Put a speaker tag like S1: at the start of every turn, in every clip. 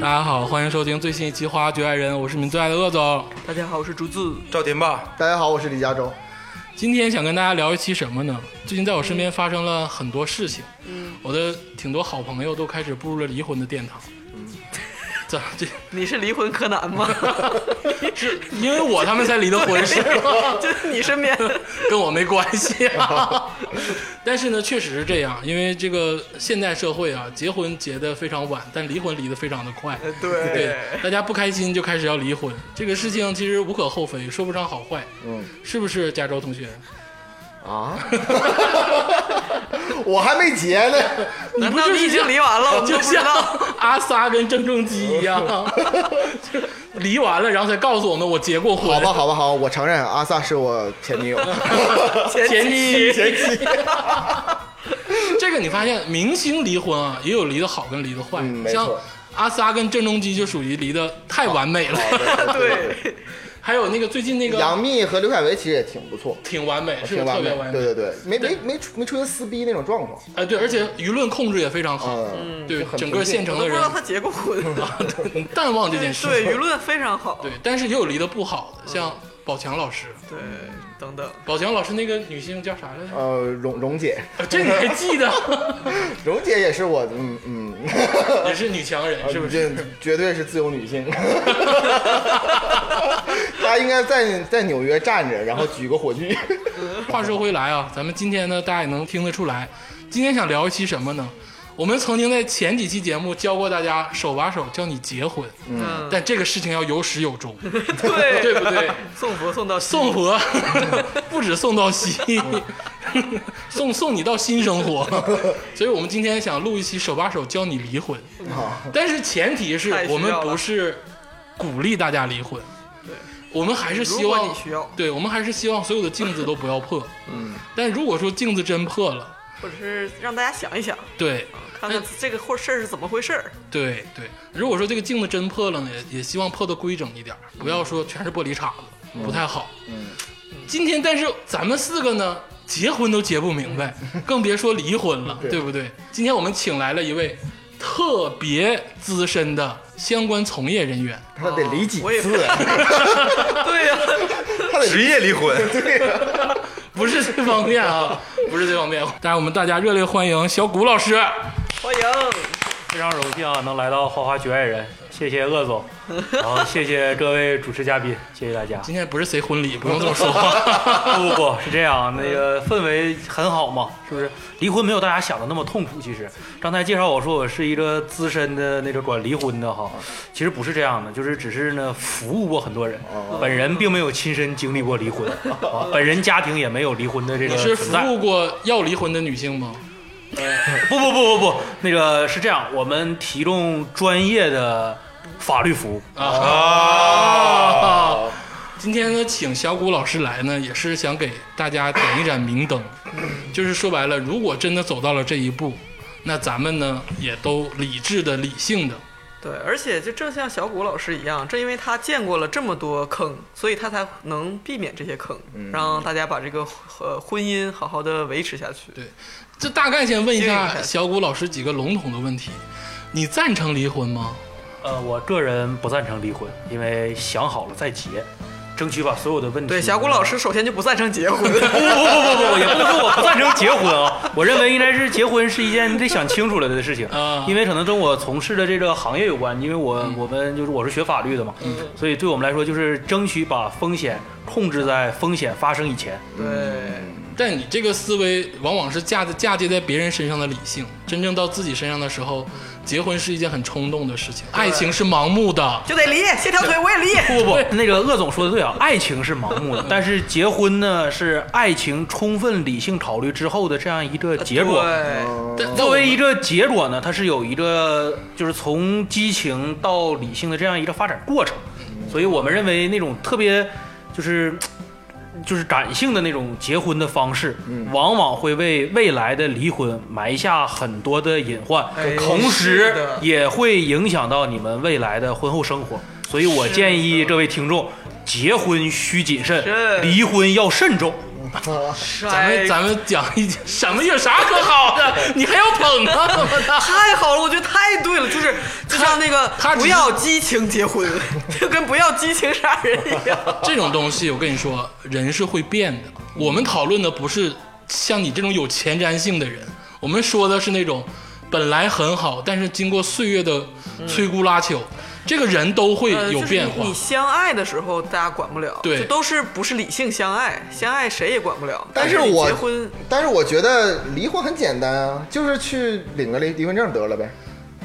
S1: 大家好，欢迎收听最新一期《花局爱人》，我是你们最爱的鄂总。
S2: 大家好，我是竹子。
S3: 赵天霸，
S4: 大家好，我是李佳洲。
S1: 今天想跟大家聊一期什么呢？最近在我身边发生了很多事情，嗯，我的挺多好朋友都开始步入了离婚的殿堂。咋这？
S2: 你是离婚柯南吗？
S1: 是因为我他们才离的婚是 吗？
S2: 就是你身边，
S1: 跟我没关系啊。但是呢，确实是这样，因为这个现代社会啊，结婚结得非常晚，但离婚离得非常的快。呃对，大家不开心就开始要离婚，这个事情其实无可厚非，说不上好坏，
S4: 嗯
S1: 是不是？加州同学，
S4: 啊， 我还没结呢。
S2: 难道你已经离完 了？我们都
S1: 就
S2: 不知
S1: 像
S2: 道。
S1: 阿三跟郑中基一样，就 离完了，然后才告诉我们我结过婚。
S4: 好吧，好吧，好吧，我承认阿萨是我前 女友。
S1: 前妻，
S2: 期
S1: 前妻。 这个你发现，明星离婚啊，也有离的好跟离的坏。
S4: 嗯没错
S1: 像阿萨跟郑中基就属于离的太完美了。
S2: 对，
S1: 还有那个最近那个
S4: 杨幂和刘恺维其实也挺不错，
S1: 挺完美，是
S4: 挺
S1: 吧
S4: 完
S1: 特
S4: 美
S1: 别完。美。
S4: 对对对，没没没出没出现撕逼那种状况。
S1: 哎，对，而且舆论控制也非常好，
S4: 嗯，
S1: 对
S4: 就很
S1: 整个县
S2: 我
S1: 城
S2: 都
S1: 的
S2: 不
S1: 人
S2: 知道他结 过婚。
S1: 很淡忘这
S2: 对
S1: 件事情。
S2: 舆论非常好。
S1: 对，但是也有离的不好的，像宝强老师。
S2: 对，等等，
S1: 宝强老师那个女星叫啥来着？
S4: 呃，蓉蓉姐，
S1: 啊 这你还记得？
S4: 蓉姐也是我，嗯嗯，
S1: 也是女强人， 是不 是？
S4: 这绝对是自由女性。 她应该在在纽约站着，然后举个火
S1: 哦
S4: 炬。
S1: 话说回来啊，咱们今天呢，大家也能听得出来，今天想聊一期什么呢？我们曾经在前几期节目教过大家手把手教你结婚，
S2: 嗯，
S1: 但这个事情要有始有终，
S2: 对
S1: 对不对？
S2: 送佛送到西
S1: 送佛 不止送到西， 送送你到新生活。所以我们今天想录一期手把手教你离婚，但是前提是
S2: 太需要了
S1: 我们不是鼓励大家离婚，
S2: 对，
S1: 我们还是希
S2: 如果
S1: 望
S2: 你需要，
S1: 对，我们还是希望所有的镜子都不要破。嗯，但如果说镜子真破了，
S2: 或者是让大家想一想，
S1: 对
S2: 看
S1: 哎
S2: 看这个或事儿是怎么回事儿。
S1: 对对，如果说这个镜子真破了呢，也也希望破的规整一点儿，不要说全是玻璃碴子，不太好。
S4: 嗯，
S1: 今天但是咱们四个呢，结婚都结不明 白，更别说离婚了，
S4: 对
S1: 对不对？今天我们请来了一位特别资深的相关从业人员，
S4: 她得离几
S2: 我也
S4: 次？啊
S2: 对呀，
S4: 她得离
S3: 职业离婚，
S1: 不是这方面 啊，不是这方面。当然，我们大家热烈欢迎小谷老师。
S2: 欢迎。
S5: 非常荣幸啊，能来到《花花局外人》，谢谢鄂总，然后谢谢各位主持嘉宾，谢谢大家。
S1: 今天不是谁婚礼，不用这么说话。
S5: 不不不是这样，那个氛围很好嘛，是不是？离婚没有大家想的那么痛苦。其实刚才介绍我说我是一个资深的那个管离婚的哈，其实不是这样的，就是只是呢服务过很多人，
S1: 哦
S5: 本人并没有亲身经历过 离婚，啊本人家庭也没有离婚的这个
S1: 你是
S5: 存
S1: 服
S5: 在
S1: 务过要离婚的女性吗？
S5: 不不不不不，那个是这样，我们提供专业的法律服务。
S1: 啊，今天呢，请小谷老师来呢，也是想给大家点一盏明灯，就是说白了，如果真的走到了这一步，那咱们呢也都理智的、理性的，
S2: 对，而且就正像小谷老师一样，正因为他见过了这么多坑，所以他才能避免这些坑，让大家把这个呃婚姻好好的维持下去。
S1: 对，这大概先问一
S2: 经营
S1: 下
S2: 下去
S1: 小谷老师几个笼统的问题，你赞成离婚吗？
S5: 呃，我个人不赞成离婚，因为想好了再结，争取把所有的嗯问题。
S2: 对，小谷老师首先就不赞成结婚，
S5: 不不不不不，也不能说我不赞成结婚啊，我认为应该是结婚是一件你得想清楚了的事情
S1: 啊，
S5: 因为可能跟我从事的这个行业有关，因为我我们就是我是学法律的嘛，所以对我们来说就是争取把风险控制在风险发生以前。
S2: 对，
S1: 但你这个思维往往是嫁嫁接在别人身上的理性，真正到自己身上的时候，结婚是一件很冲动的事情，爱情是盲目的。
S2: 就得离，卸条腿我也离。
S5: 不不不，那个鄂总说的对啊，爱情是盲目的，但是结婚呢是爱情充分理性考虑之后的这样一个结果。
S2: 对，
S1: 但
S5: 作为一
S1: 个，
S5: 个结果呢，它是有一个就是从激情到理性的这样一个发展过程，所以我们认为那种特别就是就是感性的那种结婚的方式，
S1: 嗯
S5: 往往会为未来的离婚埋下很多的隐患，
S2: 哎
S5: 同
S2: 是
S5: 时
S2: 的
S5: 也会影响到你们未来的婚后生活。所以我建议各位听众，结婚需谨慎
S2: 是，
S5: 离婚要慎重。
S1: 咱
S2: 摔
S1: 们咱们讲一讲什么有啥可好的？哎你还要捧他怎么的？
S2: 太好了，我觉得太对了，就是就像那个
S1: 他只是
S2: 不要激情结婚， 就跟不要激情杀人一样。
S1: 这种东西，我跟你说，人是会变的。我们讨论的不是像你这种有前瞻性的人，我们说的是那种本来很好，但是经过岁月的摧枯拉朽，这个人都会有
S2: 呃就是
S1: 变
S2: 你
S1: 化。
S2: 你相爱的时候，大家管不了，
S1: 对
S2: 就都是不是理性相爱，相爱谁也管不了。
S4: 但
S2: 是
S4: 是
S2: 你
S4: 我
S2: 结婚，
S4: 但是我觉得离婚很简单啊，就是去领个离离婚证得了呗。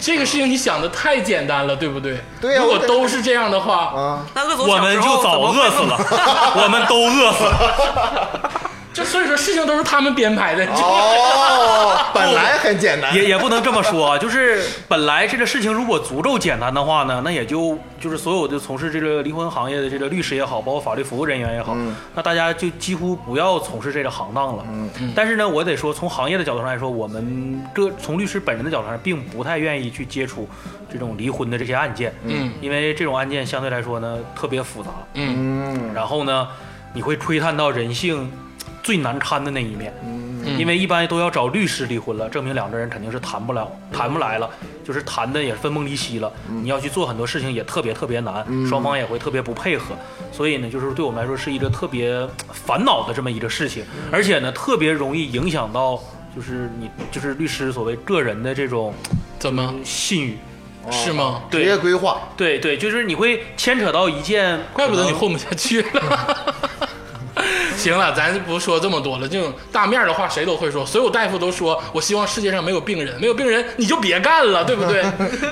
S1: 这个事情你想的太简单了，对不对？
S4: 对啊
S1: 如果
S4: 我
S1: 都是这样的话，
S4: 啊，
S2: 那恶总
S5: 我
S2: 小
S5: 们
S2: 时
S5: 就
S2: 候
S5: 早
S2: 怎么
S5: 饿死了，我们都饿死了。
S1: 这所以说事情都是他们编排的。
S4: 哦，本来很简单，
S5: 也也不能这么说啊，就是本来这个事情如果足够简单的话呢，那也就就是所有的从事这个离婚行业的这个律师也好，包括法律服务人员也好，那大家就几乎不要从事这个行当了。但是呢，我得说，从行业的角度上来说，我们这从律师本人的角度上，并不太愿意去接触这种离婚的这些案件，
S1: 嗯
S5: 因为这种案件相对来说呢特别复杂，
S1: 嗯，
S4: 嗯，
S5: 然后呢，你会窥探到人性最难堪的那一面，
S1: 嗯
S5: 因为一般都要找律师离婚了，证明两个人肯定是谈不了，
S1: 嗯
S5: 谈不来了，就是谈的也分崩离析了。你要去做很多事情也特别特别难，
S1: 嗯
S5: 双方也会特别不配合，所以呢，就是对我们来说是一个特别烦恼的这么一个事情，
S1: 嗯
S5: 而且呢，特别容易影响到就是你就是律师所谓个人的这种
S1: 怎么
S5: 信誉。
S4: 哦
S1: 是吗？
S4: 职业规划，
S5: 对对，就是你会牵扯到一件，
S1: 怪不得你混不下去了。行了，咱不说这么多了。这种大面儿的话，谁都会说。所有大夫都说，我希望世界上没有病人，没有病人你就别干了，对不对？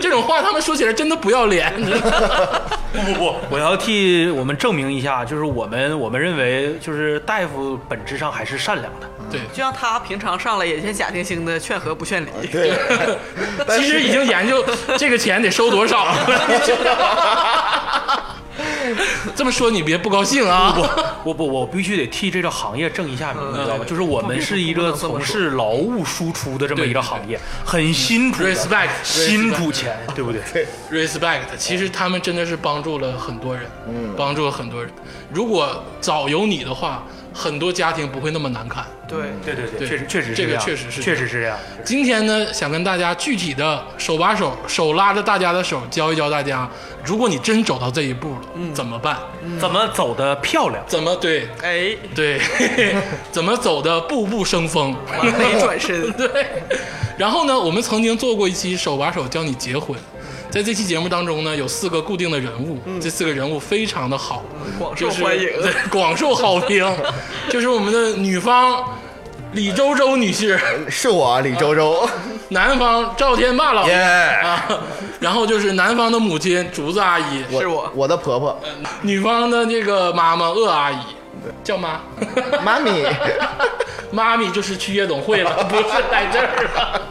S1: 这种话他们说起来真的不要脸。
S5: 不不不，我要替我们证明一下，就是我们我们认为，就是大夫本质上还是善良的。
S1: 对，
S2: 就像他平常上来也先假惺惺的劝和不劝离，
S4: 对，但
S1: 其实已经研究这个钱得收多少了。你知道这么说你别不高兴啊！
S5: 我不，我必须得替这个行业正一下
S1: 嗯
S5: 名，你知道吗？就是我们是一个从事劳务输出的这么一个行业，很辛苦的
S1: Respect，
S5: 辛苦钱，对不对？
S1: respect，其实他们真的是帮助了很多人，嗯，帮助了很多人。如果早有你的话，很多家庭不会那么难看。
S2: 对，
S5: 对对
S1: 对
S5: 对，确实确实是
S1: 这个
S5: 样
S1: 确实是
S5: 确实是这样。
S1: 今天呢，想跟大家具体的手把手、手拉着大家的手教一教大家，如果你真走到这一步了，怎么办？
S5: 怎么走的漂亮？
S1: 嗯怎么对
S2: 哎，
S1: 对， 怎么走的步步生风？，
S2: 完美转身
S1: 对。然后呢，我们曾经做过一期手把手教你结婚，在这期节目当中呢，有四个固定的人物，这四个人物非常的好，
S2: 广受
S1: 就是
S2: 欢迎。
S1: 对，广受好 评。就是我们的女方李周周女 士，
S4: 是我啊李周周，
S1: 男方赵天霸老师
S4: 耶，
S1: 啊，然后就是男方的母亲竹子阿姨，
S2: 是我
S4: 我的婆婆，
S1: 女方的这个妈妈鄂阿姨，叫妈，
S4: 妈咪，
S1: 妈咪就是去夜总会 了，不是在这儿了。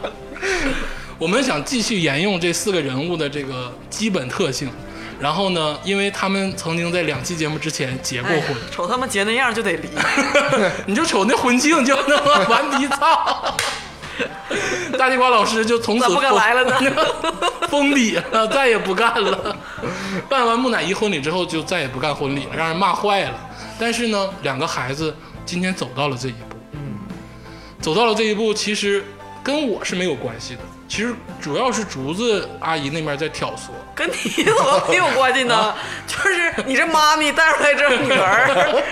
S1: 我们想继续沿用这四个人物的这个基本特性，然后呢，因为他们曾经在两期节目之前结过
S2: 哎
S1: 婚
S2: 呀，瞅他们结那样就得 离，
S1: 你就瞅那婚庆就那 么顽皮操。大地瓜老师就从此
S2: 咋不敢来了呢？
S1: 封底了，再也不干了。办完木乃伊婚礼之后，就再也不干婚礼了，让人骂坏了。但是呢，两个孩子今天走到了这一步，嗯，走到了这一步，其实跟我是没有关系的。其实主要是竹子阿姨那边在挑唆，
S2: 跟你怎么没有关系呢？
S1: 啊
S2: 就是你这妈咪带出来这女儿，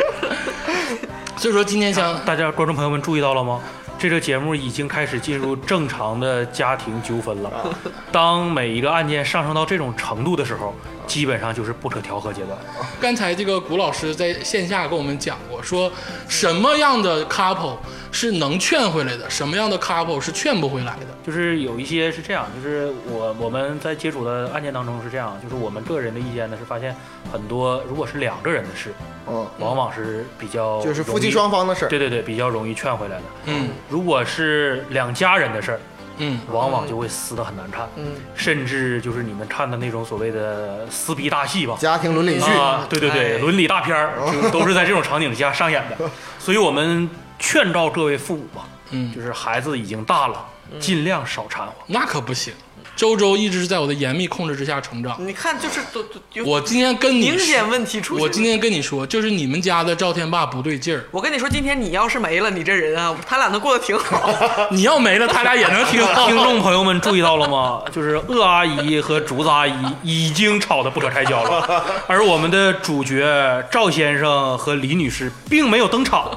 S1: 所以说今天想
S5: 大家观众朋友们注意到了吗？这个节目已经开始进入正常的家庭纠纷了。 当每一个案件上升到这种程度的时候，基本上就是不可调和阶段。
S1: 刚才这个谷老师在线下跟我们讲过，说什么样的 couple 是能劝回来的，什么样的 couple 是劝不回来的。
S5: 就是有一些是这样，就是我我们在接触的案件当中是这样，就是我们个人的意见呢是发现很多，如果是两个人的事，
S4: 嗯，
S5: 往往是比较
S4: 就是夫
S5: 容易
S4: 妻双方的事儿，
S5: 对对对，比较容易劝回来的。
S1: 嗯
S5: 如果是两家人的事儿，
S1: 嗯，
S5: 往往就会撕得很难看，
S2: 嗯，
S5: 甚至就是你们看的那种所谓的撕逼大戏吧，
S4: 家哦庭伦理剧，
S5: 啊，对对
S2: 哎
S5: 对，伦理大片儿就都是在这种场景 下上演的，所以我们劝告各位父母吧，
S1: 嗯
S5: 就是孩子已经大了，
S4: 嗯
S5: 尽量少掺和。
S1: 那可不行。周周一直是在我的严密控制之下成长。
S2: 你看，就是都都有
S1: 我今天跟你
S2: 嗯明显
S1: 说
S2: 问题出现。
S1: 我今天跟你说，就是你们家的赵天霸不对劲儿。
S2: 我跟你说，今天你要是没了，你这人啊，他俩能过得挺好。
S1: 你要没了，他俩也能听 到。
S5: 听众朋友们注意到了吗？就是鄂阿姨和竹子阿姨已经吵得不可开交了，而我们的主角赵先生和李女士并没有登场。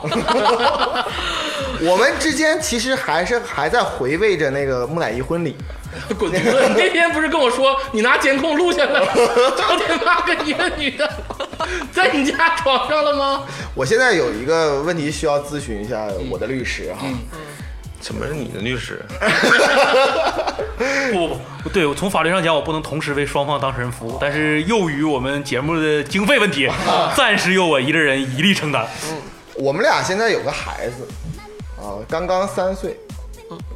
S4: 我们之间其实还是还在回味着那个木乃伊婚礼，
S1: 滚犊子！你那天不是跟我说你拿监控录下来了，赵天霸跟一个女的 在你家床上了吗？
S4: 我现在有一个问题需要咨询一下我的律师哈。
S3: 怎么是你的律师？
S5: 不不不，对我从法律上讲，我不能同时为双方当事人服务，但是由于我们节目的经费问题，暂时由我一个人一力承担。
S4: 我们俩现在有个孩子啊，刚刚三岁。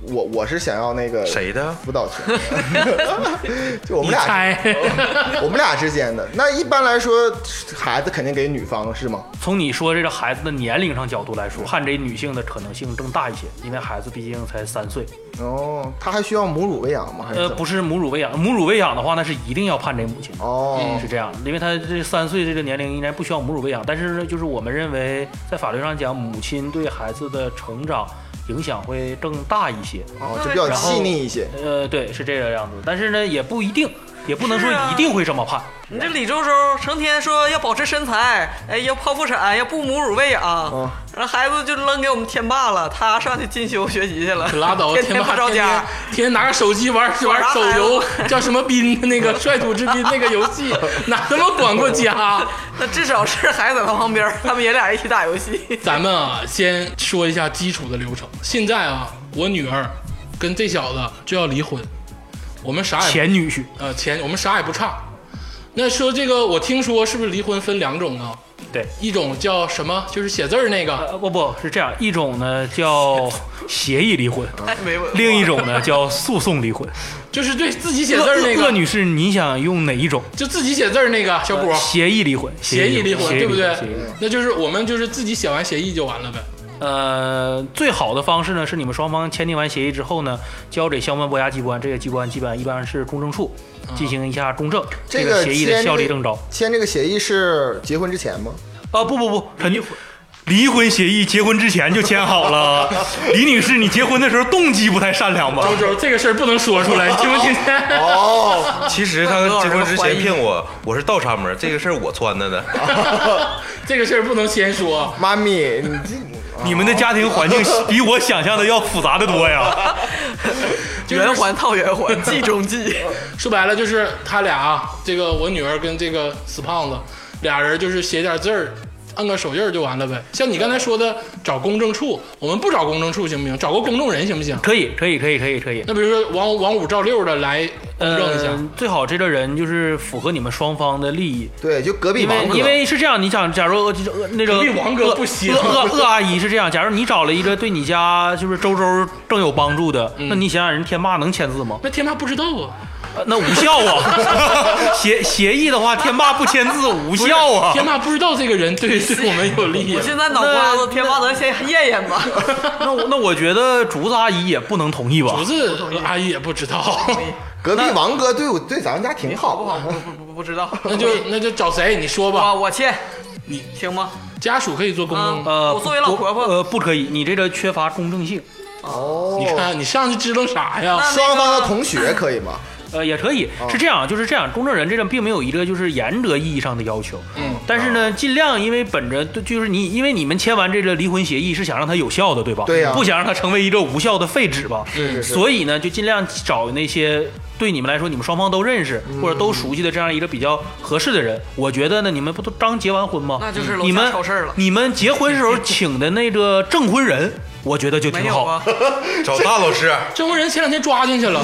S4: 我我是想要那个
S3: 谁的？
S4: 辅导权，就我
S1: 你
S4: 们俩
S1: 猜，
S4: 我们俩之间的。那一般来说，孩子肯定给女方是吗？
S5: 从你说这个孩子的年龄上角度来说，看这女性的可能性更大一些，因为孩子毕竟才三岁。
S4: 哦，他还需要母乳喂养吗？还是
S5: 呃，
S4: 怎么
S5: 不是母乳喂养，母乳喂养的话，那是一定要判这母亲的。
S4: 哦，
S5: 是这样的，因为他这三岁这个年龄应该不需要母乳喂养，但是呢，就是我们认为在法律上讲，母亲对孩子的成长影响会更大一些。
S4: 哦，就比较细腻一些。
S5: 呃，对，是这个样子，但是呢，也不一定，也不能说
S2: 是啊
S5: 一定会这么判。
S2: 你这李周周成天说要保持身材，哎，要剖腹产，要不母乳喂养，
S4: 嗯
S2: 然后孩子就扔给我们天霸了，他上去进修学习去了，
S1: 可 拉倒，
S2: 天天
S1: 霸
S2: 不着
S1: 天
S2: 家。
S1: 天天拿着手机玩玩手游，叫什么兵那个率土之滨那个游 戏，哪他妈管过家？啊
S2: 那至少是孩子在他旁边，他们爷俩一起打游戏。
S1: 咱们啊，先说一下基础的流程。现在啊，我女儿跟这小子就要离婚，我们啥也不
S5: 前女婿，
S1: 呃钱，我们啥也不差。那说这个，我听说是不是离婚分两种呢？
S5: 对，
S1: 一种叫什么，就是写字儿那个，
S5: 呃，不不是这样，一种呢叫协议离婚，
S2: 哎，没问。
S5: 哦另一种呢叫诉讼 离婚。
S1: 就是对自己写字
S5: 鄂
S1: 儿那
S5: 鄂
S1: 个，
S5: 女呃士，你想用哪一种？
S1: 就自己写字儿那个小果。
S5: 协议离婚，
S1: 协议离
S5: 离
S1: 婚，
S5: 协议
S1: 对不对
S5: 协议离婚？
S1: 那就是我们就是自己写完协议就完了呗。
S5: 呃，最好的方式呢，是你们双方签订完协议之后呢，交给相关国家机关，这个机关基本一般是公证处进行一下公证，
S4: 这
S5: 个
S4: 个
S5: 协议的
S4: 签
S5: 效
S4: 这
S5: 力
S4: 个
S5: 更高。
S4: 签这个协议是结婚之前吗？
S5: 啊，不不不，肯定。离婚协议结婚之前就签好了， 李女士，你结婚的时候动机不太善良吧？
S1: 周周，这个事儿不能说出来，你听没听见？
S4: 哦，
S3: 其实他结婚之前骗我，我是倒插门，这个事儿我撺掇的。
S1: 这个事儿不能先说。
S4: 妈咪，你这
S5: 你们的家庭环境比我想象的要复杂的多呀。
S1: 就是
S2: 圆环套圆环，计中计。
S1: 说白了就是他俩啊，这个我女儿跟这个死胖子俩人就是写点字儿，按个手印儿就完了呗。像你刚才说的找公证处，我们不找公证处行不行？找个公证人行不行？
S5: 可以，可以，可以，可以，可以。
S1: 那比如说王王五赵六的来公证一下，
S5: 呃，最好这个人就是符合你们双方的利益，
S4: 对，就隔壁
S5: 因为
S4: 王哥，
S5: 因为是这样，你想，假如呃呃那个
S1: 隔壁王哥
S5: 呃
S1: 不行
S5: 呃呃呃阿姨是这样，假如你找了一个对你家就是周周更有帮助的，
S2: 嗯
S5: 那你想想人天霸能签字吗？
S1: 那天霸不知道啊，
S5: 呃那无效啊！ 协协议的话，天霸不签字无效啊！
S1: 天霸不知道这个人对对我们有利益
S2: 我。
S5: 哦
S2: 现在脑瓜子，天霸能先验验吧？
S5: 那我那我觉得竹子阿姨也不能同意吧
S1: 不？是
S5: 哦
S1: 阿哎姨也不知道，
S4: 隔壁王哥对我对咱们家挺好，
S2: 不好，不不不不知道。 啊
S1: 那就那就找谁？你说吧
S2: 我，我签，
S1: 你
S2: 行吗？
S1: 家属可以做公证
S2: 嗯
S1: 吗。
S5: 呃，
S2: 我作为老婆婆
S5: 呃，不可以，你这个缺乏公正性。
S4: 哦，
S1: 你看你上去支棱啥呀？
S2: 那
S4: 双方的同学可以吗？
S5: 呃，也可以，
S1: 哦
S5: 是这样，就是这样，公证人这个并没有一个就是严格意义上的要求，
S1: 嗯，
S5: 但是呢，尽量因为本着对就是你，因为你们签完这个离婚协议是想让它有效的，对吧？
S4: 对呀
S5: 不想让它成为一个无效的废纸吧？
S1: 是
S4: 是是
S5: 所以呢，就尽量找那些对你们来说你们双方都认识
S1: 嗯
S5: 或者都熟悉的这样一个比较合适的人。我觉得呢，你们不都刚结完婚吗？
S2: 那就是楼
S5: 你
S2: 下
S5: 们
S2: 超市了。
S5: 你们结婚时候请的那个证婚人，我觉得就
S2: 没
S5: 挺
S2: 有
S5: 好。
S2: 啊，
S3: 找大老师，
S1: 证婚人前两天抓进去了，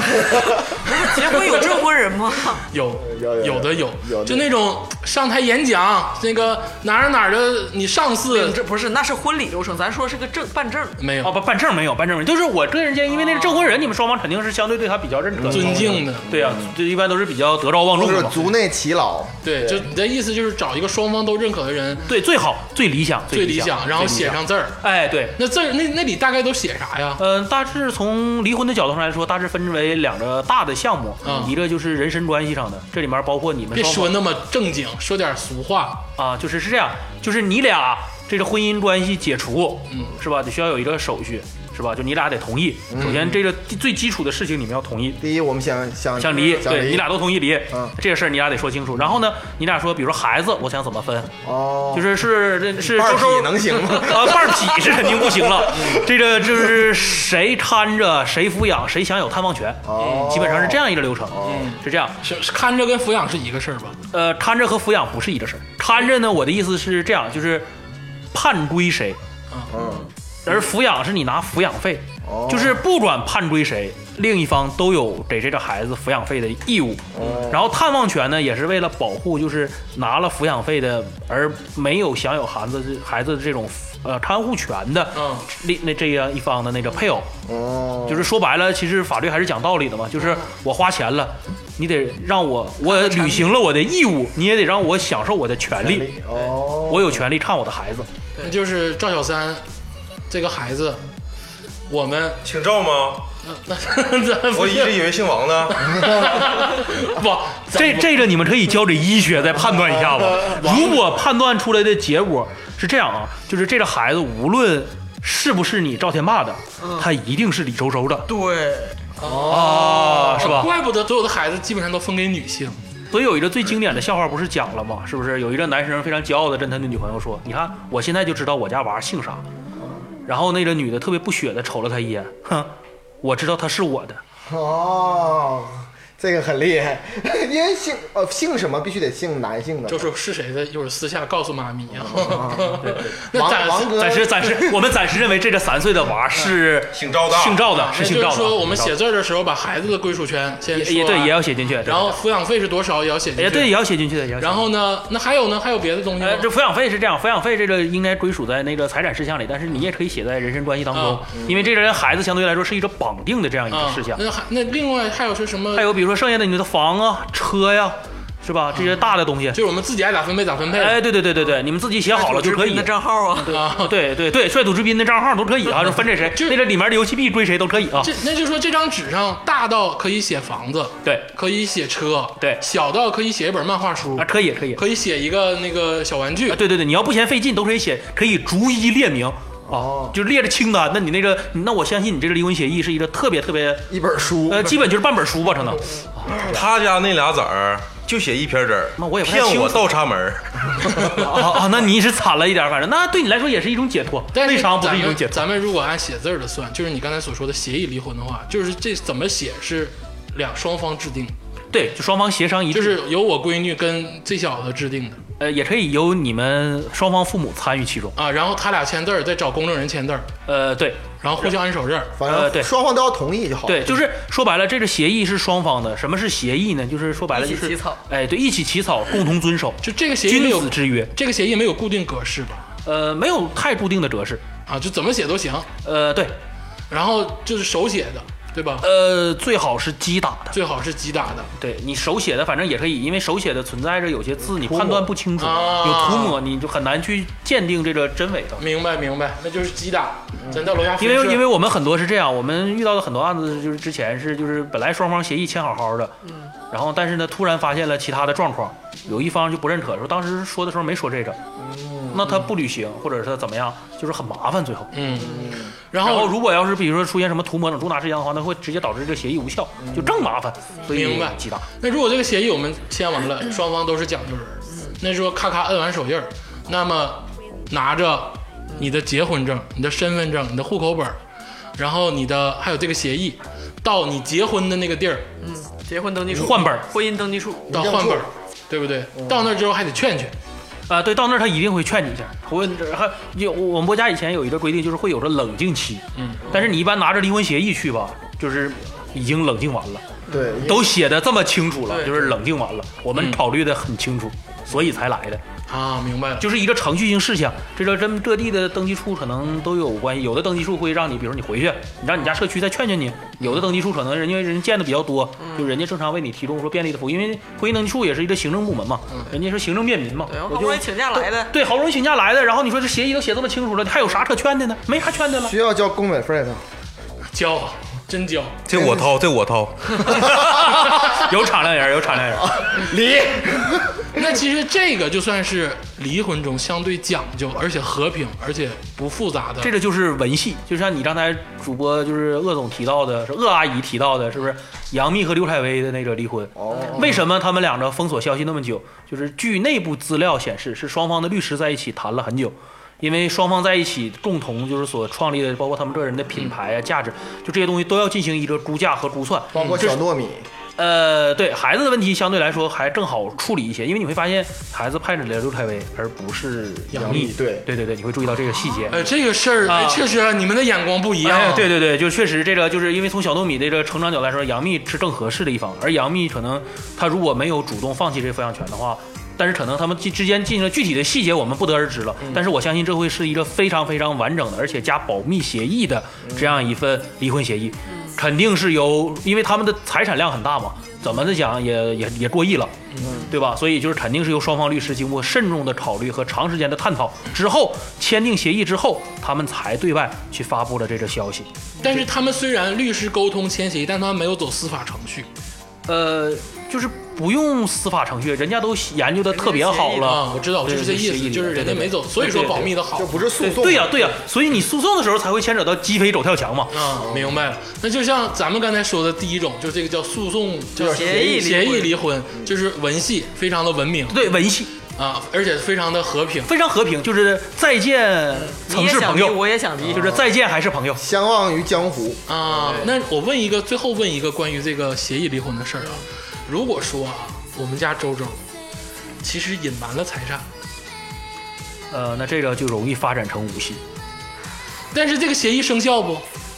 S2: 结婚有证婚人吗？
S1: 有
S4: 有有
S1: 有的有
S4: 有的
S1: 就那种上台演讲，那个哪儿哪儿的你上司
S2: 嗯这不是，那是婚礼流程，咱说是个证办证。
S1: 没
S5: 哦
S1: 有
S5: 不，办证没有，办证没有，就是我个人建议，因为那个证婚人，你们双方肯定是相对对他比较认可的、
S1: 尊敬的，嗯
S5: 对呀、这一般都是比较德高望重
S4: 就
S5: 的
S4: 是
S5: 嘛。
S4: 族内耆老，
S1: 对，就你的意思就是找一个双方都认可的人
S5: 对，最好最理想
S1: 最
S5: 理
S1: 理想，然后
S5: 最理
S1: 写
S5: 想
S1: 上字儿。
S5: 哎，对，
S1: 那字儿那那里大概都写啥呀？
S5: 嗯、大致从离婚的角度上来说，大致分为两个大的项目，
S1: 嗯
S5: 一个就是人身关系上的，这里面包括你们
S1: 别
S5: 双方
S1: 说那么正经，说点俗话。
S5: 啊，就是是这样，就是你俩这个婚姻关系解除，
S1: 嗯，
S5: 是吧？得需要有一个手续，是吧？就你俩得同意。首
S1: 嗯
S5: 先，这个最基础的事情你们要同意，
S4: 第一，我们想想
S5: 想离，
S4: 想
S5: 对你俩都同意离
S4: 嗯，
S5: 这个事儿你俩得说清楚。然后呢，你俩说，比如说孩子，我想怎么分，
S4: 哦，
S5: 就是是这是
S4: 半
S5: 周
S4: 儿嗯
S5: 周
S4: 匹能行吗？
S5: 啊，半儿匹是肯定不行了， 这个就是谁看着谁抚养，谁享有探望权，
S4: 哦，
S5: 嗯基本上是这样一个流程，是这样。
S1: 是是看着跟抚养是一个事儿吧？
S5: 呃，看着和抚养不是一个事儿，看着呢，我的意思是这样，就是判归谁，
S4: 嗯，
S5: 而抚养是你拿抚养费，
S4: 哦，
S5: 就是不管判归谁，另一方都有给这个孩子抚养费的义务。
S4: 哦
S5: 然后探望权呢，也是为了保护，就是拿了抚养费的而没有享有孩子的孩子的这种呃看护权的
S1: 嗯，
S5: 另那这样一方的那个配偶，
S4: 哦，
S5: 就是说白了，其实法律还是讲道理的嘛，就是我花钱了。你得让我，我履行了我的义务，你也得让我享受我的权利。
S4: 哦，
S5: 我有权利看我的孩子，
S1: 那就是赵小三这个孩子，我们
S3: 姓赵 吗？
S1: 那咱
S3: 我
S1: 不
S3: 一直
S1: 是
S3: 以为姓王 呢。
S1: 不
S5: 这这个你们可以交给医学再判断一下吧。
S1: 呃
S5: 如果判断出来的结果是这样啊，就是这个孩子无论是不是你赵天霸的，
S1: 嗯
S5: 他一定是李周周的
S2: 对，
S5: 啊，是吧？
S1: 怪不得所有的孩子基本上都分给女性。
S5: 所以有一个最经典的笑话不是讲了吗？是不是有一个男生非常骄傲的跟他的女朋友说：“你看，我现在就知道我家娃姓啥。”
S1: 嗯
S5: 然后那个女的特别不屑的瞅了他一眼，哼，我知道他是我的。
S4: 哦，这个很厉害，因为姓呃姓什么必须得姓男性的，
S1: 就是是谁的，一会儿私下告诉妈咪啊。 那
S4: 王
S1: 暂
S4: 王哥
S5: 暂时暂时，我们暂时认为这个三岁的娃是
S1: 嗯
S3: 姓赵的
S5: 姓赵的，是
S1: 那
S5: 姓赵
S1: 啊就
S5: 的。啊
S1: 是说，我们
S5: 姓赵
S1: 写
S5: 的
S1: 字儿的时候把孩子的归属权先
S5: 也也
S1: 说
S5: 对，
S1: 完
S5: 也要写进去。对
S1: 然后抚
S5: 对
S1: 养费是多少也要写进
S5: 对
S1: 去。
S5: 也对，也要写进去的，也要写进去。
S1: 然后呢？那还有呢？还有别的东西吗
S5: 呃，？这抚养费是这样，抚养费这个应该归属在那个财产事项里，但是你也可以写在人身关系当中
S1: 啊，
S5: 因为这个人孩子相对来说是一个绑定的这样一个
S1: 啊
S5: 事项。
S1: 那还那另外还有是什么？
S5: 还有比如说剩下的你的房啊、车呀，是吧？这些大的东西
S1: 嗯就，是我们自己爱咋分配咋分配。
S5: 哎，对对对对对，你们自己写好了就可
S2: 你
S5: 以
S2: 的。账号啊，
S1: 啊，
S5: 对对对，率土之滨的账号都可以啊，就分给谁，
S1: 就
S5: 那个里面的游戏币归谁都可以啊。
S1: 这那就说这张纸上大到可以写房子，
S5: 对
S1: 可以写车，
S5: 对
S1: 小到可以写一本漫画书
S5: 啊，，可以可以。
S1: 可以写一个那个小玩具
S5: 啊，。对对对，你要不嫌费劲，都可以写，可以逐一列明。
S4: 哦
S5: 就列着清单，那你那个，那我相信你这个离婚协议是一个特别特别，
S4: 一本书，
S5: 呃，基本就是半本书吧，可能。
S3: 他家那俩崽儿就写一篇儿字儿，
S5: 那我也不太
S3: 骗
S5: 清
S3: 我
S5: 楚
S3: 倒插门儿。
S5: 啊啊，那你是惨了一点，反正那对你来说也是一种解脱，
S1: 但
S5: 未
S1: 是
S5: 尝不
S1: 咱
S5: 是一种
S1: 们
S5: 解脱。
S1: 咱们如果按写字儿的算，就是你刚才所说的协议离婚的话，就是这怎么写是两双方制定的，
S5: 对，就双方协商一致，
S1: 就是由我闺女跟最小的制定的
S5: 呃，也可以由你们双方父母参与其中。
S1: 啊，然后他俩签字儿，再找公证人签字儿，
S5: 呃，对
S1: 然后互相按手印儿。
S4: 反
S5: 呃对
S4: 正双方都要同意就好。
S5: 对，就是说白了，这个协议是双方的。什么是协议呢？就是说白了
S2: 一
S5: 就
S2: 起
S5: 是
S2: 起草，
S5: 哎，对，一起起草，共同遵守，
S1: 就这个协议没
S5: 君
S1: 有
S5: 子之约。
S1: 这个协议没有固定格式吧？
S5: 呃，没有太固定的格式。
S1: 啊，就怎么写都行，
S5: 呃，对，
S1: 然后就是手写的，对吧？
S5: 呃，最好是击打的。
S1: 最好是击打的。
S5: 对你手写的，反正也可以，因为手写的存在着有些字你判断不清楚，
S1: 啊
S5: 有涂抹，你就很难去鉴定这个真伪的。
S1: 明白明白，那就是击打，咱到楼下
S5: 因
S1: 宿
S5: 为
S1: 舍
S5: 因为我们很多是这样，我们遇到的很多案子就是之前是就是本来双方协议签好好的，嗯，然后但是呢突然发现了其他的状况，有一方就不认可，说当时说的时候没说这个，那他不履行或者是怎么样，就是很麻烦最后。
S1: 嗯，然
S5: 然后
S1: 后
S5: 如果要是比如说出现什么涂抹等重大事项的话，那会直接导致这个协议无效，就更麻烦。所以
S1: 嗯明白
S5: 极大。
S1: 那如果这个协议我们签完了，双方都是讲究人儿，那说咔咔摁完手印儿，那么拿着你的结婚证、你的身份证、你的户口本儿，然后你的还有这个协议，到你结婚的那个地儿，
S2: 嗯，结婚登记处
S5: 换本儿
S2: 婚姻登记处，
S1: 到换本儿，对不对？到那之后还得劝劝，
S5: 啊，对，到那儿他一定会劝你一下。我还有我们国家以前有一个规定，就是会有个冷静期。
S1: 嗯，
S5: 但是你一般拿着离婚协议去吧，就是已经冷静完了，
S4: 对，
S5: 都写的这么清楚了，
S2: 对嗯
S5: 就是冷静完了。我们考虑的很清楚，所以才来的，
S1: 啊，明白了，
S5: 就是一个程序性事项。这个跟各地的登记处可能都有关系，有的登记处会让你，比如说你回去，你让你家社区再劝劝你；有的登记处可能人家人见的比较多，
S2: 嗯
S5: 就人家正常为你提供说便利的服务，因为婚姻登记处也是一个行政部门嘛，人家是行政便民嘛
S2: 嗯对，，好
S5: 我
S2: 不
S5: 就
S2: 容易请假来的，
S5: 对好不容易请假来的，然后你说这协议都写这么清楚了，还有啥可劝的呢？没啥劝的了。
S4: 需要交工本费的。
S1: 交，啊真交，
S3: 这我掏，这我掏。
S5: 有敞亮人，有敞亮人，
S4: 离，
S1: 那其实这个就算是离婚中相对讲究，而且和平，而且不复杂的。
S5: 这个就是文戏，就像你刚才主播就是鄂总提到的，是鄂阿姨提到的，是不是？杨幂和刘恺威的那个离婚，
S4: 哦，
S5: 为什么他们两个封锁消息那么久？就是据内部资料显示，是双方的律师在一起谈了很久，因为双方在一起共同就是所创立的，包括他们个人的品牌啊、价值，就这些东西都要进行一个估价和估算。
S4: 包括
S5: 这
S4: 小
S5: 是
S4: 糯米，
S5: 呃，对孩子的问题相对来说还更好处理一些，因为你会发现孩子盼着刘刘恺威，而不是
S1: 杨
S5: 杨
S1: 幂
S5: 幂。
S4: 对
S5: 对对对，你会注意到这个细节。
S1: 呃，这个事儿、哎
S5: 啊
S1: 确实啊你们的眼光不一样、啊
S5: 哎对对对，就确实这个，就是因为从小糯米这个成长角度来说，杨幂是更合适的一方，而杨幂可能她如果没有主动放弃这抚养权的话。但是可能他们之之间进行了具体的细节，我们不得而知了。
S1: 嗯
S5: 但是我相信这会是一个非常非常完整的，而且加保密协议的这样一份离婚协议，
S1: 嗯
S5: 肯定是由，因为他们的财产量很大嘛，怎么的讲也也也过亿了，对吧？所以就是肯定是由双方律师经过慎重的考虑和长时间的探讨之后签订协议之后，他们才对外去发布了这个消息。
S1: 但是他们虽然律师沟通签协议，但他们没有走司法程序。
S5: 呃，就是不用司法程序，人家都研究的特别好
S2: 人家协议
S5: 了。
S1: 啊，我知道，我
S5: 对
S1: 这是这
S5: 对
S1: 意
S5: 协议
S1: 思，
S5: 里
S1: 就是
S5: 对
S1: 人
S5: 对
S1: 家没
S5: 对
S1: 走，所以
S5: 对
S1: 说
S5: 对
S1: 保
S5: 对
S1: 密的好
S4: 这。不是诉讼。
S5: 对呀、对呀、所以你诉讼的时候才会牵扯到鸡飞狗跳墙
S2: 嗯
S5: 嘛。
S1: 啊，明白了。那就像咱们刚才说的第一种，就这个叫诉讼，叫
S4: 叫
S2: 协议
S1: 协议
S2: 离
S1: 离婚，就是文戏，非常的文明
S5: 对，文戏
S1: 啊，而且非常的和平。
S5: 非常和平，就是再见
S2: 你
S5: 曾
S2: 也
S5: 是
S2: 想
S5: 朋
S2: 离，
S5: 友，啊
S2: 我也嗯想离，
S5: 就是再见还是朋友。
S4: 相忘于江湖，
S1: 啊，那我问一个，最后问一个关于这个协议离婚的事儿啊。如果说啊，我们家周周其实隐瞒了财产，
S5: 呃，那这个就容易发展成武戏。
S1: 但是这个协议生效不？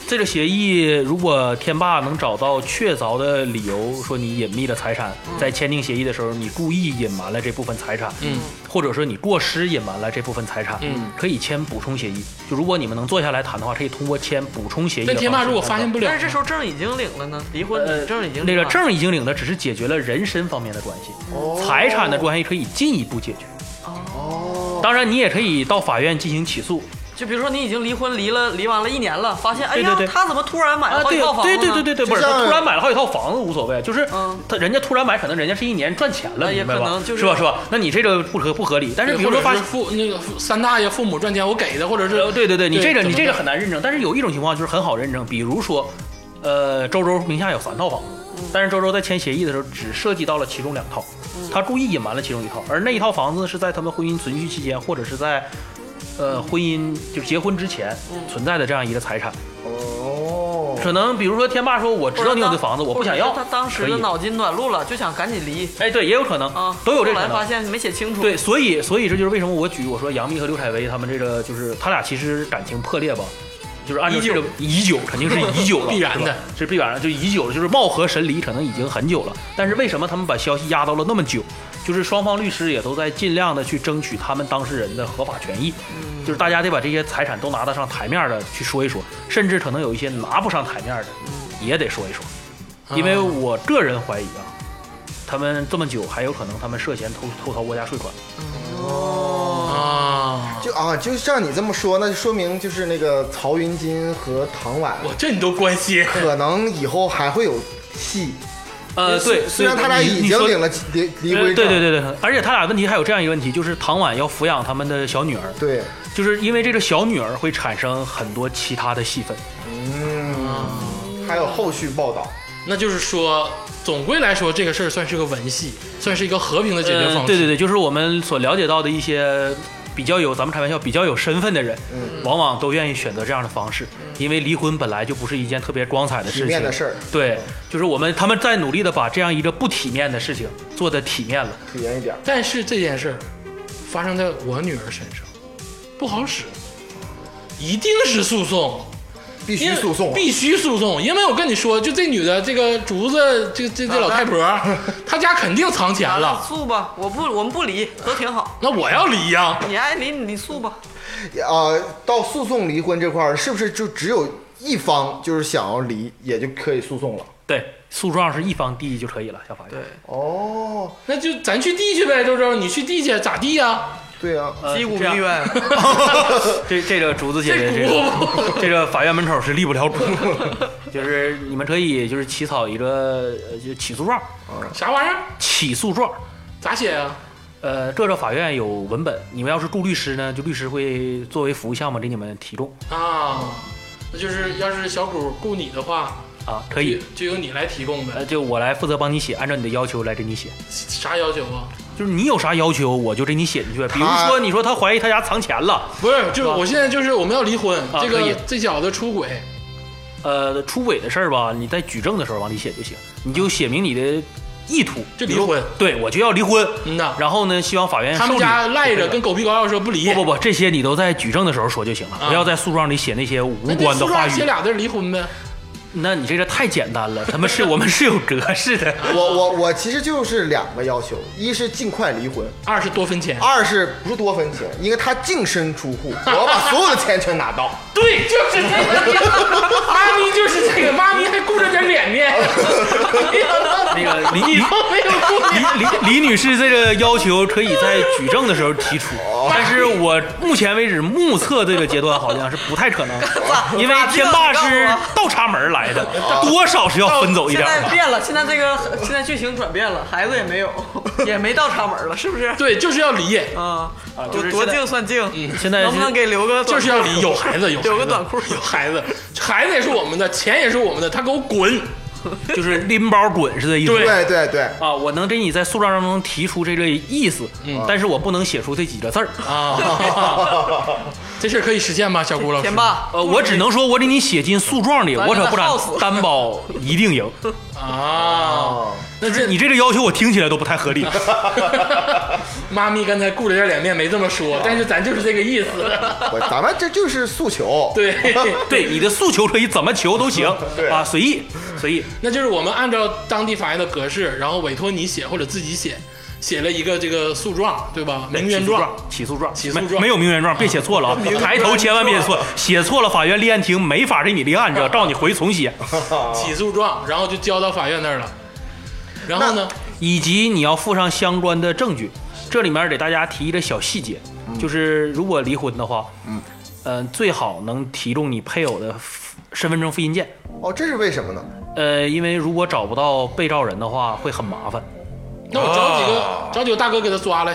S5: 这个协议，如果天霸能找到确凿的理由，说你隐秘了财产，在签订协议的时候，你故意隐瞒了这部分财产，
S1: 嗯，
S5: 或者说你过失隐瞒了这部分财产，
S1: 嗯，
S5: 可以签补充协议。就如果你们能坐下来谈的话，可以通过签补充协议的
S1: 但
S5: 方式
S1: 天
S5: 来谈。
S1: 霸如果发现不了
S2: 但
S1: 呢，
S2: 是这时候证已经领了呢，离婚
S5: 呃
S2: 证已经
S5: 那
S2: 领
S5: 个
S2: 了
S5: 证儿已经领了，只是解决了人身方面的关系，财产的关系可以进一步解决。
S4: 哦，
S5: 当然，你也可以到法院进行起诉。
S2: 就比如说你已经离婚离了离完了一年了，发现哎
S5: 对
S2: 呀
S5: 对对
S2: 他怎么突然买了
S5: 啊，
S2: 好
S5: 对
S2: 几套房子
S5: 对
S2: 呢？
S5: 对对对对，不是
S4: 就像
S5: 他突然买了好几套房子无所谓，就是
S2: 嗯
S5: 他人家突然买，可能人家是一年赚钱了，
S2: 那也
S5: 明白
S2: 可
S5: 吧
S2: 能？就是
S5: 吧是吧？那你这个不合不合理。但是比如
S1: 或者
S5: 说发
S1: 是
S5: 现。
S1: 父那个父三大爷父母赚钱我给的，或者是
S5: 呃，对对对，你这个
S1: 怎
S5: 你
S1: 么
S5: 这个
S1: 着
S5: 很难认证，但是有一种情况就是很好认证，比如说，呃，周周名下有三套房
S2: 嗯
S5: 子，但是周周在签协议的时候只涉及到了其中两套，
S2: 嗯
S5: 他故意隐瞒了其中一套，而那一套房子是在他们婚姻存续期间，或者是在，呃，婚姻就结婚之前
S2: 嗯
S5: 存在的这样一个财产，
S4: 哦，
S5: 可能比如说天霸说我知道你有这房子，我不想要，
S2: 他当时
S5: 可
S2: 的
S5: 以
S2: 脑筋短路了，就想赶紧离
S5: 哎，对，也有可能
S2: 啊，
S5: 都有这
S2: 后
S5: 可
S2: 来发
S5: 能。
S2: 现没写清楚，
S5: 对，，所以所以这就是为什么我举我说杨幂和刘恺威他们这个就是他俩其实感情破裂吧，就是按照这个已久肯定是已久 了，
S1: 必然的
S5: 是吧，是必然的，就已久了，就是貌合神离，可能已经很久了。但是为什么他们把消息压到了那么久？就是双方律师也都在尽量的去争取他们当事人的合法权益，
S2: 嗯
S5: 就是大家得把这些财产都拿得上台面的去说一说，甚至可能有一些拿不上台面的
S2: 嗯
S5: 也得说一说。因为我个人怀疑啊，他们这么久还有可能他们涉嫌偷偷逃国家税款。
S1: 啊，
S4: 就啊，就像你这么说，那就说明就是那个曹云金和唐婉，
S1: 我这你都关心。
S4: 可能以后还会有戏。
S5: 呃，
S4: 哎
S5: 对，
S4: 虽然
S5: 对
S4: 他俩
S5: 你
S4: 已
S5: 你
S4: 经
S5: 说
S4: 领了离离
S5: 呃
S4: 婚证，
S5: 对对对对，而且他俩问题还有这样一个问题，就是唐婉要抚养他们的小女儿，
S4: 对，
S5: 就是因为这个小女儿会产生很多其他的戏份。
S4: 嗯，还有后续报道。
S1: 那就是说，总归来说，这个事儿算是个文戏，算是一个和平的解决方
S5: 呃
S1: 式。
S5: 对对对，就是我们所了解到的一些比较有咱们开玩笑比较有身份的人，
S4: 嗯
S5: 往往都愿意选择这样的方式，因为离婚本来就不是一件特别光彩的事
S4: 体面
S5: 情。
S4: 的事儿
S5: 对，就是我们他们在努力的把这样一个不体面的事情做的体面了。
S4: 体验一点儿。
S1: 但是这件事儿发生在我女儿身上，不好使，一定是诉讼。
S4: 必须诉讼，啊
S1: 必须诉讼，因为我跟你说，就这女的，这个竹子，这这这老太婆，她家肯定藏钱
S2: 完
S1: 了。
S2: 诉吧，我不，我们不离，都挺好。
S1: 那我要离呀、
S2: 你爱离你诉吧，
S4: 啊、到诉讼离婚这块儿，是不是就只有一方就是想要离，也就可以诉讼了？
S5: 对，诉状是一方第一就可以了，小法院
S2: 对。，
S4: 哦，
S1: 那就咱去地去呗，周周，你去地去咋地呀、
S4: 对啊，
S5: 呃
S2: 击鼓
S5: 这样
S2: 鸣冤，
S5: 这这个竹子姐姐，这个这个法院门口是立不了主， 就是你们可以就是起草一个呃就起诉状，
S1: 啥玩意儿？
S5: 起诉状，
S1: 咋写啊呀、
S5: 呃，各个法院有文本，你们要是雇律师呢，就律师会作为服务项目给你们提供
S1: 啊？那就是要是小谷雇你的话，
S5: 啊，可以，
S1: 就，就由你来提供呗。
S5: 呃，就我来负责帮你写，按照你的要求来给你写，
S1: 啥要求啊？
S5: 就是你有啥要求我就给你写进去，比如
S4: 他
S5: 说你说他怀疑他家藏钱了，
S1: 不是，就是我现在就是我们要离婚，
S5: 啊
S1: 这
S5: 可以
S1: 个这小子出轨，
S5: 呃，出轨的事儿吧，你在举证的时候往里写就行，你就写明你的意图，
S1: 就离
S5: 比如
S1: 婚。
S5: 对我就要离婚，
S1: 嗯呐，
S5: 然后呢，希望法院
S1: 他们
S5: 受理
S1: 家赖着跟狗皮膏药说不离，
S5: 不不不，这些你都在举证的时候说就行了，
S1: 啊
S5: 不要在诉状里写那些无
S1: 那这
S5: 关的
S1: 书
S5: 话
S1: 上写
S5: 语。
S1: 俩字儿离婚呗。
S5: 那你这个太简单了，他们是我们是有格式的。
S4: 我我我其实就是两个要求，一是尽快离婚，
S1: 二十多分钱，
S4: 二是不是多分钱，应该他净身出户，我要把所有的钱全拿到。
S1: 对，就是这个，妈咪就是这个，妈咪还顾着点脸面，
S5: 那个李
S1: 你
S5: 李
S1: 都没有顾虑。
S5: 李李女士这个要求可以在举证的时候提出，
S2: 哦
S5: 但是我目前为止目测这个阶段好像是不太可能，因为天霸是倒插门来的，
S2: 哦
S5: 多少是要分走一
S2: 现
S5: 点
S2: 在
S5: 的。
S2: 变了，现在这个现在剧情转变了，孩子也没 有，也没倒插门了，是不是？
S1: 对，就是要离，
S2: 啊，
S5: 就
S2: 就是多
S5: 现在嗯
S2: 敬算敬，
S5: 现在
S2: 能不能给留个短裤
S1: 就是要离，有孩子，有
S2: 留个
S1: 孩子
S2: 短裤
S1: 有孩子，孩子也是我们的，钱也是我们的，他给我滚！
S5: 就是拎包滚是这意思。
S1: 对
S4: 对对对，
S5: 啊，我能给你在诉状当中提出这个意思，
S1: 嗯
S5: 但是我不能写出这几个字儿。
S2: 嗯
S1: 啊 这事儿可以实现吧，小谷老师？
S2: 天霸，
S5: 呃，我只能说，我给你写进诉状里，
S2: 咱
S5: 我可不敢
S2: 耗死
S5: 担保一定赢。
S1: 啊，
S4: 哦，
S1: 那这
S5: 你这个要求我听起来都不太 合理。
S1: 妈咪刚才顾着点脸面没这么说，但是咱就是这个意思。
S4: 我咱们这就是诉求。
S1: 对，
S5: 对，你的诉求可以怎么求都行
S4: 对
S5: 啊，随意随意。
S1: 那就是我们按照当地法院的格式，然后委托你写或者自己写，写了一个这个诉状，对吧？名
S5: 哎起
S1: 媛
S5: 诉
S1: 状。，
S5: 起诉状，
S1: 起诉
S5: 没
S1: 状
S5: 没有名媛状，别写 错了啊！抬头千万别写错，写错了法院立案庭没法给你立案，你知道，照你回重写，
S1: 起诉状，然后就交到法院那儿了。然后呢，
S5: 以及你要附上相关的证据。这里面给大家提一个小细节，
S1: 嗯
S5: 就是如果离婚的话，嗯，呃，最好能提供你配偶的身份证复印件。
S4: 哦，这是为什么呢？
S5: 呃，因为如果找不到被告人的话，会很麻烦。
S1: 那我找几个、
S3: 啊
S1: 找几个大哥给他抓来，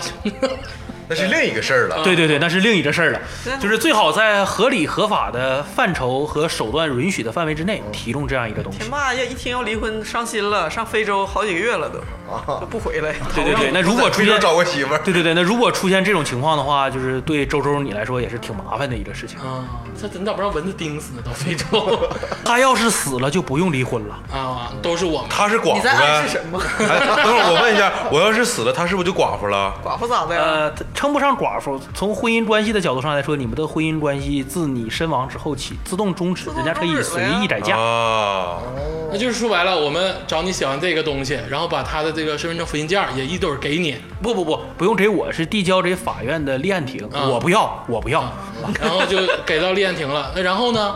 S3: 那是另一个事儿了。
S5: 对对对，那是另一个事儿了
S2: 啊对，
S5: 就是最好在合理合法的范畴和手段允许的范围之内提供这样一个东西
S2: 天。霸要一听要离婚，伤心了，上非洲好几个月了都，
S4: 啊
S2: 就，不回来。
S5: 对对对，那如
S3: 如
S5: 果
S3: 果
S5: 出
S3: 非洲
S5: 现
S3: 找个媳妇儿，
S5: 对对对，那如果出现这种情况的话，就是对周周你来说也是挺麻烦的一个
S2: 嗯
S5: 事情。
S1: 啊，这你咋不让蚊子叮死呢？到非洲
S5: 他要是死了就不用离婚了，
S1: 啊，都是我们。
S3: 她是寡
S2: 你
S3: 妇
S2: 在暗示
S3: 呗？
S2: 什么？
S3: 哎，等会儿我问一下，我要是死了，她是不是就寡妇了？
S2: 寡妇咋的啊呀？
S5: 呃，称不上寡妇。从婚姻关系的角度上来说，你们的婚姻关系自你身亡之后起自动终止，
S2: 自动
S5: 人家可以
S2: 终止了
S5: 随
S2: 呀
S5: 意改嫁。
S3: 啊，
S1: 那就是说白了，我们找你写完这个东西，然后把他的这个身份证复印件儿也一对儿给你，
S5: 不不不，不用给我，是递交给法院的立案庭。
S2: 嗯
S1: 啊
S5: 我不要，我不要。
S1: 然后就给到立案庭了。那然后呢？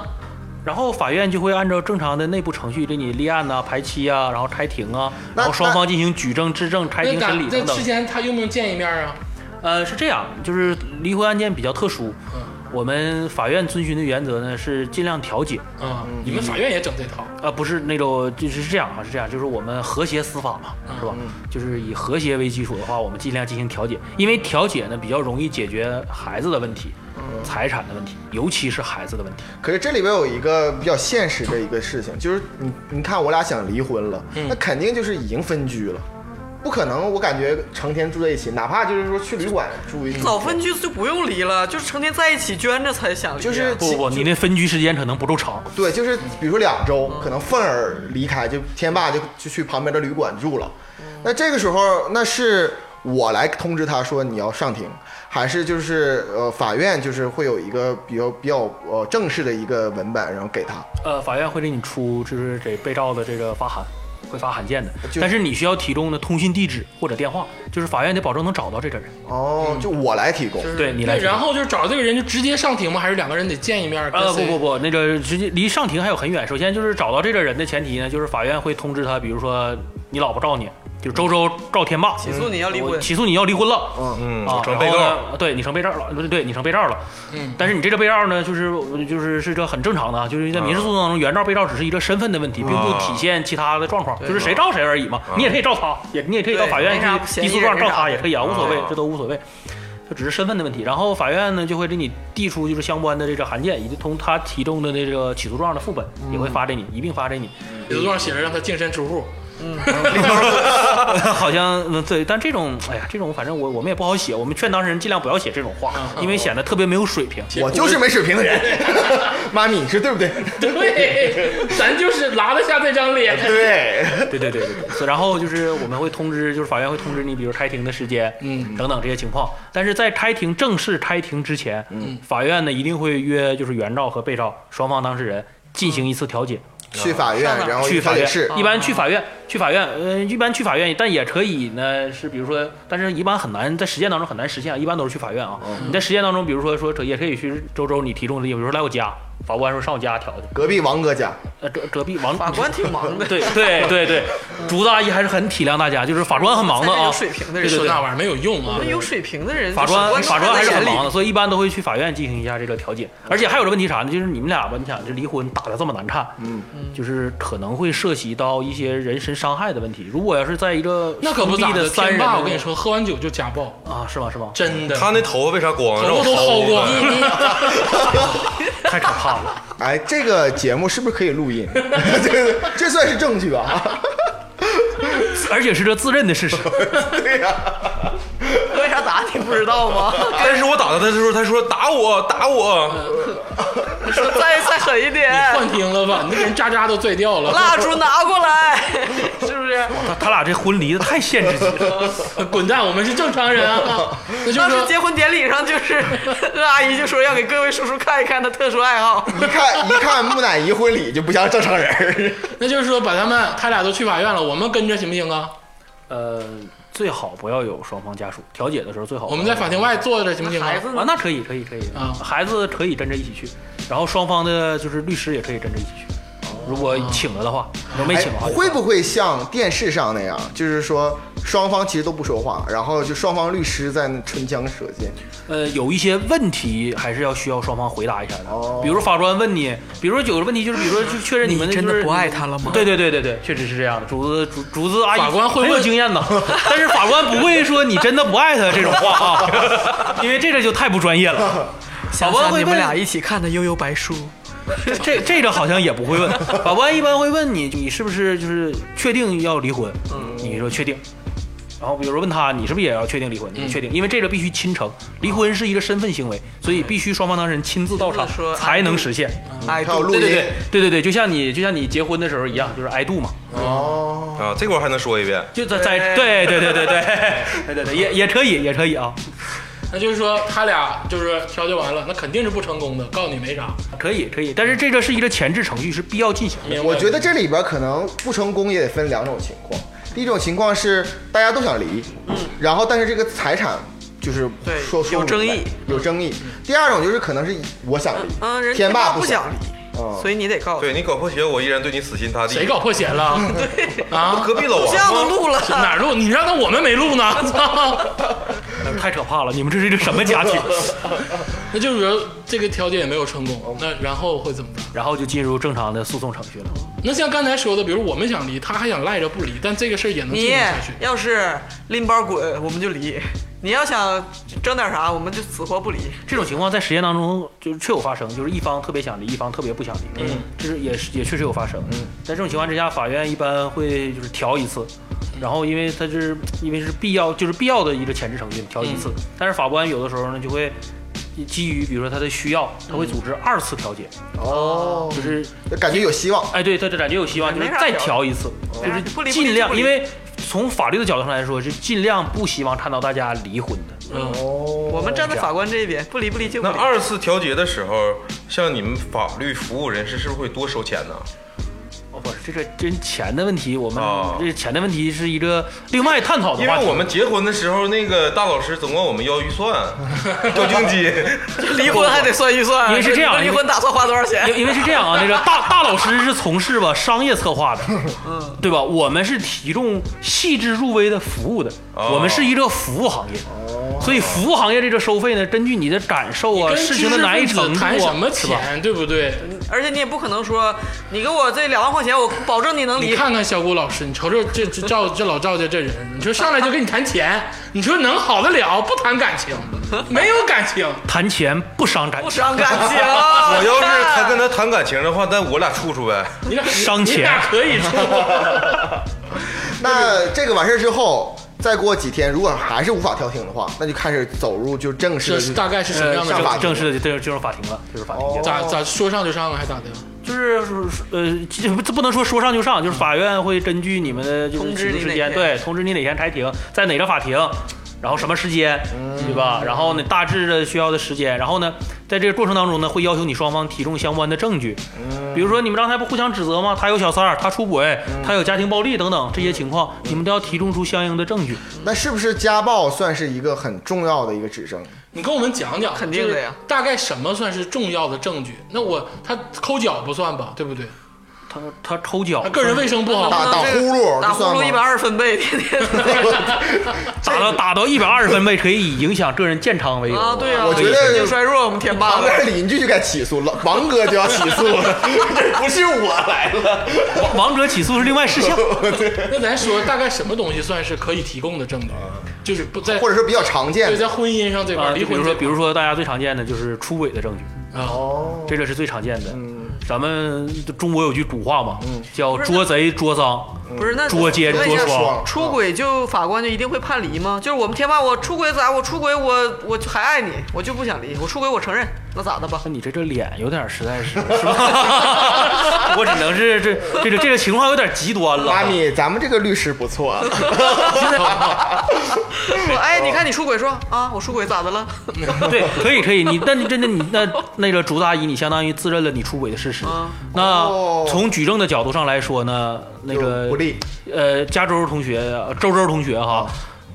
S5: 然后法院就会按照正常的内部程序给你立案呐、排期啊，然后开庭啊，
S4: 那
S5: 然后双方进行举证、质证、开
S1: 那
S5: 庭
S1: 咱
S5: 审理
S1: 那
S5: 等等
S1: 之。前他用不用见一面啊？
S5: 呃，是这样，就是离婚案件比较特殊，我们法院遵循的原则呢是尽量调解，
S1: 啊，你们法院也整这套
S5: 啊、不是那种就是是这样啊，是这样，就是我们和谐司法嘛，是吧？就是以和谐为基础的话，我们尽量进行调解，因为调解呢比较容易解决孩子的问题、财产的问题，尤其是孩子的问题。
S4: 可是这里边有一个比较现实的一个事情，就是你你看我俩想离婚了，那肯定就是已经分居了，不可能我感觉成天住在一起，哪怕就是说去旅馆住一
S2: 早分居就不用离了，就是成天在一起捐着才想离啊。
S4: 就是
S5: 不不不，你那分居时间可能不够长，
S4: 对，就是
S5: 嗯
S4: 比如说两周，可能愤
S5: 嗯
S4: 而离开，就天霸就就去旁边的旅馆住了。那这个时候，那是我来通知他说你要上庭，还是就是呃法院就是会有一个比较比较呃正式的一个文本，然后给他。
S5: 呃，法院会给你出就是给被告的这个发函，会发函件的，
S2: 呃
S4: 就
S5: 但是你需要提供的通信地址或者电话，就是法院得保证能找到这个人。
S4: 哦，
S5: 嗯
S4: 就我来提
S2: 嗯
S4: 供。
S5: 对你来
S1: 对，
S5: 提供。
S1: 然后就找这个人就直接上庭吗？还是两个人得见一面？
S5: 呃，
S1: 跟
S5: 不
S1: 谁
S5: 不，不，那个直接离上庭还有很远。首先就是找到这个人的前提呢，就是法院会通知他，比如说你老婆告你，就是周周告天霸，
S2: 起诉你要离
S5: 我
S2: 婚，
S5: 起诉你要离婚了。
S3: 嗯，
S5: 啊，
S3: 成被
S5: 然
S3: 告，
S5: 后呢，对你成被告了，不对，对你成被告了。
S1: 嗯，
S5: 但是你这个被告呢，就是就是是这很正常的啊，就是在民事诉讼当中，原告被告只是一个身份的问题，并不
S3: 啊
S5: 体现其他的状况，就是谁告谁而已嘛。你也可以告他，也你也可以到
S2: 对
S5: 法院
S2: 没啥
S5: 去
S2: 嫌疑
S5: 地诉状
S2: 人啥
S5: 告他，
S2: 的
S5: 也可以啊，无所谓
S3: 啊，
S5: 这都无所谓。就只是身份的问题，然后法院呢就会给你递出就是相关的这个函件，以及同他提供的这个起诉状的副本
S2: 嗯
S5: 也会发给你，一并发给你。
S1: 有的地方写着让他净身出户，
S5: 好像嗯对，但这种哎呀，这种反正我我们也不好写，我们劝当事人尽量不要写这种
S2: 嗯
S5: 话，因为显得特别没有水平。
S4: 我就是没水平的 人，妈咪，你说对不对？
S1: 对，咱就是拉得下这张脸。
S4: 对，
S5: 对对对对对所以。然后就是我们会通知，就是法院会通知你，比如开庭的时间，
S1: 嗯，
S5: 等等这些情况。但是在开庭正式开庭之前，嗯，法院呢一定会约就是原告和被告双方当事人进行一次调解，
S4: 去法院，嗯然后
S5: 去法
S4: 也
S5: 院
S4: 是，
S5: 一般去法院，去法院，呃，一般去法院，但也可以呢，是比如说，但是一般很难在实践当中很难实现啊，一般都是去法院啊。你在实践当中，比如说说也可以去周周你提供的地方，比如说来我家，法官说上我家调去，
S4: 隔壁王哥家，
S5: 呃，隔隔壁王
S2: 法官挺忙的，
S5: 对对对对，
S1: 嗯
S5: 竹子阿姨还是很体谅大家，就是法官很 忙的
S2: 才是
S5: 啊
S2: 有，水平的
S1: 说
S2: 人，
S1: 那玩意儿没有用
S2: 我
S1: 啊
S2: 们！有水平的人，
S5: 法
S2: 就是
S5: 官
S2: 观察
S5: 法官还是很
S2: 在眼里
S5: 忙的，所以一般都会去法院进行一下这个调解。而且还有个问题啥呢？就是你们俩吧，你想这离婚打得这么难看，
S4: 嗯，
S5: 就是可能会涉及到一些人身伤害的问题。如果要是在一个
S1: 那可不
S5: 封
S1: 咋
S5: 闭的
S1: 的，
S5: 三
S1: 天
S5: 人，
S1: 霸我跟你说，喝完酒就家暴，
S5: 啊，是吗？是吗？
S1: 真的，
S3: 他那头发为啥光？让
S1: 头发
S3: 我
S1: 都薅
S3: 过
S1: 光。。
S5: 太可怕了。
S4: 哎，这个节目是不是可以录音？ 对对对，这算是证据吧？
S5: 而且是这自认的事实，
S4: 对呀、
S2: 为啥打你不知道吗？
S3: 但是我打他的时候，他说打我打我，
S2: 你说再再狠一点，
S1: 幻听了吧？你那个人渣渣都拽掉了，
S2: 蜡烛拿过来， 是不是？
S5: 他他俩这婚离的太限制级了。
S1: 滚蛋！我们是正常人啊。那就
S2: 当
S1: 是
S2: 时
S1: 说，
S2: 结婚典礼上，就是 那阿姨就说要给各位叔叔看一看她特殊爱好。
S4: 一看一看木乃伊婚礼就不像正常人 儿。
S1: 那就是说，把他们他俩都去法院了，我们跟着行不行啊？
S5: 呃，最好不要有双方家属，调解的时候最好
S1: 我们在法庭外坐着行不行啊
S2: 孩？子
S5: 啊，
S2: 呢？
S5: 那可以，可以，可以
S1: 啊
S5: 孩子可以跟着一起去，然后双方的就是律师也可以跟着一起去，如果
S2: 啊
S5: 请了的话，如果没
S4: 哎
S5: 请的话，
S4: 会不会像电视上那样，就是说双方其实都不说话，然后就双方律师在那唇枪舌剑？
S5: 呃有一些问题还是要需要双方回答一下的，
S4: 哦
S5: 比如法官问你，比如说有个问题就是，比如说就确认你们
S2: 你
S5: 就是
S2: 真的不爱他了吗
S5: 对对对对对，确实是这样的，竹子竹竹子阿姨
S1: 法官会
S5: 很有
S1: 问
S5: 经验的，但是法官不会说你真的不爱他这种话啊，因为这个就太不专业了。
S2: 想
S5: 法官
S2: 想
S5: 会
S2: 你们
S5: 问
S2: 俩一起看的《悠悠白书》，
S5: 这这个好像也不会问，法官一般会问你，你是不是就是确定要离婚？你说确定。然后比如说问他，你是不是也要确定离婚？你说确定，因为这个必须亲成，离婚是一个身份行为，所以必须双方当事人亲自到场
S2: 亲自说
S5: 才能实现。
S2: 哎，
S4: 还有录
S5: 对
S4: 音
S5: 对对对对对，就像你就像你结婚的时候一样，就是 I do 嘛，
S4: 哦，
S3: 啊！这块儿还能说一遍。
S5: 就在在对对对对对对对对，也也可以也可以啊，
S1: 那就是说，他俩就是调解完了，那肯定是不成功的，告你没啥。
S5: 可以可以，但是这个是一个前置程序，是必要进行的。
S2: 嗯
S1: 明白
S4: 我觉得这里边可能不成功也得分两种情况。第一种情况是大家都想离，嗯，然后但是这个财产就是
S2: 对
S4: 说说
S2: 有
S4: 不
S2: 争
S4: 明白
S2: 议，
S4: 有争议。第二种就是可能是我想离，
S2: 嗯，人
S4: 天
S2: 霸
S4: 不
S2: 不想离，
S4: 嗯
S2: 所以你得告诉
S3: 对你搞破鞋，我依然对你死心塌地。
S1: 谁搞破鞋了？ 啊，
S3: 隔壁老
S2: 这样都
S3: 王吗？
S2: 录了，
S1: 哪儿录？你让他我们没录呢？ 操！
S5: 哎太可怕了，你们这是一个什么家庭？
S1: 那就是说，这个调解也没有成功，那然后会怎么办？
S5: 然后就进入正常的诉讼程序了。
S1: 那像刚才说的，比如我们想离，他还想赖着不离，但这个事儿也能进
S2: 你
S1: 行下去。
S2: 要是拎包滚，我们就离；你要想争点啥，我们就死活不离。
S5: 这种情况在实践当中就是确有发生，就是一方特别想离，一方特别不想离，嗯，就是也是也确实有发生。嗯，在这种情况之下，法院一般会就是调一次，然后因为它是因为是必要就是必要的一个前置程序调一次，
S2: 嗯
S5: 但是法官有的时候呢就会基于比如说他的需要，他
S2: 嗯
S5: 会组织二次调解，
S4: 哦，
S5: 就是
S4: 感觉有希望。
S5: 哎对他这感觉有希望，就是
S2: 没啥
S5: 再
S2: 调
S5: 调一次，
S2: 没啥
S5: 就是
S2: 不离不离
S5: 尽量
S2: 不离
S5: 因为。从法律的角度上来说，是尽量不希望看到大家离婚的。
S1: 嗯，
S4: 哦，
S2: 我们站在法官这一边，不离不离就不
S3: 那
S2: 离。
S3: 二次调解的时候，像你们法律服务人士是不是会多收钱呢？
S5: 哦，不是这个真钱的问题，我们、
S3: 哦
S5: 这钱的问题是一个另外探讨的
S3: 因
S5: 话题。
S3: 为我们结婚的时候，那个大老师总管我们要 预算、要定金，
S2: 离婚还得算预算，
S5: 因为是这样
S2: 你离
S5: 因为
S2: 婚打算花多少钱？
S5: 因因为是这样啊，那个大大老师是从事吧商业策划的，
S2: 嗯，
S5: 对吧？我们是提供细致入微的服务的，
S3: 哦
S5: 我们是一个服务行业，所以服务行业这个收费呢，根据你的感受啊，
S1: 跟
S5: 事情的难易程
S1: 知识
S5: 度
S1: 分
S5: 啊，
S1: 子谈什么
S5: 是吧？
S1: 钱，对不对？
S2: 而且你也不可能说，你给我这两万块钱，我保证你能
S1: 你
S2: 离。
S1: 看看小谷老师，你瞅瞅这这赵这老赵家这人，你说上来就跟你谈钱，你说能好得了？不谈感情，没有感情。
S5: 谈钱不伤感
S2: 不
S5: 情，
S2: 伤感情。
S3: 我
S2: 我
S3: 要是他跟他谈感情的话，那我俩处处呗。
S1: 你俩
S5: 伤钱
S1: 你俩可以处。
S4: 那这个完事儿之后，再过几天，如果还是无法调停的话，那就开始走入就正式
S1: 这
S4: 的
S1: 是大概是什么样的
S4: 上
S1: 这个
S4: 法庭
S5: 正正式的就进入法庭了，进入法庭阶段。
S1: 咋咋说上就上啊，还咋的？
S5: 就是呃，这不这不能说说上就上，就是法院会根据你们的就是
S2: 通
S5: 起
S2: 知
S5: 诉
S2: 你
S5: 时
S2: 哪
S5: 间，
S2: 天
S5: 对，通知你哪天开庭，在哪个法庭，然后什么时间，对吧？然后呢，大致的需要的时间，然后呢，在这个过程当中呢，会要求你双方提供相关的证据，
S2: 嗯
S5: 比如说你们刚才不互相指责吗？他有小三儿，他出轨，他有家庭暴力等等这些情况，你们都要提供出相应的证据。
S4: 那是不是家暴算是一个很重要的一个指证？
S1: 你跟我们讲讲，
S2: 肯定的呀。
S1: 大概什么算是重要的证据？那我他抠脚不算吧，对不对？
S5: 他他抠脚
S1: 他，个人卫生不
S2: 哦
S1: 好，
S4: 打打呼噜，
S2: 打
S4: 这
S2: 呼
S4: 算
S2: 噜一百
S4: 吗？
S2: 二分贝，天 天
S5: 打到打到一百二十分贝，可以以影响个人健康为由。
S2: 啊，对啊，
S4: 我觉得
S2: 神经衰弱，我们天
S1: 啊
S2: 霸
S4: 旁
S2: 了。
S4: 边邻居就该起诉了，王哥就要起诉 了，不是我来了。
S5: 王王者起诉是另外事项。
S1: 那咱说大概什么东西算是可以提供的证据？就是不在
S4: 或者说比较常见
S1: 对
S4: 的
S1: 在婚姻上这块
S5: 啊，
S1: 儿，离
S5: 就比
S1: 婚
S5: 如说，
S1: 这块儿
S5: 比如说大家最常见的就是出轨的证据，
S1: 啊，
S4: 哦，嗯
S5: 这个是最常见的。咱们中国有句古话嘛，叫
S2: 不是
S5: 捉贼捉赃。
S4: 嗯
S2: 不是那
S5: 捉奸
S2: 问一下
S5: 捉
S4: 啊
S5: 双
S2: 出轨就法官就一定会判离吗？就是我们天霸，我出轨咋？我出轨我我就还爱你，我就不想离。我出轨我承认，那咋的吧？
S5: 那你这这脸有点实在是，是吧？ 我只能是这这个这个情况有点极端了。
S4: 妈咪，咱们这个律师不错啊。
S2: 说哎，你看你出轨说啊，我出轨咋的了？
S5: 对，可以可以，你那你真的你那那个竹大姨，你相当于自认了你出轨的事实
S2: 啊。
S5: 那
S4: 哦
S5: 从举证的角度上来说呢，那个
S4: 有不利。
S5: 呃，加州同学，呃周周同学哈，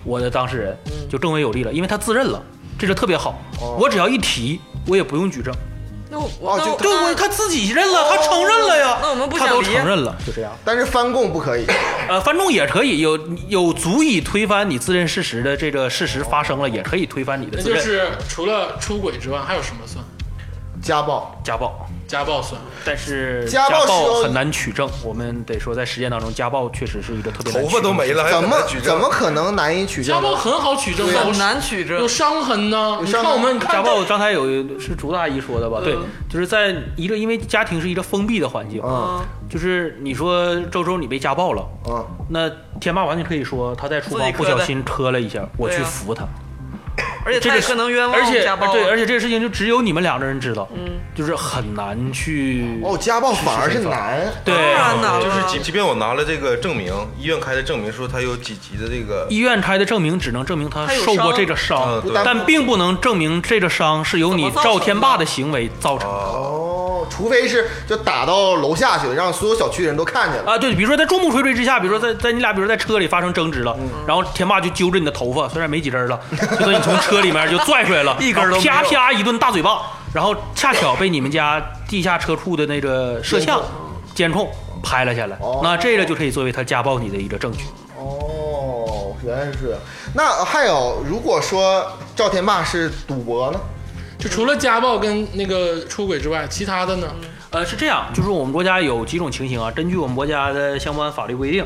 S5: 我的当事人就更为有利了，因为他自认了，这就特别好。我只要一提，我也不用举证，
S2: 那我我
S4: 哦
S2: 那
S4: 就
S2: 我
S5: 对我他自己认了，他承认了呀。
S2: 那我们不
S5: 他
S2: 想
S5: 都
S2: 离
S5: 承认了，就这样。
S4: 但是翻供不可以，
S5: 呃，翻供也可以，有有足以推翻你自认事实的这个事实发生了，也可以推翻你的
S1: 那
S5: 自认。
S1: 就是除了出轨之外，还有什么算？
S4: 家暴
S5: 家暴，
S1: 家暴算？
S5: 但是
S4: 家暴是由
S5: 很难取证，我们得说在实践当中，家暴确实是一个特别难
S3: 头
S5: 取
S3: 发都
S5: 证
S3: 没了，还
S4: 怎
S3: 敢
S4: 么
S3: 举证
S4: 怎么可能难以取
S1: 家
S4: 证
S1: 暴
S4: 呢？
S1: 很好取证
S4: 对啊
S1: 的，
S2: 很难取
S1: 有
S2: 证。
S1: 伤痕呢。你
S4: 伤
S1: 看
S4: 痕
S1: 我们，你
S5: 家
S1: 看
S5: 暴，刚才有是竹大姨说的吧？对，就是在一个因为家庭是一个封闭的环境，
S4: 嗯
S2: 嗯，
S5: 就是你说周周你被家暴了，
S4: 嗯，
S5: 那天霸完全可以说他在厨
S2: 自
S5: 房
S2: 己
S5: 不
S2: 磕的
S5: 小心磕了一下，我
S2: 对
S5: 去
S2: 啊
S5: 扶他，
S2: 而且
S5: 这
S2: 他
S5: 个
S2: 也
S5: 是
S2: 可能冤枉
S5: 而且
S2: 家暴啊。
S5: 对，而且这个事情就只有你们两个人知道，
S2: 嗯，
S5: 就是很难去
S4: 哦，家暴反而是难。
S5: 对。
S2: 当然难了，
S3: 就是即即便我拿了这个证明，医院开的证明说他有几级的这个，
S5: 医院开的证明只能证明他
S2: 他有
S5: 受过
S2: 伤
S5: 这个伤
S3: 嗯，对
S5: 但并不能证明这个伤是由你
S2: 怎么造成
S5: 赵天霸
S2: 的
S5: 的行为造成的。
S4: 哦，除非是就打到楼下去了，让所有小区的人都看见了。
S5: 啊，对，比如说在众目睽睽之下，比如说在在你俩，比如说在车里发生争执了，
S2: 嗯
S5: 然后天霸就揪着你的头发，虽然没几根儿了， 就把你从车里面就拽出来了，
S2: 一根儿都没有
S5: 啪啪一顿大嘴巴，然后恰巧被你们家地下车库的那个摄像监控拍了下来，
S4: 哦
S5: 那这个就可以作为他家暴你的一个证据。
S4: 哦，原来是这样。那还有，如果说赵天霸是赌博呢？
S1: 就除了家暴跟那个出轨之外，其他的呢？
S2: 嗯
S5: 呃，是这样，就是我们国家有几种情形啊，根据我们国家的相关法律规定，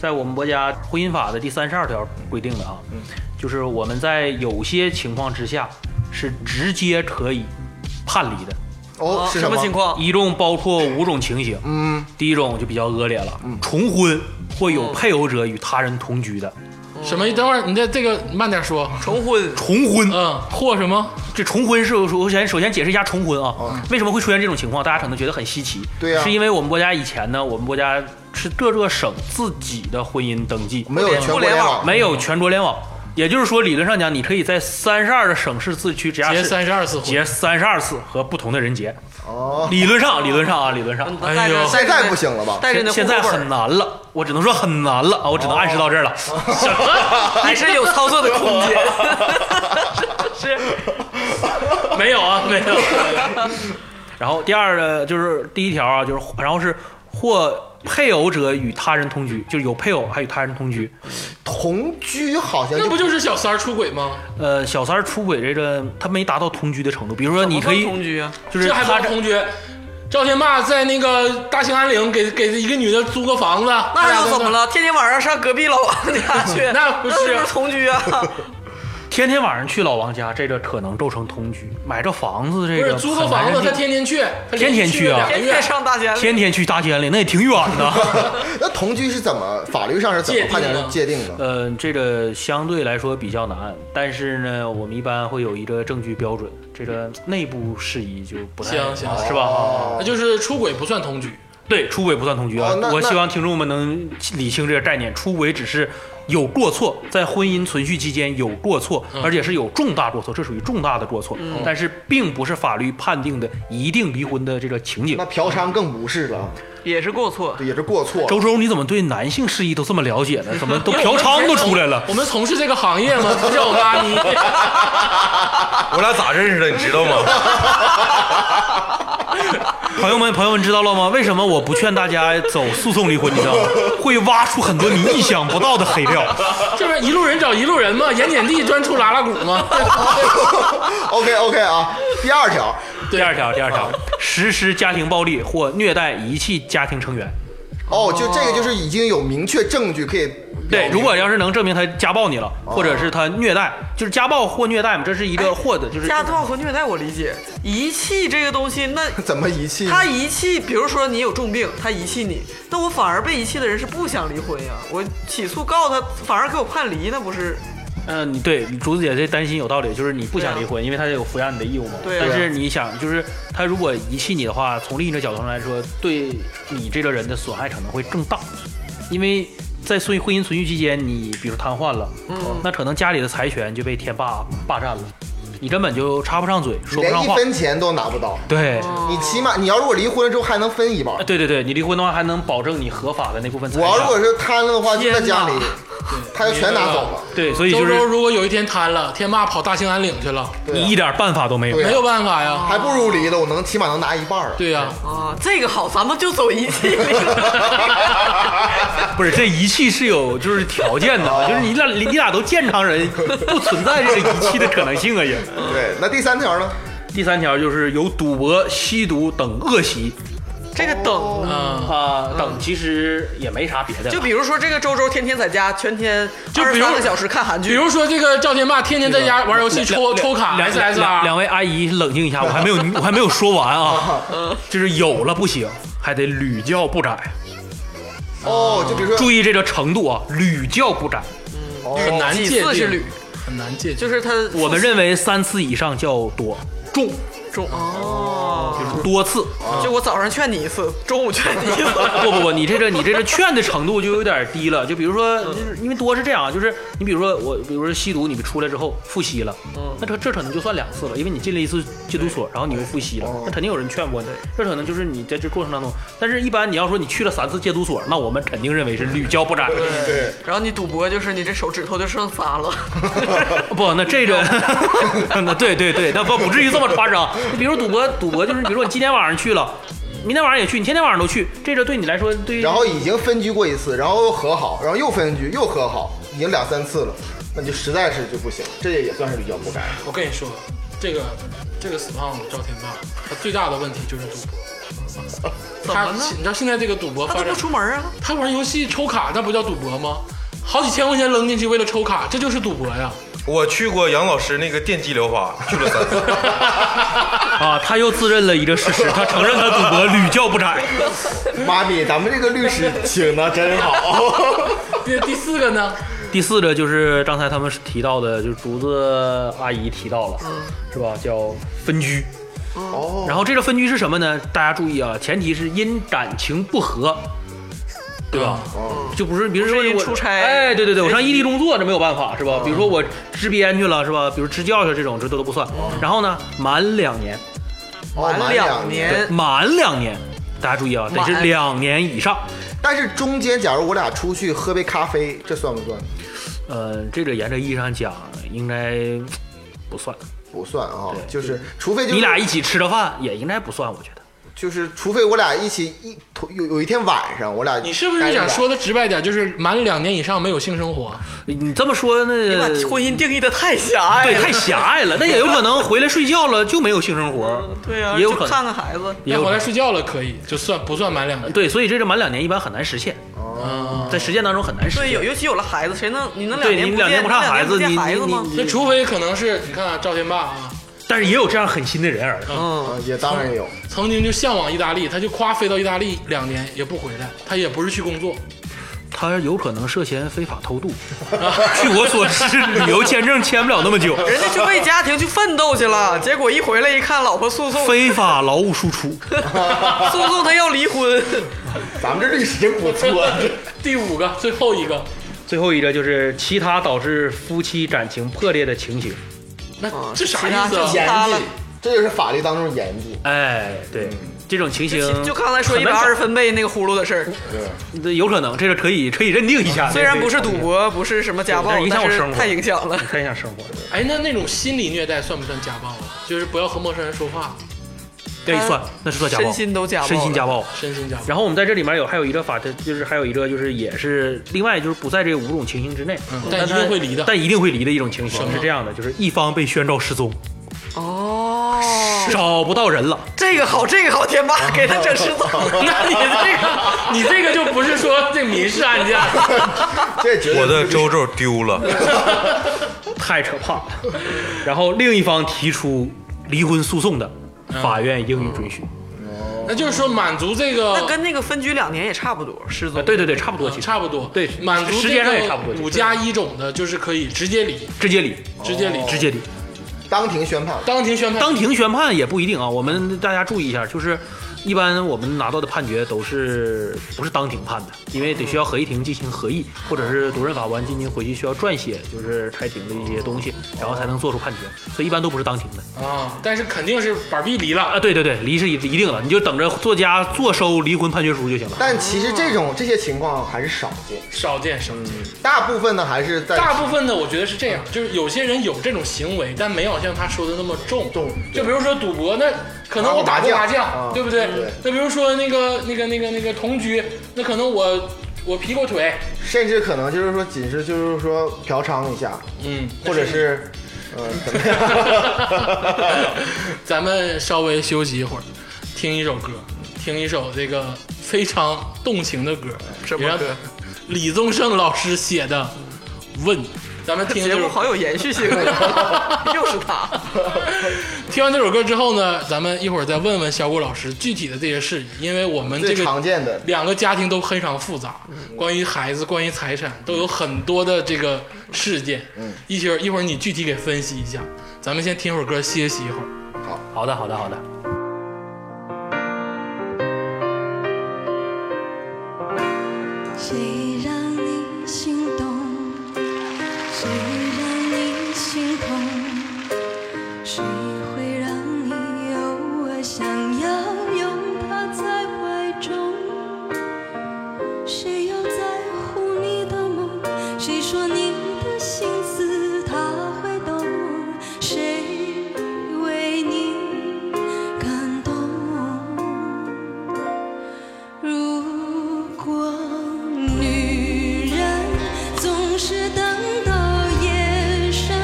S5: 在我们国家婚姻法的第三十二条规定的啊，就是我们在有些情况之下是直接可以判离的，
S4: 哦
S2: 啊，
S4: 是
S2: 什么情？况？
S5: 一共包括五种情形。
S4: 嗯，
S5: 第一种就比较恶劣了，重婚或有
S2: 嗯
S5: 配偶者与他人同居的，
S2: 哦
S1: 什么？等会儿你在这个慢点 说。
S2: 重婚
S5: 重婚
S1: 嗯，或什么？
S5: 这重婚是首先首先解释一下重婚啊，为什么会出现这种情况？大家可能觉得很稀奇，
S4: 对呀
S5: 是因为我们国家以前呢，我们国家是各个省自己的婚姻登记，
S4: 没有全国联网，
S5: 没有全国联网。也就是说，理论上讲，你可以在三十二个省市自治区直辖
S1: 结
S5: 市
S1: 三十二次婚，
S5: 结三十二次和不同的人结。
S4: 哦，
S5: 理论上，理论上啊，理论上，
S2: 带着
S1: 哎呦
S4: 现在不行了吧？
S2: 带着那
S5: 现在
S2: 户口
S5: 很
S2: 本儿
S5: 难了，我只能说很难了啊，我只能暗示到这儿了。什么？
S2: 还是有操作的空间。是
S1: 没有啊，没有。
S5: 然后第二呢，就是第一条啊，就是然后是或配偶者与他人同居，就是有配偶还与他人同居。
S4: 同居好像
S1: 那
S4: 就
S1: 不就是小三儿出轨吗？
S5: 呃，小三儿出轨这个他没达到同居的程度，比如说你
S2: 怎
S5: 可
S2: 么
S5: 以
S2: 同居啊？
S5: 就是
S1: 这还
S5: 他
S1: 不同居？赵天霸在那个大兴安岭给给一个女的租个房子，，
S2: 那又怎么？了？天天晚上上隔壁老王家去
S1: 那不是
S2: 那同居啊？
S5: 天天晚上去老王家，这个可能构成同居。买个房子这
S1: 不
S5: 个
S1: 是租个
S5: 很难
S1: 房子，
S5: 认
S1: 他
S5: 定
S1: 天天去，他连
S5: 天天去啊
S1: 两个
S2: 天
S1: 月
S2: 哎天上大街，
S5: 天天去大兴里，那也挺远 的。
S4: 那同居是怎么法律上是怎么判定的界定的？
S5: 呃，这个相对来说比较难，但是呢，我们一般会有一个证据标准，这个内部事宜就不太
S1: 行行
S5: 是吧？
S4: 哦
S1: 那就是出轨不算同居。
S5: 对，出轨不算同居啊！
S4: 哦那
S5: 我
S4: 那
S5: 希望听众们能理清这个概念，出轨只是有过错，在婚姻存续期间有过错，
S1: 嗯
S5: 而且是有重大过错，这属于重大的过错，但是并不是法律判定的一定离婚的这个情景
S4: 那。嫖娼更不是了，
S2: 也是过错。
S4: 也是过错。
S5: 周周，你怎么对男性事宜都这么了解呢？怎么都嫖娼都出来了？
S1: 我们从事这个行业嘛，不是我跟阿 妮，
S3: 我俩咋认识的，你知道吗？
S5: 朋友们，朋友们知道了吗？为什么我不劝大家走诉讼离婚？你知道吗？会挖出很多你意想不到的黑料。
S1: 就是一路人找一路人嘛，盐碱地专出拉拉鼓嘛。
S4: OK OK 啊，第二条，
S5: 第二条，第二条，实施家庭暴力或虐待遗弃家庭成员。
S4: 哦，就这个就是已经有明确证据可以
S5: 对，如果要是能证明他家暴你了，或者是他虐待，就是家暴或虐待嘛，这是一个或的，就是
S2: 哎家暴和虐待我理解，遗弃这个东西， 那
S4: 怎么遗弃呢？
S2: 他遗弃，比如说你有重病，他遗弃你，那我反而被遗弃的人是不想离婚呀，我起诉告他，反而给我判离，那不是
S5: 嗯，你对，竹子姐这担心有道理，就是你不想离
S4: 啊
S5: 婚，因为他有抚养你的义务嘛。
S2: 对啊
S5: 但是你想，就是他如果遗弃你的话，从另一个角度上来说，对你这个人的损害可能会更大，因为在婚婚姻存续期间，你比如瘫痪了，
S4: 嗯
S5: 那可能家里的财权就被天霸霸占了，你根本就插不上嘴，说不
S4: 连
S5: 上
S4: 一
S5: 话。
S4: 分嗯钱都拿不到，
S5: 对，
S4: 你起码你要如果离婚了之后还能分一半
S5: 啊。对对对，你离婚的话还能保证你合法的那部分财
S4: 我
S5: 产。
S4: 要如果是瘫了的话，就在家里
S2: 天哪，
S4: 他就全拿走了。
S5: 对，所以就
S1: 周
S5: 是
S1: 周如果有一天瘫了，天霸跑大兴安岭去了，
S4: 对啊
S5: 你一点办法都没有。
S4: 对啊
S1: 没有办法呀。
S4: 还不如离了，我能起码能拿一半儿啊。
S1: 对呀，
S2: 啊？这个好，咱们就走遗弃离 了。
S5: 不是，这遗弃是有就是条件的，啊就是你俩你俩都健常人，不存在这个遗弃的可能性啊也。
S4: 对，那第三条呢？
S5: 第三条就是有赌博、吸毒等恶习
S2: 这个等，
S1: 嗯，
S5: 啊、等，其实也没啥别的。
S2: 就比如说这个周周天天在家，全天
S1: 就
S2: 二
S1: 比
S2: 十
S1: 如
S2: 三个小时看韩
S1: 比
S2: 剧，
S1: 如说这个赵天霸天天在家玩游戏抽抽卡
S5: 两两两
S1: SSR，
S5: 两位阿姨冷静一下，我还没有我还没有说完啊，就是有了不行，还得屡教不改。
S4: 哦，就比如说哦
S5: 注意这个程度啊，屡教不改。
S1: 很难
S2: 几
S1: 界
S2: 次是
S1: 定
S2: 旅，，
S1: 很难界定。
S2: 就是他
S5: 我们认为三次以上叫多，重
S2: 中哦，
S5: 就是多次。
S2: 就我早上劝你一次，中午劝你一次，
S5: 不不不，你这个你这个劝的程度就有点低了。就比如说，
S4: 嗯
S5: 就是因为多是这样啊，就是你比如说我，比如说吸毒，你出来之后复吸了，
S4: 嗯
S5: 那这这可能就算两次了，因为你进了一次戒毒所，然后你又复吸
S4: 哦
S5: 了，那肯定有人劝过你。这可能就是你在这过程当中，但是一般你要说你去了三次戒毒所，那我们肯定认为是屡教不改。
S4: 对，
S2: 然后你赌博就是你这手指头就剩仨 了，
S5: 不，那这个，那对对对，那不不至于这么夸张。你比如赌博，赌博就是比如说你今天晚上去了，明天晚上也去，你天天晚上都去，这个对你来说对于
S4: 然后已经分居过一次，然后又和好，然后又分居，又和好，已经两三次了，那就实在是就不行，这也算是比较不该。
S1: 我跟你说，这个这个死胖子赵天霸，他最大的问题就是赌博。他
S2: 怎么呢
S1: 你知道现在这个赌博
S2: 他
S1: 发
S2: 都
S1: 展
S2: 不，出门啊。
S1: 他玩游戏抽卡，那不叫赌博吗？好几千块钱扔进去为了抽卡，这就是赌博呀！
S3: 我去过杨老师那个电击疗法，去了三 次。
S5: 啊，他又自认了一个事实，他承认他赌博屡教不改。
S4: 妈咪，咱们这个律师请的真好。 哦
S1: 第第四个呢，
S5: 第四个就是刚才他们提到的，就是竹子阿姨提到
S2: 嗯
S5: 了，是吧？叫分居。
S4: 哦，
S5: 然后这个分居是什么呢？大家注意啊，前提是因感情不和。对
S1: 嗯
S5: 吧？
S4: 哦，
S5: 就不是，比如说
S2: 嗯不是
S5: 我
S2: 出差嗯
S5: 哎，对对对，我上异地工作这没有办法是吧？比如说我支边去了是吧？比如支教去了这种，这都都不算。
S2: 嗯
S5: 然后呢，满两年，
S4: 哦满
S2: 两
S4: 年，
S2: 年，
S5: 满两年，大家注意啊，得是
S2: 哎满
S5: 两年以上。
S4: 但是中间假如我俩出去喝杯咖啡，这算不算？
S5: 呃，这个沿着意义上讲，应该不算。
S4: 不算啊
S5: 对，
S4: 就是除非就是
S5: 你俩一起吃的饭也应该不算，我觉得。
S4: 就是除非我俩一起一同有有一天晚上我俩
S1: 你是不是想说的直白点，就是满两年以上没有性生活？
S5: 你这么说那
S2: 你把婚姻定义的太狭隘
S5: 对
S2: 了。
S5: 太狭隘了，那也有可能回来睡觉了就没有性生活，
S2: 对啊，
S5: 也有
S2: 就
S5: 可能
S2: 看看孩子。
S5: 也有
S1: 那
S5: 可
S1: 回来
S5: 能。
S1: 睡觉了可以，就算不算满两年？
S5: 对，所以这个满两年一般很难实现，
S1: 啊，
S5: 在实践当中很难实
S2: 对，有
S5: 现。
S2: 尤其有了孩子，谁能你能两
S5: 对
S2: 年
S5: 你
S2: 见
S5: 两年不看孩子，
S2: 两
S5: 你
S2: 年不见孩子
S5: 你
S2: 吗？
S5: 你，
S1: 那除非可能是你看啊，赵天霸啊，
S5: 但是也有这样狠心的人儿，
S2: 嗯，
S4: 啊也当然有，
S1: 曾经就向往意大利，他就夸飞到意大利两年也不回来，他也不是去工作，
S5: 他有可能涉嫌非法 偷渡。据我所知，旅游签证签不了那么久，
S2: 人家去为家庭去奋斗去了，结果一回来一看，老婆诉讼，
S5: 非法劳务输出。
S2: 诉讼他要离婚。
S4: 咱们这历史真 不错，
S1: 第五个，最后一个，
S5: 最后一个就是其他导致夫妻感情破裂的情形。
S1: 那
S2: 啊
S1: 这啥
S2: 其他
S1: 意思
S2: 就
S1: 啊
S2: 是？
S4: 严
S2: 塌了
S4: 谨，这就是法律当中严谨。
S5: 哎，对，这种情形
S2: 嗯就刚才说一
S5: 很
S2: 百
S5: 难
S2: 二十分贝那个呼噜的事儿，
S5: 对有可能，这个可以可以认定一下。
S2: 啊虽然不是赌博，不是什么家暴
S5: 对但是，影响
S2: 但
S5: 我
S2: 是
S5: 生活
S2: 太影响了。
S5: 看一下生活，
S1: 哎，那那种心理虐待算不算家暴啊？就是不要和陌生人说话，
S5: 对，算那是算家
S2: 嗯
S5: 暴，
S2: 身心都家暴了
S5: 身心家暴。
S1: 身心家暴。
S5: 然后我们在这里面有还有一个法，就是还有一个就是也是另外就是不在这五种情形之内，
S1: 嗯但
S5: 但
S1: 一定会离的
S5: 但一定会离的一种情
S1: 什
S5: 形
S1: 么
S5: 是这样的，就是一方被宣告失踪，
S2: 哦，
S5: 找不到人 了，
S2: 这个好，这个好，天 霸给他整失踪了。
S1: 那你这个，你这个就不是说这民事案件，
S4: 这绝对
S3: 我的周周丢了，
S5: 太可怕了。然后另一方提出离婚诉讼的，法院应予准许。
S1: 那就是说满足这个
S2: 那跟那个分居两年也差不 多，失
S5: 呃
S2: 踪。
S5: 对对对，差不多，其实
S1: 啊差不多，
S5: 对
S1: 满足
S5: 时
S1: 这
S5: 间上
S1: 个
S5: 也差不多
S1: 五加一种的，就是可以直接离，
S5: 直接离，哦
S1: 直接离，
S5: 直接离。
S4: 当庭宣判，
S1: 当庭宣判。
S5: 当庭宣判也不一定啊，我们大家注意一下，就是一般我们拿到的判决都是不是当庭判的，因为得需要合议庭进行合议，或者是主任法官进行回去需要撰写，就是开庭的一些东西，然后才能做出判决，所以一般都不是当庭的
S1: 啊，但是肯定是板壁离了。
S5: 啊。对对对，离是一一定了，你就等着作家坐收离婚判决书就行了。
S4: 但其实这种这些情况还是少见，
S1: 少见少见，
S4: 大部分呢还是在
S1: 大部分呢，我觉得是这样，就是有些人有这种行为，但没有像他说的那么重。
S4: 重
S1: 就比如说赌博，那可能我打过麻
S4: 打过麻将
S1: 将，
S4: 啊
S1: 对不对
S4: 对？
S1: 那比如说那个那个那个那个同居，那可能我我劈过腿，
S4: 甚至可能就是说仅是就是说嫖娼一下，
S1: 嗯，
S4: 或者是呃怎么 样？
S1: 咱们稍微休息一会儿，听一首歌，听一首这个非常动情的歌，
S2: 什么
S1: 也让
S2: 歌
S1: 李宗盛老师写的《问》，咱们听
S2: 节
S1: 这首
S2: 目
S1: 歌
S2: 好有延续性啊， 又是他。
S1: 听完这首歌之后呢，咱们一会儿再问问小谷老师具体的这些事宜，因为我们这
S4: 最常
S1: 个
S4: 见的
S1: 两个家庭都非常复杂，关于孩子、关于财产都有很多的这个事件。嗯，一会儿一会儿你具体给分析一下。咱们先听会儿歌，歇息一会儿。
S5: 好的，好的，好的。
S6: 谁让你心动？谁让你心痛？谁会让你有我想要拥抱在怀中？谁又在乎你的梦？谁说你的心思他会懂？谁为你感动？如果女人总是等到夜深，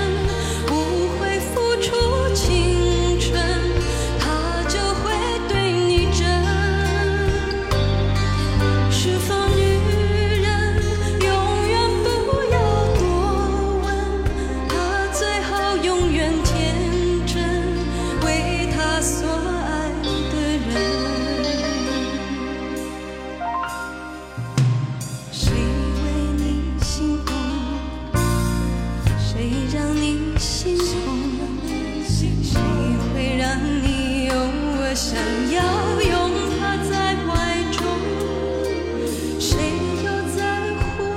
S6: 不会付出青春，她就会对你真。是否女人永远不要多问？她最后永远天真，为她所爱的人。谁为你心痛？谁让你心痛？谁会让你有我想要拥抱在怀中？谁又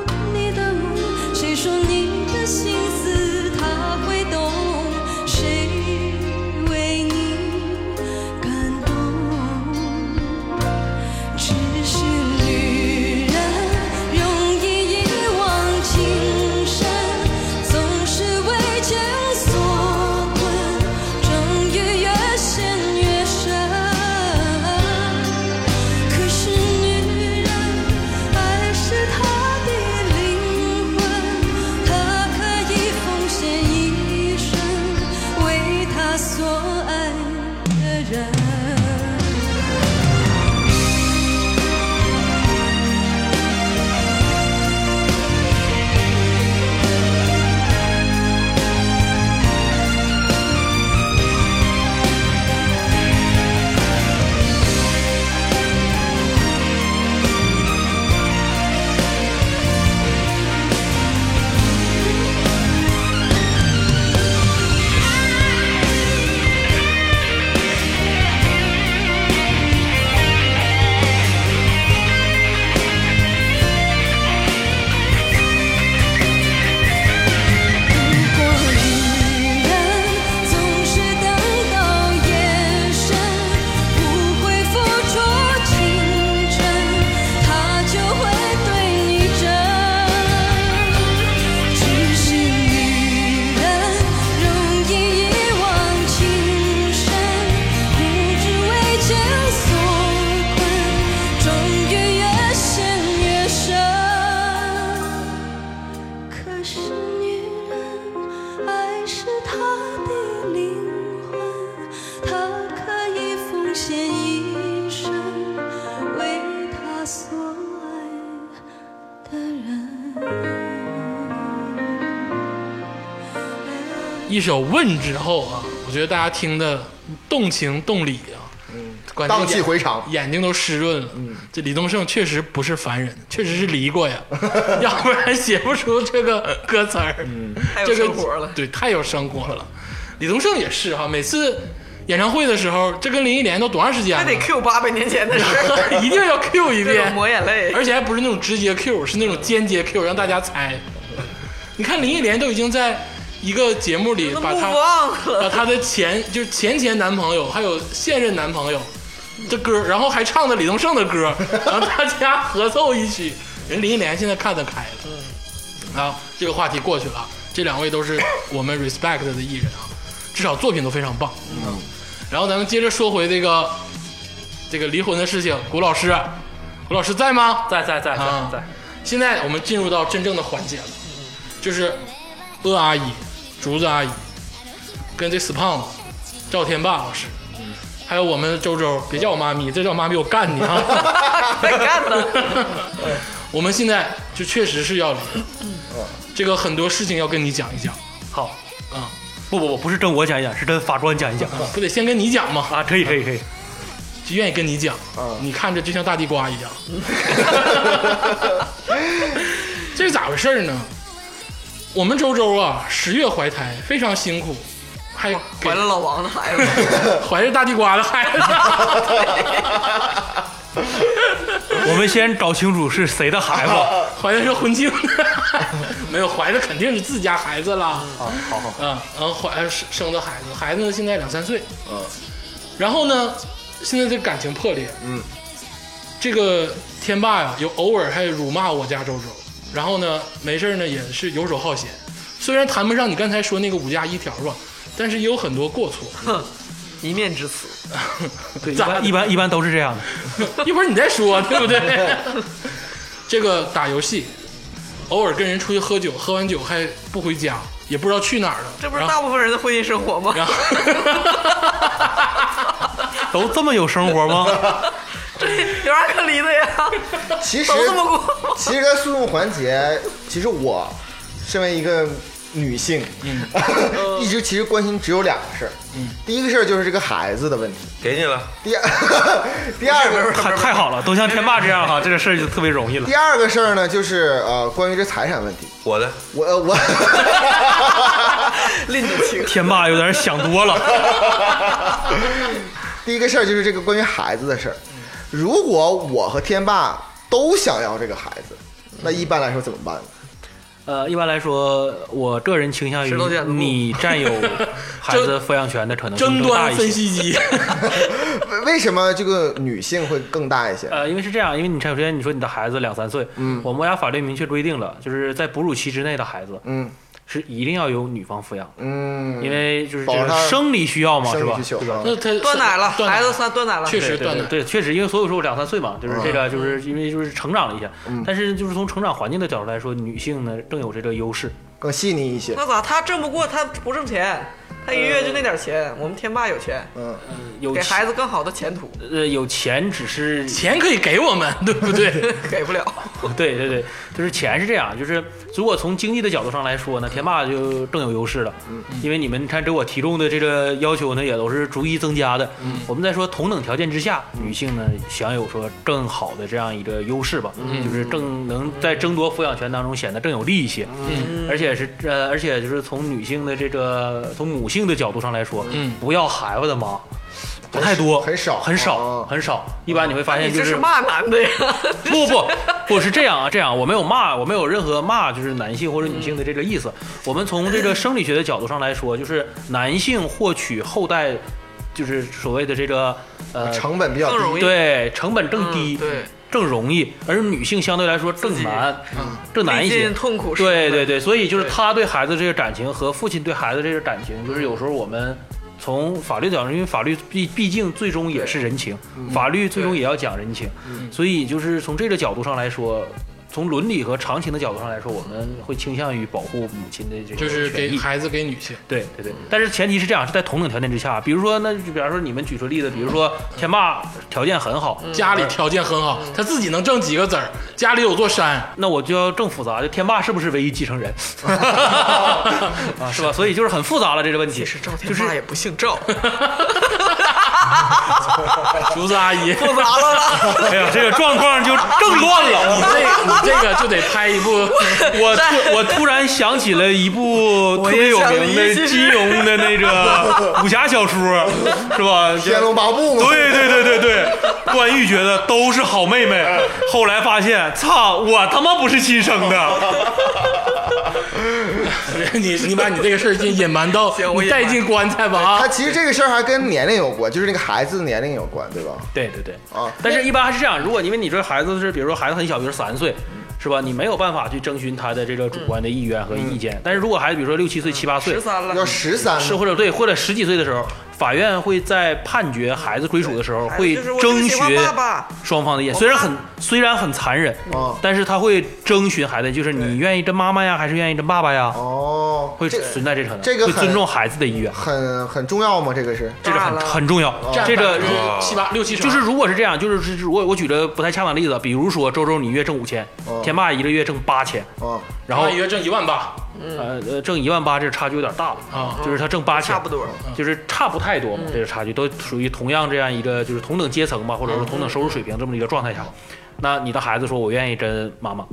S1: 一首《问》之后啊，我觉得大家听的动情动理啊，嗯
S4: 荡气回肠。嗯
S1: 眼睛都湿润了。这李宗盛确实不是凡人，确实是离 过呀，要不然写不出这个歌词儿。
S4: 嗯
S2: 太有
S1: 这个
S2: 生活了
S1: 对，太有生活了。李宗盛也是哈，每次演唱会的时候，这跟林忆莲都多长时间
S2: 那
S1: 了？
S2: 得 Q 八百年前的事儿，
S1: 一定要 Q 一
S2: 这种
S1: 遍，
S2: 抹眼 泪。
S1: 而且还不是那种直接 Q，是那种间接 Q，让大家猜。你看林忆莲都已经在一个节目里
S2: 那
S1: 把
S2: 不
S1: 她
S2: 忘
S1: 把
S2: 了，
S1: 她的前就是前前男朋友还有现任男朋友的歌，然后还唱的李宗盛的歌，然后大家合奏一曲。人林忆莲现在看得开
S5: 嗯
S1: 了，啊，这个话题过去了啊。这两位都 是我们 respect 的艺人啊，至少作品都非常棒。嗯，然后咱们接着说回这个这个离婚的事情，谷老师，谷老师在吗？
S5: 在在在在
S1: 啊
S5: 在，嗯
S1: 现在我们进入到真正的环节了，就是鄂阿姨、竹子阿姨跟这死胖子赵天霸老师，还有我们周周，别叫我妈咪，再叫我妈咪我干你啊！
S2: 别 干了。
S1: 我们现在就确实是要离，这个很多事情要跟你讲一讲
S5: 好，
S1: 啊，
S5: 不不不，不是真我讲一讲，是真法官讲一讲
S1: 不得先跟你讲嘛，
S5: 啊，可以可以可以，
S1: 就愿意跟你讲
S4: 嗯，
S1: 你看着就像大地瓜一样，这是咋回事呢？我们周周啊，十月怀胎非常辛苦，还给
S2: 怀了老王的孩子，
S1: 怀着大地瓜的孩子，
S5: 我们先找清楚是谁的 孩子。
S1: 怀的是婚庆的， 没有怀的肯定是自家孩子啦。
S5: 好好好，
S1: 啊，然后怀生生的孩子，孩子呢现在两三岁，
S5: 啊
S1: 然后呢，现在这感情破裂，嗯，这个天霸呀、有偶尔还辱骂我家周周，然后呢，没事儿呢也是游手好闲，虽然谈不上你刚才说那个五加一条吧，但是也有很多过错。
S2: 一面之词，
S5: 对，一
S1: 咋的
S5: 般一般一般都是这样的。
S1: 一会儿你再说，对不对？ 这个打游戏，偶尔跟人出去喝酒，喝完酒还不回家，也不知道去哪儿了。
S2: 这不是
S1: 然后
S2: 大部分人的婚姻生活吗？
S1: 然后
S5: 都这么有生 活吗？
S2: 有啥可离的呀？
S4: 其实
S2: 都这么过，
S4: 其实，在诉讼环节，其实我身为一个女性，嗯， 一直其实关心只有两个事儿，嗯，第一个事儿就是这个孩子的问题，
S3: 给你了，
S4: 第二 第二个
S5: 太太好了，都像天霸这样哈，这个事儿就特别容易了
S4: 第。二个事儿呢，就是呃，关于这财产问题，
S3: 我的，
S4: 我呃我
S2: 拎得清。
S5: 天霸有点想 多了，
S4: 第一个事儿就是这个关于孩子的事儿，如果我和天霸都想要这个孩子，那一般来说怎么办呢？
S5: 呃，一般来说，我个人倾向于
S2: 石头剪子布
S5: 你 占有孩子抚养权的可能性
S1: 争
S5: 更大
S1: 端
S5: 一
S1: 分
S5: 些。
S1: 析机，
S4: 为为什么这个女性会更大一些？
S5: 呃，因为是这样，因为你首先你说你的孩子两三岁，嗯，我们国家法律明确规定了，就是在哺乳期之内的孩子
S4: 嗯
S5: 是一定要由女方抚养，
S4: 嗯，
S5: 因为就是
S4: 保
S5: 这
S4: 障
S5: 个
S4: 他
S5: 生理需要嘛，是
S4: 生理
S5: 吧
S4: 需？求啊
S1: 那 他
S2: 断奶了，
S1: 断奶
S2: 孩子三断奶了，
S1: 确实
S5: 对对
S1: 断奶
S5: 对，。对确实，因为所以说我两三岁嘛，就是这个，就是因为就是成长了一下，但是就是从成长环境的角度来说，女性呢更有这个优势。
S4: 更细腻一些。
S2: 那咋？他挣不过，他不挣钱，他一个月就那点钱。我们天霸有钱，
S4: 嗯，
S5: 有
S2: 给孩
S5: 子
S2: 子更好的前途，
S5: 呃有钱只是
S1: 钱可以给我们， 对不 对？
S2: 给不了。
S5: 对对对，就是钱是这样，就是如果从经济的角度上来说呢，天霸就更有优势了，
S4: 嗯
S5: 因为你们看给我提供的这个要求呢，也都是逐一增加的。
S4: 嗯
S5: 我们再说同等条件之下，女性呢享有说更好的这样一个优势吧，
S4: 嗯
S5: 就是更能在争夺抚养权当中显得更有利一些。
S1: 嗯
S5: 而且是呃，而且就是从女性的这个从母性的角度上来说，
S1: 嗯
S5: 不要孩子的妈。不太多，
S4: 很少
S5: 很少，
S4: 啊
S5: 很少。一般你会发
S2: 哎你
S5: 现，
S2: 这
S5: 就是
S2: 骂男的呀？
S5: 不不不，我是这样啊，这样我没有骂，我没有任何骂就是男性或者女性的这个意思。我们从这个生理学的角度上来说，就是男性获取后代，就是所谓的这个呃，
S4: 成本比较
S2: 更容
S4: 低。
S2: 易
S5: 对成本更
S2: 嗯
S5: 低，
S2: 对，
S5: 更容易，而女性相对来说更难，更难
S2: 历
S5: 一些
S2: 尽。痛苦是吧，
S5: 对对对，所以就是
S2: 对
S5: 他对孩子这个感情和父亲对孩子这个感情，就是有时候我们从法律角度，因为法律毕毕竟最终
S1: 嗯
S5: 也是人情，法律最终也要讲人情，所以就是从这个角度上来说，从伦理和常情的角度上来说，我们会倾向于保护母亲的这个
S1: 就是
S5: 权
S1: 给
S5: 益
S1: 孩子嗯给女性，
S5: 对对对，但是前提是这样，是在同等条件之下，比如说，那就比方说你们举出例子，比如
S1: 嗯
S5: 说天霸条件很好，
S1: 家里条件很
S5: 嗯
S1: 好，他自己能挣几个子儿，家里有座山，
S5: 那我就要更复杂，就天霸是不是唯一继 承人啊？是吧？所以就是很复杂了这个问题
S2: 其实赵。
S5: 就
S2: 天
S5: 是
S2: 霸也不姓赵，
S1: 竹子阿 姨，
S2: 复杂了吧？
S5: 哎呀，这个状况就更乱
S1: 你
S5: 了。
S1: 这 你这个就得拍一 部，
S5: 我突 我突然想起了一部特别有名
S2: 我也
S5: 的
S2: 想
S5: 金庸的那 个武侠小说，是吧？
S4: 《天龙八部》
S2: 啊
S4: 嘛，
S5: 对对对对对，关玉觉得都是好妹妹，后来发现，操，我他妈不是亲生的。
S1: 你你把你这个事儿隐隐瞒到
S2: 行我
S1: 你
S2: 隐瞒
S1: 带进棺材吧
S4: 他
S1: 啊！
S4: 其实这个事儿还跟年龄有关，就是那个孩子的年龄有关，对吧？
S5: 对对对，
S4: 啊，
S5: 但是一般是这样，如果因为你这孩子是，比如说孩子很小，比如三岁。是吧？你没有办法去征询他的这个主观的意愿和意见，但是如果孩子比如说六七岁、七八岁
S2: 嗯十，三了
S4: 要，十三，
S5: 是或者对或者十几岁的时候，法院会在判决孩子归属的时候
S2: 孩子
S5: 会
S2: 哎就是我就
S5: 征
S2: 喜欢
S5: 询
S2: 爸爸
S5: 双方的意见，
S2: 我
S5: 虽然
S2: 爸
S5: 很虽然很残忍
S4: 嗯，
S5: 但是他会征询孩子，就是你愿意跟妈妈呀，还是愿意跟爸爸呀？
S4: 哦，
S5: 会
S4: 这
S5: 存在这层，
S4: 这个
S5: 会
S4: 很
S5: 尊重孩子的意愿，
S4: 很很重要吗？这个是
S5: 这
S2: 当
S5: 个
S2: 然
S5: 很
S2: 了
S5: 很重要。这
S1: 占百
S5: 个
S1: 分之七八六七成，
S5: 就是如果是这样，就是是是我我举个不太恰当的例子，啊比如说周周你一月挣五千
S4: 哦，
S5: 天霸一个月挣八千，
S4: 啊，
S5: 然后
S1: 一月挣一万八
S5: 呃呃挣一万八，这个差距有点大了，
S1: 啊，
S5: 就是他挣八千
S2: 差不，多。嗯
S5: 就是差不太多嘛，这个差距都属于同样这样一个就是同等阶层吧，或者说同
S2: 嗯
S5: 等收入水平这么一个状态下，那你的孩子说我愿意跟妈妈，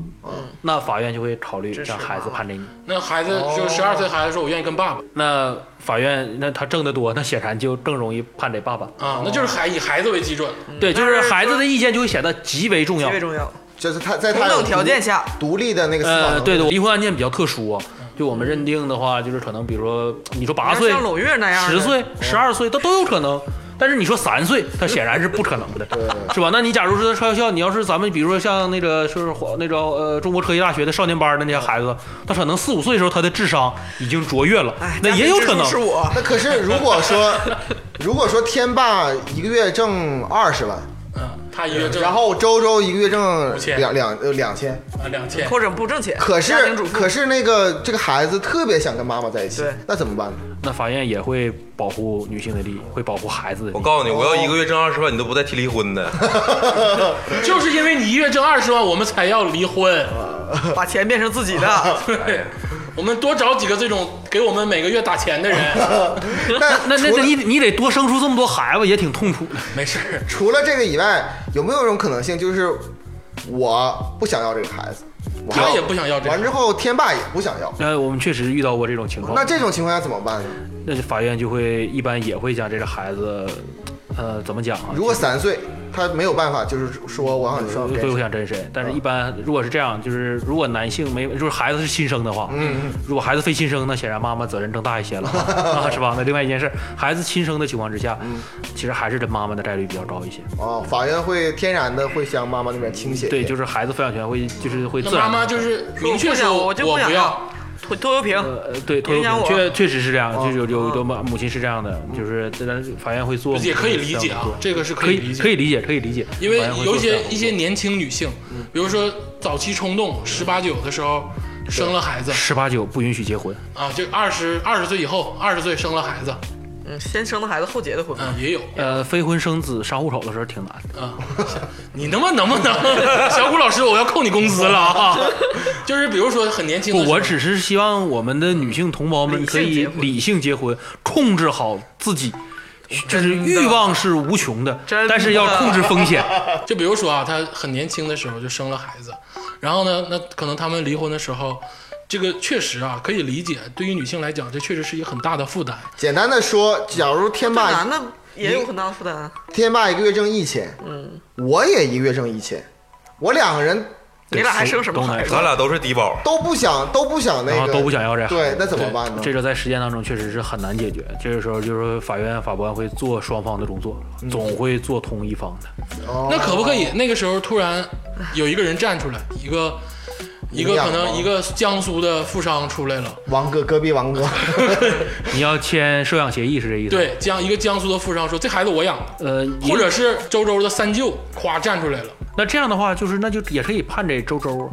S5: 那法院就会考虑
S2: 嗯支持
S5: 让孩子
S2: 妈妈
S5: 判给你。
S1: 那孩子就十二岁孩子说，我愿意跟爸爸
S5: 那法院那他挣得多，那显然就更容易判给爸爸。
S1: 啊，那就是孩以孩子为基准，
S5: 对，就
S2: 但
S5: 是
S2: 是
S5: 孩子
S2: 说
S5: 的意见就会显得极为重
S2: 极
S5: 要
S2: 为。重要，
S4: 就是他在
S2: 同
S4: 他有
S2: 等条件下，
S4: 独立的那个司法
S5: 呃，
S4: 能
S5: 对
S4: 力
S5: 对，离婚案件比较特殊啊，就我们认定的话，就是可能比如说你说八
S2: 要
S5: 岁、
S2: 像娄烨那样的
S5: 十岁、十二岁，都都有可能。但是你说三岁，它显然是不可能的，是吧？那你假如说超校，你要是咱们比如说像那个就是那种呃中国科技大学的少年班的那些孩子，他可能四五岁的时候他的智商已经卓越了
S2: 哎，，
S5: 那也有
S2: 家
S5: 可
S2: 庭
S5: 能
S2: 支柱是我，
S4: 那可是如果 说如果说天霸一个月挣二十万，
S1: 嗯，他一月挣
S4: 然后周周一个月挣
S1: 5000
S4: 两两呃两千，
S1: 啊两千，
S2: 或者不挣钱，
S4: 可
S2: 家庭
S4: 是
S2: 主妇
S4: 可是那个这个孩子特别想跟妈妈在一起
S2: 对，
S4: 那怎么办呢？
S5: 那法院也会保护女性的利益，会保护孩子的利
S3: 我
S5: 益。
S3: 告诉你，我要一个月挣二十万，你都不带提离婚的。
S1: 就是因为你一月挣二十万，我们才要离婚。
S2: 把钱变成自己 的，
S1: 对，我们多找几个这种给我们每个月打钱的人，
S4: 但
S5: 那那
S4: 除
S5: 那
S4: 了
S5: 你你得多生出这么多孩子，也挺痛苦的。
S1: 没事儿，
S4: 除了这个以外，有没有一种可能性，就是我不想要这个孩子，我
S1: 他
S4: 要
S1: 也不想要这
S4: 完
S1: 个。
S4: 之后天霸也不想要，
S5: 呃，我们确实遇到过这种情况。
S4: 那这种情况下怎么办呢？
S5: 那就法院就会一般也会将这个孩子，呃，怎么讲啊？
S4: 如果三岁他没有办法，就是说我想上
S5: 归不想真谁，但是一般如果是这样，就是如果男性没就是孩子是亲生的话，嗯，如果孩子非亲生，那显然妈妈责任更大一些了，啊，是吧？那另外一件事，孩子亲生的情况之下，其实还是跟妈妈的概率比较高一些。
S4: 哦，法院会天然的会向妈妈那边倾斜一点，
S5: 对，就是孩子抚养权会就是会
S1: 那
S5: 自然
S1: 妈妈
S5: 地
S1: 就是明确
S2: 我不想
S1: 说，
S2: 我就不想
S1: 要。
S2: 拖拖油瓶，
S5: 呃，对，脱
S2: 影响我
S5: 确确实是这样，就有有有的妈母亲是这样的，就是但是法院会做，
S1: 也可以理解啊，这个是
S5: 可
S1: 以理
S5: 以
S1: 解，
S5: 可以理解，可以理解，
S1: 因为
S5: 法院会
S1: 有
S5: 做
S1: 一
S5: 这
S1: 些
S5: 样的
S1: 一些年轻女性，比如说早期冲动，十八九的时候生了孩子
S5: 十八九不允许结婚，
S1: 啊，就二十二十岁以后，二十岁生了孩子，
S2: 嗯，先生的孩子后结的婚，
S1: 嗯，也有
S5: 呃，非婚生子上户口的时候挺难的。
S1: 啊。你能不能不 能，小谷老师，我要扣你工资了啊！就是比如说很年轻
S5: 不
S1: 的，时候
S5: 我只是希望我们的女性同胞们可
S2: 理性
S5: 以
S2: 结婚
S5: 理性结婚，控制好自己，就是欲望是无穷的
S2: 真，的
S5: 但是要控制风 险。
S1: 就比如说啊，她很年轻的时候就生了孩子，然后呢，那可能他们离婚的时候，这个确实啊可以理解，对于女性来讲，这确实是一个很大的负担。
S5: 哦
S4: 简单的说，假如天
S2: 这
S4: 霸
S2: 男的也有很大的负担啊，
S4: 天霸一个月挣一千，
S2: 嗯，
S4: 我也一个月挣一千，我两个人
S2: 你俩还生什么
S5: 都难
S2: 孩子？
S3: 咱俩都是 低保，
S4: 都不想都不想
S5: 然
S4: 那
S5: 后
S4: 个
S5: 都不想要这孩子
S4: 对，那怎么办呢？
S5: 这个在实践当中确实是很难解决。这个时候就是说法院法官会做双方的工作，总会做同一方的。
S4: 哦
S1: 那可不可以？那个时候突然有一个人站出来，一个一个
S4: 领养
S1: 可能
S4: 吗
S1: 一个江苏的富商出来了，
S4: 王哥隔壁王 哥
S5: 你要签收养协议是这意思？，
S1: 对，江一个江苏的富商说这孩子我养的，
S5: 呃，
S1: 或
S5: 也
S1: 者是周周的三舅夸站出来了，
S5: 那这样的话，就是那就也可以判给周周啊，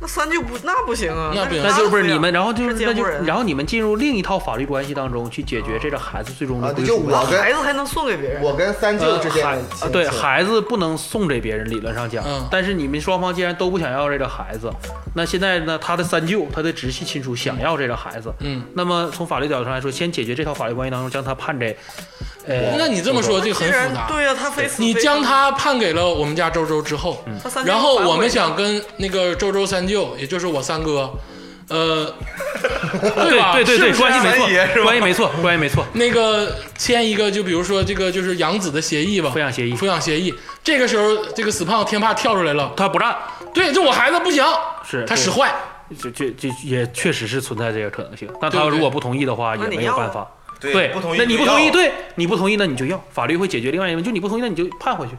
S2: 那三舅不那不行啊，
S1: 那不行
S2: 他
S5: 那就是不是
S2: 抚养
S5: 你们，然后就是
S2: 是
S5: 那
S2: 监护
S5: 就
S2: 人
S5: 然后你们进入另一套法律关系当中去解决这个孩子最终的
S4: 啊
S5: 归
S4: 就
S5: 属
S4: 我跟
S2: 孩子还能送给别人，
S4: 我跟三舅
S5: 呃
S4: 之间
S5: 孩
S4: 的亲
S5: 呃
S4: 戚
S5: 对孩子不能送给别人，理论上讲
S1: 嗯，
S5: 但是你们双方既然都不想要这个孩子，那现在呢，他的三舅，他的直系亲属想要这个孩子，
S1: 嗯，
S5: 那么从法律角度上来说，先解决这套法律关系当中，将他判这，呃，
S1: 那你这么说，这个很
S2: 既然
S1: 复杂。
S2: 对呀、啊他非 死
S1: 你
S2: 非
S1: 将
S2: 死
S1: 他判给了我们家周周之后，
S5: 嗯
S2: 他三舅
S1: 然后我们
S2: 反
S1: 想
S2: 悔了
S1: 跟那个周周三舅，也就是我三哥， 呃，对吧？
S5: 对对对对，
S1: 是不是
S5: 关系没
S3: 三爷是
S5: 错，
S3: 吧
S5: 关系没错，关系没错，
S1: 那个签一个，就比如说这个就是养子的协议吧，
S5: 抚养协议
S1: 抚养协议。这个时候，这个死胖天霸跳出来了，
S5: 他不占，
S1: 对，这我孩子不行，
S5: 是
S1: 他
S5: 对
S1: 使坏，
S5: 就就就也确实是存在这个可能性。但
S1: 对
S5: 他
S1: 不对
S5: 如果不同意的话，也
S2: 那你
S5: 没有
S2: 要
S5: 办
S2: 啊
S5: 法。
S3: 对不同意
S5: 那你不同意，
S3: 要，
S5: 对你不同意，那你就要，法律会解决另外一个问题，就你不同意，那你就判回去。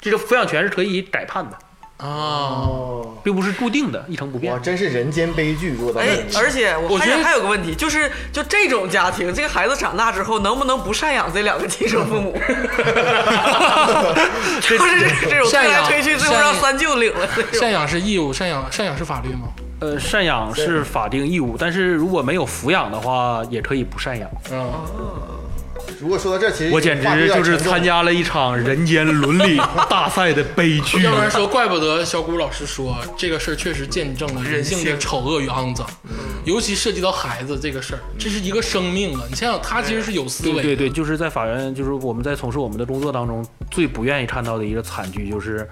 S5: 这个抚养权是可以改判的，
S1: 啊，
S4: 哦，
S5: 并不是固定的，一成不
S4: 哇，
S5: 变。
S4: 真是人间悲剧！如果咱
S2: 哎
S4: 们，
S2: 而且我
S1: 我
S2: 还
S1: 觉得
S2: 想还有个问题，就是就这种家庭，这个孩子长大之后能不能不赡养这两个亲生父母？ 就是这这种
S1: 赡
S2: 推来
S1: 养
S2: 推去，最后
S1: 赡
S2: 让
S1: 养
S2: 三舅领了这种。
S1: 赡养是义务，赡养赡养是法律吗？
S5: 呃，赡养是法定义务，但是如果没有抚养的话，也可以不赡养。
S1: 嗯，
S4: 如果说到这，其实
S5: 我简
S4: 话题
S5: 直
S4: 有点
S5: 就是
S4: 沉重
S5: 参加了一场人间伦 理大赛的悲剧
S1: 要。不然说，怪不得小谷老师说这个事儿确实见证了人性的丑恶与肮脏，
S5: 嗯
S1: 尤其涉及到孩子这个事儿，这是一个生命啊！你想想，他其实是有思维的，
S5: 对对对，就是在法院，就是我们在从事我们的工作当中，最不愿意看到的一个惨剧就是，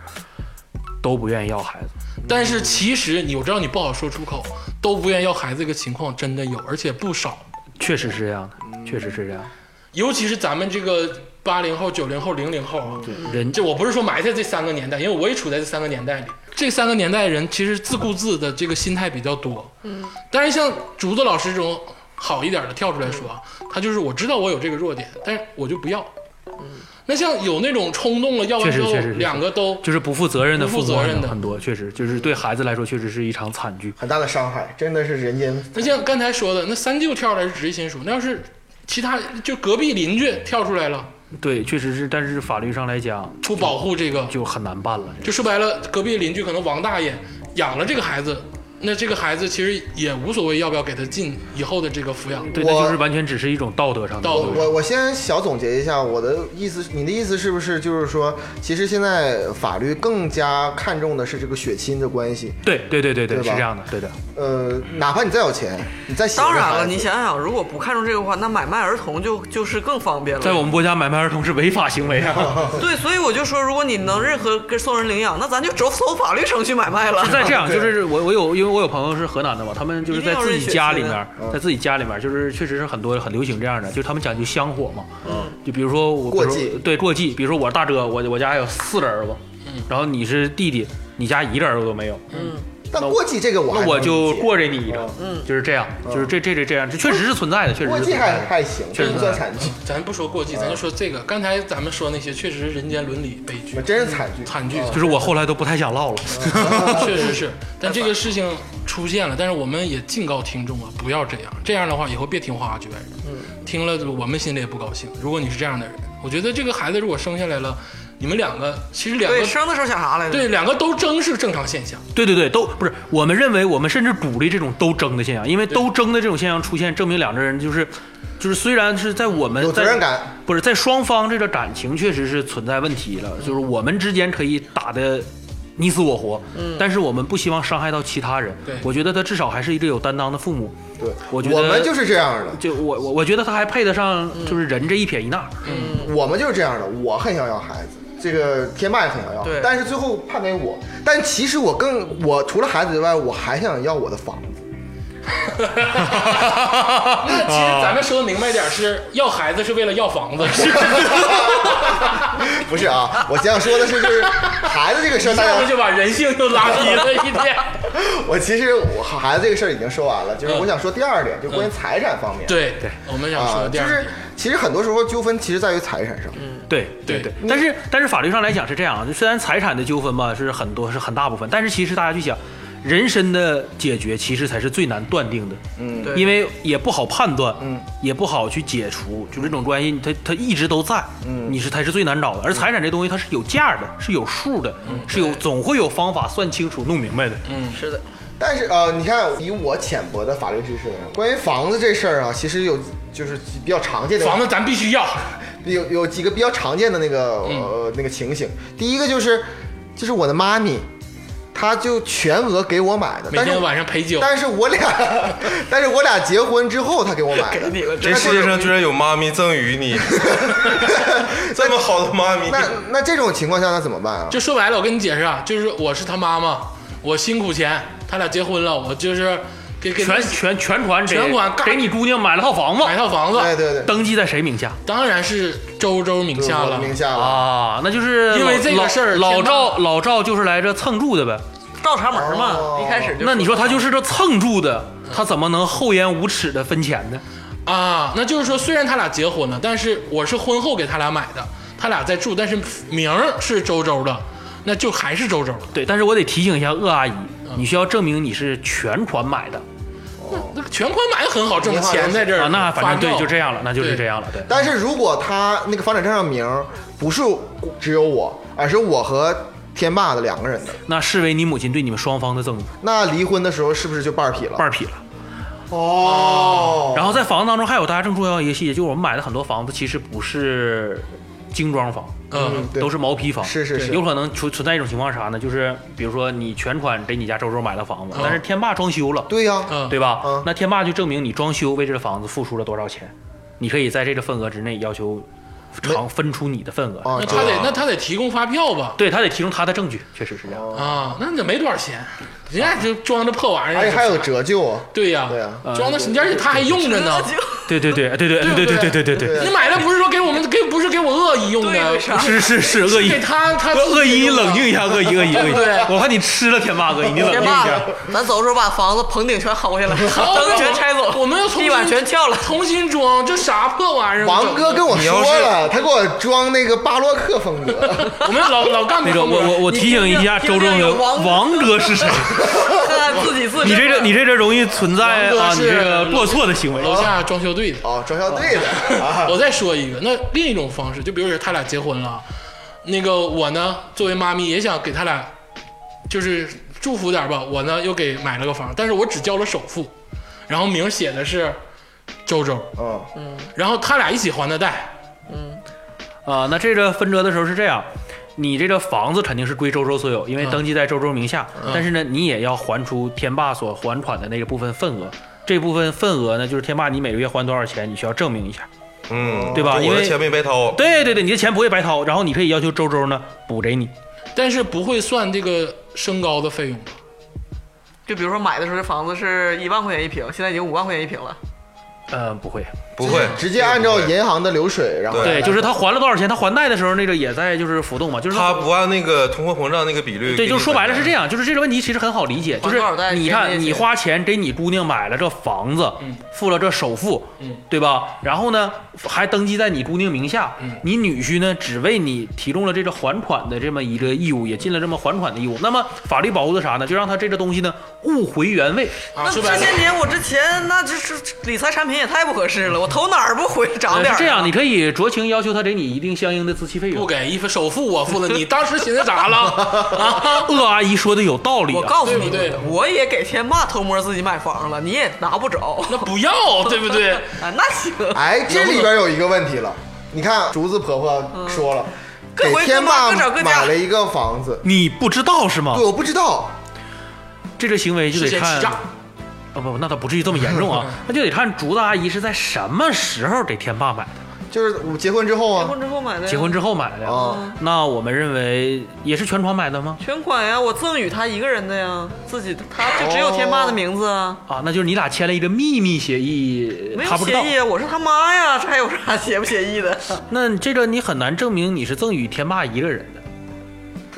S5: 都不愿意要孩子。
S1: 但是其实你我知道你不好说出口，都不愿意要孩子这个情况真的有，而且不少，
S5: 确实是这样的，确实是这样。
S1: 尤其是咱们这个八零后、九零后、零零后啊，
S5: 人
S1: 这我不是说埋汰这三个年代，因为我也处在这三个年代里。这三个年代人其实自顾自的这个心态比较多，嗯，但是像竹子老师这种好一点的跳出来说啊，他就是我知道我有这个弱点，但是我就不要。那像有那种冲动了要完
S5: 确实
S1: 之后
S5: 确实，是
S1: 两个都
S5: 就是不负责任的
S1: 不负
S5: 父母
S1: 责任的
S5: 很多，确实就是对孩子来说，确实是一场惨剧。
S4: 很大的伤害，真的是人间
S1: 那像刚才说的，那三舅跳出来是直系亲属，那要是其他就隔壁邻居跳出来了，
S5: 对，确实是，但是法律上来讲
S1: 不保护这个，
S5: 就很难办了。
S1: 就说白了，隔壁邻居可能王大爷养了这个孩子，那这个孩子其实也无所谓要不要给他尽以后的这个抚养。
S5: 对，
S4: 我
S5: 那就是完全只是一种道德上的
S1: 道
S5: 问
S1: 德
S5: 题。
S4: 我我先小总结一下我的意思，你的意思是不是就是说，其实现在法律更加看重的是这个血亲的关系？
S5: 对对对对对，
S4: 对
S5: 是
S4: 吧
S5: 这样的，对的。
S4: 呃，哪怕你再有钱，你再喜欢
S2: 当然
S4: 孩
S2: 了，
S4: 子
S2: 你想想，如果不看重这个话，那买卖儿童就就是更方便了。
S5: 在我们国家买卖儿童是违法行 为啊！
S2: 对，所以我就说，如果你能任何跟送人领养，那咱就走走法律程序买卖了。
S5: 再这样，就是我我有，因为我有朋友是河南的嘛，他们就是在自己家里面儿
S4: 嗯，
S5: 在自己家里面儿，就是确实是很多很流行这样的，就是他们讲究香火嘛。嗯，就比如说我
S4: 过
S5: 比如
S4: 继
S5: 说对过继，比如说我是大哥，我我家还有四个儿子，然后你是弟弟，你家一个儿子都没有。
S4: 但过继这个我还
S5: 那我就
S4: 能理解
S5: 过这你一个，嗯，就是这样，就是这这这这样，这确实是存在的，确实
S4: 过
S5: 是
S4: 继
S5: 存
S4: 还
S5: 在的。
S4: 还行，这不算惨剧，
S1: 咱不说过继，咱就说这个。刚才咱们说那些确实是人间伦理悲剧、
S4: 真是惨剧。
S1: 惨剧，
S5: 就是我后来都不太想唠了，
S4: 嗯
S1: 确实是。但这个事情出现了，但是我们也警告听众啊，不要这样。这样的话，以后别听花卷，嗯，听了我们心里也不高兴。如果你是这样的人，我觉得这个孩子如果生下来了，你们两个其实两个
S2: 对，生的时候想啥来着？
S1: 对两个都争是正常现象。
S5: 对对对，都不是。我们认为，我们甚至鼓励这种斗争的现象，因为斗争的这种现象出现，证明两个人就是，就是虽然是在我们
S4: 有责
S5: 在
S4: 任感，
S5: 不是在双方这个感情确实是存在问题了，就是我们之间可以打的你死我活，但是我们不希望伤害到其他人
S1: 对。
S5: 我觉得他至少还是一个有担当的父母。
S4: 对，
S5: 我觉得
S4: 我们就是这样的，
S5: 就我我我觉得他还配得上，就是人这一撇一捺。
S4: 我们就是这样的。我很想要孩子，这个天霸也很想要
S2: 对，
S4: 但是最后判给我。但其实我更，我除了孩子之外，我还想要我的房子。
S1: 那其实咱们说的明白点儿是，要孩子是为了要房 子，是
S4: 不是啊，我想说的是，就是孩子 这个事儿，大
S1: 这
S4: 家
S1: 不就把人性又拉低了一点？
S4: 我其实我孩子这个事儿已经说完了，就是
S1: 嗯
S4: 我想说第二点，就关于财产方面。
S1: 对
S5: 对，
S1: 我们想说
S4: 啊
S1: 的，第
S4: 就
S1: 二
S4: 是
S1: 点，嗯
S4: 其实很多时候纠纷其实在于财产上，
S5: 对
S1: 对
S5: 对，但是但是法律上来讲是这样，就虽然财产的纠纷吧是很多是很大部分，但是其实大家去想，人身的解决其实才是最难断定的，
S4: 嗯，
S2: 对
S5: 因为也不好判断，
S4: 嗯，
S5: 也不好去解除，就这种关系，它它一直都在，
S4: 嗯
S5: 你是才是最难找的。而财产这东西它是有价儿的，是有数的，
S1: 嗯
S5: 是有总会有方法算清楚弄明白的。
S2: 是的，
S4: 但是呃，你看以我浅薄的法律知识，关于房子这事儿啊，其实有就是比较常见的
S1: 房子咱必须要，
S4: 有有几个比较常见的那个呃那个情形。第一个就是就是我的妈咪，她就全额给我买的，
S1: 每
S4: 但是
S1: 天晚上陪酒，
S4: 但是我俩 但是我俩结婚之后她给我买
S2: 给
S4: 的。
S2: 你了，
S3: 这世界上居然有妈咪赠予你，这么好的妈咪，
S4: 那那这种情况下那怎么办啊？
S1: 就说白了，我跟你解释啊，就是我是他妈妈，我辛苦钱，他俩结婚了，我就是给给
S5: 全全全款给
S1: 全款
S5: 给你姑娘买了套房
S1: 买
S5: 子，
S1: 套房
S4: 对
S1: 子，
S4: 哎对对，
S5: 登记在谁名下
S1: 当然是周周名下
S4: 我
S1: 了。
S4: 名下了。
S5: 啊？那就是
S1: 因为
S5: 老
S1: 这个
S5: 老
S1: 事儿
S5: 老
S1: 天呐
S5: 赵老赵就是来这蹭住的呗。
S2: 倒插门儿
S4: 哦
S2: 嘛，一开始就
S5: 那你说他就是这蹭住的，他怎么能厚颜无耻的分钱呢？
S1: 啊，那就是说，虽然他俩结婚了，但是我是婚后给他俩买的，他俩在住，但是名儿是周周的，那就还是周周的。
S5: 对，但是我得提醒一下鄂阿姨，你需要证明你是全款买的
S1: 那个全款买很好挣
S4: 银行
S1: 钱，在这儿
S5: 啊。那反正
S1: 发
S5: 对，
S1: 照
S5: 就这样了，那就是
S1: 对
S5: 这样了。对，
S4: 但是如果他那个房产证上名儿不是只有我，而是我和天霸的两个人的，
S5: 那视为你母亲对你们双方的赠与，
S4: 那离婚的时候是不是就半儿劈了？
S5: 半儿劈了。
S4: 哦，
S5: 然后在房子当中还有大家更重要一个细节，就是我们买的很多房子其实不是精装房，
S1: 嗯，
S4: 对
S5: 都是毛坯房。
S4: 是是是
S5: 有可能存存在一种情况是啥呢？就是比如说你全款给你家周周买了房子，但是天霸装修了，
S4: 对呀、
S1: 嗯，
S5: 对吧？
S4: 嗯
S5: 那天霸就证明你装修为这个房子付出了多少钱，你可以在这个份额之内要求偿分出你的份额。
S4: 啊
S1: 那，他
S4: 对
S1: 得那他得提供发票吧？
S5: 对他得提供他的证据，确实是这样。
S1: 啊，那你没多少钱，人家就装着破玩意儿，
S4: 而且还有折旧啊，
S1: 对呀，
S4: 对呀
S1: 装的，而且他还用着呢。
S5: 对对对对对对对对对对对，
S1: 你买的不是说给我们给不是给我恶意用
S2: 对
S1: 的
S2: 为，啥？
S5: 是是是，恶意
S1: 给他他
S5: 恶恶意，你冷
S1: 静。
S5: 静一下，恶意恶意恶意
S1: 对，
S5: 我怕你吃了天霸恶意， 你冷静
S2: 天
S5: 一
S2: 霸
S5: 下。，
S2: 咱走的时候把房子棚顶全薅 下来，灯全拆走，
S1: 我们要重新
S2: 地板全撬 了。
S1: 重新装，这啥破玩意儿？
S4: 王哥跟我说
S3: 你要
S4: 了，他给我装那个巴洛克风格，
S1: 我们老老干
S5: 那个，
S1: 部
S5: 我我我提醒一下
S2: 你
S5: 周
S2: 听见
S5: 正
S2: 有
S5: 哥，
S2: 王哥
S5: 王哥是谁？
S2: 看看自己自
S5: 你这
S2: 证
S5: 个你这个容易存在
S1: 王
S5: 啊，
S1: 哥
S5: 你
S1: 是
S5: 这个过错的行为。
S1: 楼下装修队的。
S4: 哦，装校队的啊，
S1: 我再说一个，那另一种方式，就比如说他俩结婚了，那个我呢作为妈咪也想给他俩，就是祝福点儿吧。我呢又给买了个房，但是我只交了首付，然后名儿写的是周周，
S4: 嗯，
S1: 然后他俩一起还的贷。
S5: 啊，那这个分割的时候是这样，你这个房子肯定是归周周所有，因为
S1: 嗯
S5: 登记在周周名下，但是呢，你也要还出天霸所还款的那个部分份额。这部分份额呢，就是天霸你每个月还多少钱，你需要证明一下，
S3: 嗯，
S5: 对吧？
S3: 就
S5: 因
S3: 我的
S5: 为
S3: 钱没白掏，
S5: 对对对，你的钱不会白掏，然后你可以要求周周呢补给你。
S1: 但是不会算这个升高的费用吧？
S2: 就比如说买的时候这房子是一万块钱一平，现在已经五万块钱一平了。
S5: 呃，不会，
S3: 不会，
S4: 直接按照银行的流水，然后
S5: 对，就是他还了多少钱，他还贷的时候那个也在就是浮动嘛，就是
S3: 他不按那个通货膨胀那个比率给你本来。
S5: 对，就是说白了是这样，就是这个问题其实很好理解，就
S2: 还
S5: 是
S2: 多少贷
S5: 你
S2: 谁
S5: 看
S2: 谁
S5: 你
S2: 谁
S5: 花钱给你姑娘买了这房子，
S3: 嗯
S5: 付了这首付，对吧？然后呢，还登记在你姑娘名下，
S3: 嗯
S5: 你女婿呢只为你提供了这个还款的这么一个义务，也尽了这么还款的义务。那么法律保护的啥呢？就让他这个东西呢物回原位。
S1: 啊，
S2: 那
S1: 说
S2: 这
S1: 白了
S2: 些年我这钱，那这是理财产品也太不合适了，我投哪儿不回涨
S5: 呃
S2: 点儿
S5: 是
S2: 啊？
S5: 这样，你可以酌情要求他给你一定相应的自期费
S1: 不
S5: 用。
S1: 给一分首付我付了，你当时寻思啥了？ 啊，
S5: 鄂阿姨说的有道理
S2: 我
S5: 啊，
S2: 告诉
S1: 对
S2: 你，
S1: 不对
S2: 我也给天霸偷摸自己买房了，你也拿不着
S1: 那不要，对不对？
S2: 啊。那行，
S4: 哎，这里边有一个问题了，你看竹子婆婆说了，
S2: 嗯各
S4: 给
S2: 回
S4: 天
S2: 各妈
S4: 霸
S2: 各找各家
S4: 买了一个房子，
S5: 你不知道是吗
S4: 对，？我不知道，
S5: 这个行为就
S1: 之
S5: 得
S1: 前
S5: 看
S1: 欺诈。
S5: 啊不，那倒不至于这么严重啊， 那就得看竹子阿姨是在什么时候给天霸买的，
S4: 就是我结婚之后
S2: 结
S4: 啊，
S2: 婚之后买的，
S5: 结婚之后买的呀。
S4: 啊，
S5: 那我们认为也是全款买的吗？
S2: 全款呀，我赠与他一个人的呀，自己的他就只有天霸的名字啊，
S5: 啊，那就是你俩签了一个秘密协议，
S2: 没
S5: 他
S2: 有
S5: 不知道
S2: 协。议啊，我是他妈呀，这还有啥协不协议的？
S5: 那这个你很难证明你是赠与天霸一个人的。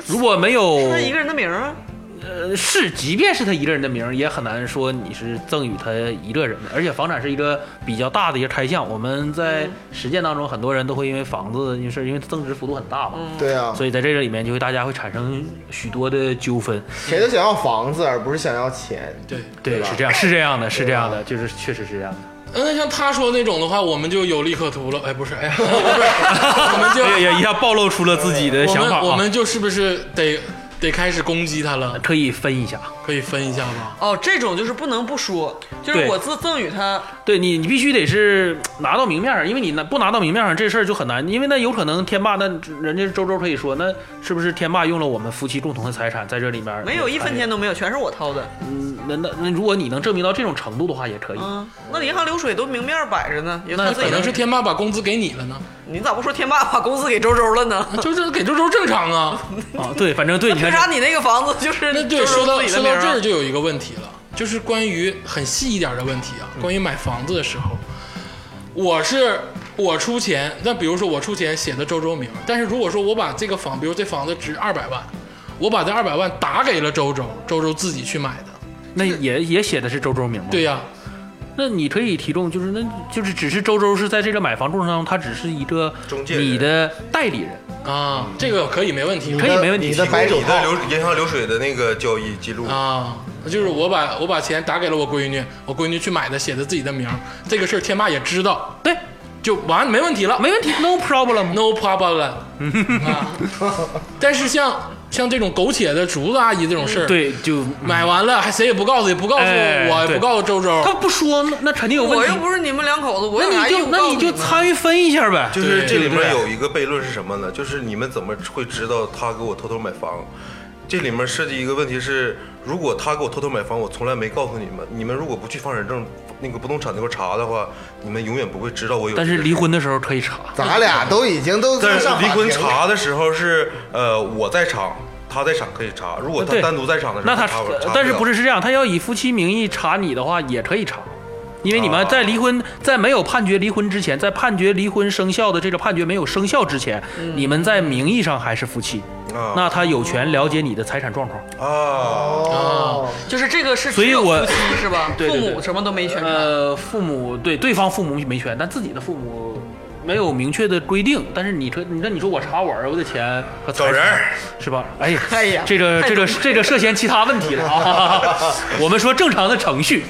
S5: 如果没有
S2: 他一个人的名儿啊，
S5: 呃，是，即便是他一个人的名儿，也很难说你是赠与他一个人的。而且房产是一个比较大的一个开项，我们在
S2: 嗯
S5: 实践当中，很多人都会因为房子，因为是因为增值幅度很大嘛，
S2: 嗯
S4: 对啊，
S5: 所以在这个里面就会大家会产生许多的纠纷。
S4: 谁都想要房子，而不是想要钱。
S1: 对，
S5: 对，
S4: 吧
S5: 是这样，是这样的，是这样的，就是确实是这样的。
S1: 嗯，那像他说那种的话，我们就有利可图了。哎，不是，哎呀，不 是，我们就
S5: 也哎一下暴露出了自己的
S1: 我
S5: 想
S1: 们
S5: 法啊。
S1: 我们就是不是得得开始攻击他了？
S5: 可以分一下，
S1: 可以分一下吧？
S2: 哦，这种就是不能不说，就是
S5: 对
S2: 我自赠与他，
S5: 对你，你必须得是拿到明面上，因为你拿不拿到明面上这事儿就很难，因为那有可能天霸那人家周周可以说，那是不是天霸用了我们夫妻共同的财产在这里面？
S2: 没有一分钱。都没有，全是我掏的。
S5: 嗯，那那那如果你能证明到这种程度的话，也可以。
S2: 嗯，那银行流水都明面摆着呢，也
S1: 那
S2: 算自
S1: 可
S2: 己
S1: 能
S2: 的。
S1: 是天霸把工资给你了呢，
S2: 你咋不说天霸把工资给周周了呢？
S1: 就是给周周正常啊。
S5: 啊，对，反正对，你
S2: 为
S5: 看
S2: 啥 你那个房子就是
S1: 那对，
S2: 周
S1: 说
S2: 周
S1: 到
S2: 自己的
S1: 说
S2: 名
S1: 到
S2: 儿啊
S1: 这儿就有一个问题了，就是关于很细一点的问题啊，
S5: 嗯
S1: 关于买房子的时候，我是我出钱，那比如说我出钱写的周周名，但是如果说我把这个房，比如这房子值二百万，我把这二百万打给了周周，周周自己去买的，
S5: 那也也写的是周周名吗？
S1: 对呀、
S5: 那你可以提供，就是那就是只是周周是在这个买房过程当中，他只是一个
S3: 中介人
S5: 你的代理人，
S1: 啊，这个可以没问题
S5: 嗯可以没问题。
S4: 你的白手
S3: 你的
S4: 套
S3: 流银行流水的那个交易记录，
S1: 啊，就是我把我把钱打给了我闺女，我闺女去买的，写的自己的名儿，这个事儿天霸也知道，
S5: 对，
S1: 就完没问题了，
S5: 没问题，no problem。
S1: no problem 啊。但是像像这种苟且的竹子阿姨这种事儿，，
S5: 嗯对，就
S1: 买完了还谁也不告诉，也不告诉
S5: 哎
S1: 我，也
S5: 对
S1: 不告诉周周
S5: 他，不说，那那肯定有问
S2: 我
S5: 题
S2: 又。不是你们两口子，我
S5: 那
S2: 有啥
S5: 你
S2: 义
S5: 就
S2: 务
S5: 那
S2: 告诉
S5: 你就
S2: 们
S5: 参与分一下呗。
S3: 就是这里面
S5: 对
S3: 有一个悖论是什么呢？就是你们怎么会知道他给我偷偷买房？这里面涉及一个问题是，如果他给我偷偷买房，我从来没告诉你们，你们如果不去房产证那个不动产那块查的话，你们永远不会知道我有。
S5: 但是离婚的时候可以查。
S4: 咱俩都已经都
S3: 但是
S4: 上法
S3: 离
S4: 庭
S3: 婚
S4: 了
S3: 查的时候是，呃，我在场，他在场可以查。如果
S5: 呃
S3: 他
S5: 对
S3: 单独在场的时候，
S5: 那他
S3: 查不了查
S5: 但是
S3: 不
S5: 不
S3: 了
S5: 是是这样？他要以夫妻名义查你的话，也可以查，因为你
S3: 啊
S5: 们在离婚，在没有判决离婚之前，在判决离婚生效的这个判决没有生效之前，你们在名义上还是夫妻，
S3: 嗯啊
S5: 那他有权了解你的财产状况。
S3: 啊？
S4: 哦，
S2: 就是这个是
S5: 所以
S2: 只有
S5: 我
S2: 夫 妻是吧？
S5: 对对
S2: 父
S5: 对
S2: 母什么都没权查。
S5: 呃，父母对对方父母没权，但自己的父母。没有明确的规定，但是你说，你那你说我查我儿子的钱和财
S3: 找人
S5: 产
S3: 儿
S5: 是吧？哎呀，
S2: 哎呀
S5: 这个这个这个涉嫌其他问题了啊！我们说正常的程序，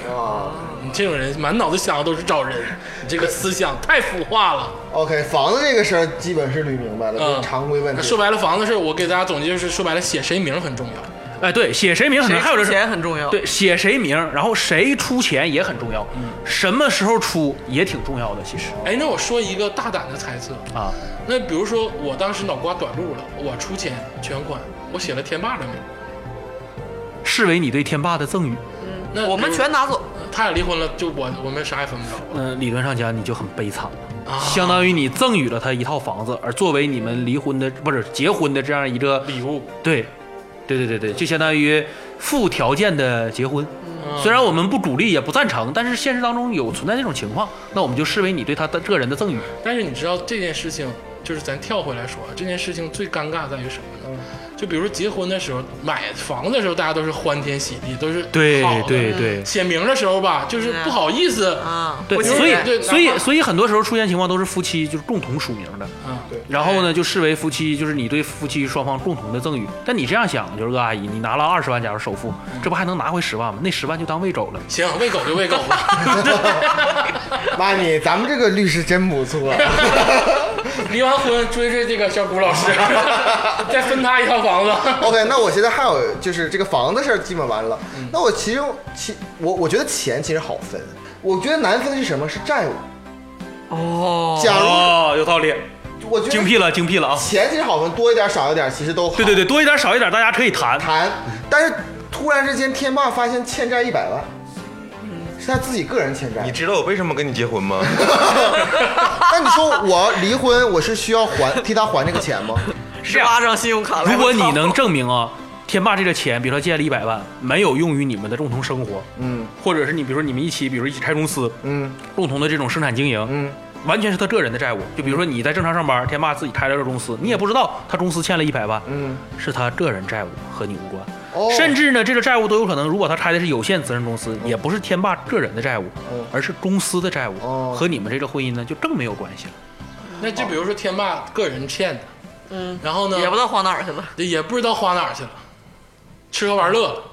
S1: 你这种人满脑子想的都是找人，你这个思想太腐化了。
S4: OK，房子这个事儿基本是捋明白了，就是
S1: 嗯，
S4: 常规问
S1: 说
S4: 题。
S1: 白了，房子事儿，我给大家总结就是，说白了，写谁名儿很重要。
S5: 哎，对，写谁名很重
S2: 谁
S5: 要，还有
S2: 出
S5: 就是
S2: 钱很重要。
S5: 对，写谁名，然后谁出钱也很重要，
S2: 嗯
S5: 什么时候出也挺重要的，其实
S1: 哎，那我说一个大胆的猜测，
S5: 啊，
S1: 那比如说我当时脑瓜短路了，我出钱全款，我写了天霸的名儿，
S5: 视为你对天霸的赠与。
S1: 那
S2: 我们
S1: 比如
S2: 全拿走，
S1: 他俩离婚了，就我我们啥也分不着。
S5: 嗯、理论上讲你就很悲惨了，
S1: 啊
S5: 相当于你赠予了他一套房子，而作为你们离婚的不是结婚的这样一个
S1: 礼物，
S5: 对，对对对对，就相当于附条件的结婚。
S1: 嗯
S5: 虽然我们不鼓励也不赞成，但是现实当中有存在这种情况，那我们就视为你对他的个人的赠与。
S1: 但是你知道这件事情，就是咱跳回来说，啊这件事情最尴尬在于什么
S2: 嗯
S1: 呢？就比如说结婚的时候，买房子的时候，大家都是欢天喜地，都是
S5: 对
S1: 好的
S5: 对
S2: 嗯
S5: 对
S1: 写名的时候吧，就是不好意思，
S2: 啊，
S5: 对，
S2: 我记得
S5: 所以
S1: 对
S5: 所以
S1: 哪怕
S5: 所以很多时候出现情况都是夫妻就是共同署名的，
S1: 嗯，
S5: 然后呢就视为夫妻，就是你对夫妻双方共同的赠与。但你这样想，就是个阿姨，你拿了二十万，假如首付，
S1: 嗯
S5: 这不还能拿回十万吗？那十万就当喂狗了。
S1: 行，喂狗就喂狗吧。
S4: 妈咪，咱们这个律师真不错，
S1: 离完婚追追这个小谷老师， 再分他一套房子。
S4: OK，那我觉得还有就是这个房子事儿基本完了。那我其中其我我觉得钱其实好分，我觉得难分是什么？是债务。
S2: 哦，
S4: 假如，
S5: 有道理，
S4: 我觉得
S5: 精辟了，精辟了啊！
S4: 钱其实好分，多一点少一点其实都好
S5: 对对对，多一点少一点，大家可以谈。
S4: 谈。但是突然之间，天霸发现欠债一百万，是他自己个人欠
S3: 你
S4: 债。
S3: 知道我为什么跟你结婚吗？
S4: 那你说我离婚，我是需要还替他还这个钱吗？
S2: 十八张信用卡来回
S5: 如果你
S2: 掏
S5: 能证明啊，天霸这个钱，比如说借了一百万，没有用于你们的共同生活，
S4: 嗯
S5: 或者是你比如说你们一起，比如说一起开公司，
S4: 嗯
S5: 共同的这种生产经营，
S4: 嗯，
S5: 完全是他个人的债务。就比如说你在正常上班，天霸自己开了个公司，你也不知道他公司欠了一百万，
S4: 嗯，
S5: 是他个人债务和你无关。
S4: 哦
S5: 甚至呢，这个债务都有可能，如果他拆的是有限责任公司，也不是天霸个人的债务，而是公司的债务，
S4: 哦
S5: 和你们这个婚姻呢就更没有关系了。
S1: 那就比如说天霸个人欠的，
S2: 嗯，
S1: 然后呢
S2: 也不知道花哪儿去了。
S1: 也不知道花哪儿去了，吃喝玩乐了，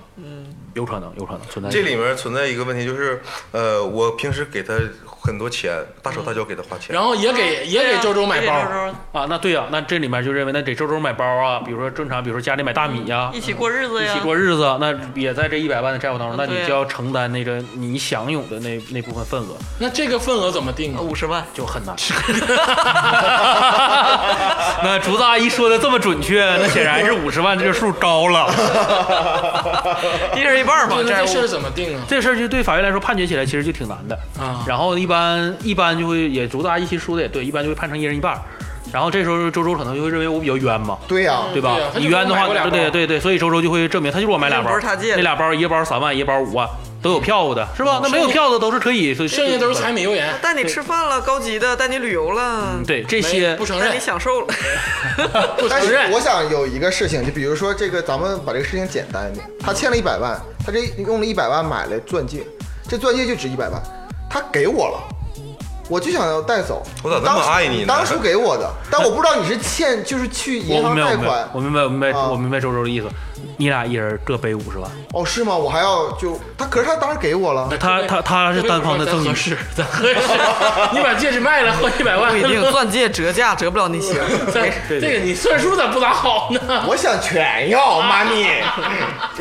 S5: 有可能，有可能存在
S3: 这里面存在一个问题，就是呃，我平时给他很多钱，大手大脚给他花钱
S1: 然，后也给也
S2: 啊
S1: 给周周买
S2: 也给
S1: 包，
S2: 周周
S5: 啊，那对呀、那这里面就认为那给周周买包啊，比如说正常，比如说家里买大米呀、
S2: 一起过日子
S5: 一
S2: 呀
S5: 起，过日子，那也在这一百万的债务当中，那
S2: 嗯嗯
S5: 你
S2: 对
S5: 就要承担那个你享有的那那部分份额，
S1: 那这个份额怎么定啊？
S2: 五十万。
S5: 就很 难。那竹子阿姨说的这么准确，那显然是五十万这个数 高了。
S2: 一人一半嘛
S1: 对，
S2: 债
S1: 那这
S2: 务
S1: 事儿怎么定啊？
S5: 这事儿就对法院来说判决起来其实就挺难的
S1: 啊
S5: 然后一般一般就会也竹子阿姨其实说的也对，一般就会判成一人一半儿。然后这时候周周可能就会认为我比较冤嘛，
S4: 对呀、
S5: 对吧
S1: 嗯对啊呀？他
S5: 你
S1: 就
S5: 冤的话，
S1: 给我买过俩
S5: 对
S1: 包
S5: 对对对，所以周周就会证明他就给我买俩包，
S2: 这不是他借的
S5: 那俩包一个包三万，一个包五万，都有票的，是吧？那没有票的都是可以，所
S1: 嗯
S5: 以
S1: 剩下都是柴米油盐，
S2: 带你吃饭了，高级的带你旅游了，
S5: 对这
S1: 没
S5: 些
S1: 不承
S2: 带
S1: 认
S2: 你，享受 了。
S1: 不
S4: 但
S1: 承
S4: 是
S1: 认
S4: 我。想有一个事情，就比如说这个，咱们把这个事情简单一点。他欠了一百万，他这用了一百万买了钻戒，这钻戒就值一百万，他给我了，我就想要带走。
S3: 我咋那么
S4: 当初
S3: 爱你呢
S4: 当初给我的，但我不知道你是欠，就是去银
S5: 我
S4: 行
S5: 明白
S4: 贷
S5: 我明白
S4: 款。
S5: 我明白我明白
S4: 啊
S5: 我明白周周的意思，你俩一人各背五十万，
S4: 哦，是吗？我还要就他，可是他当时给我了。
S5: 他他他是单方的赠
S1: 合
S5: 与，
S1: 适，咱合适。你把戒指卖了，换一百万
S2: 不一定，钻戒折价折不了那 些。
S1: 咱
S5: 对对
S1: 这个你算数咋不咋好呢？
S4: 我想全要，妈咪，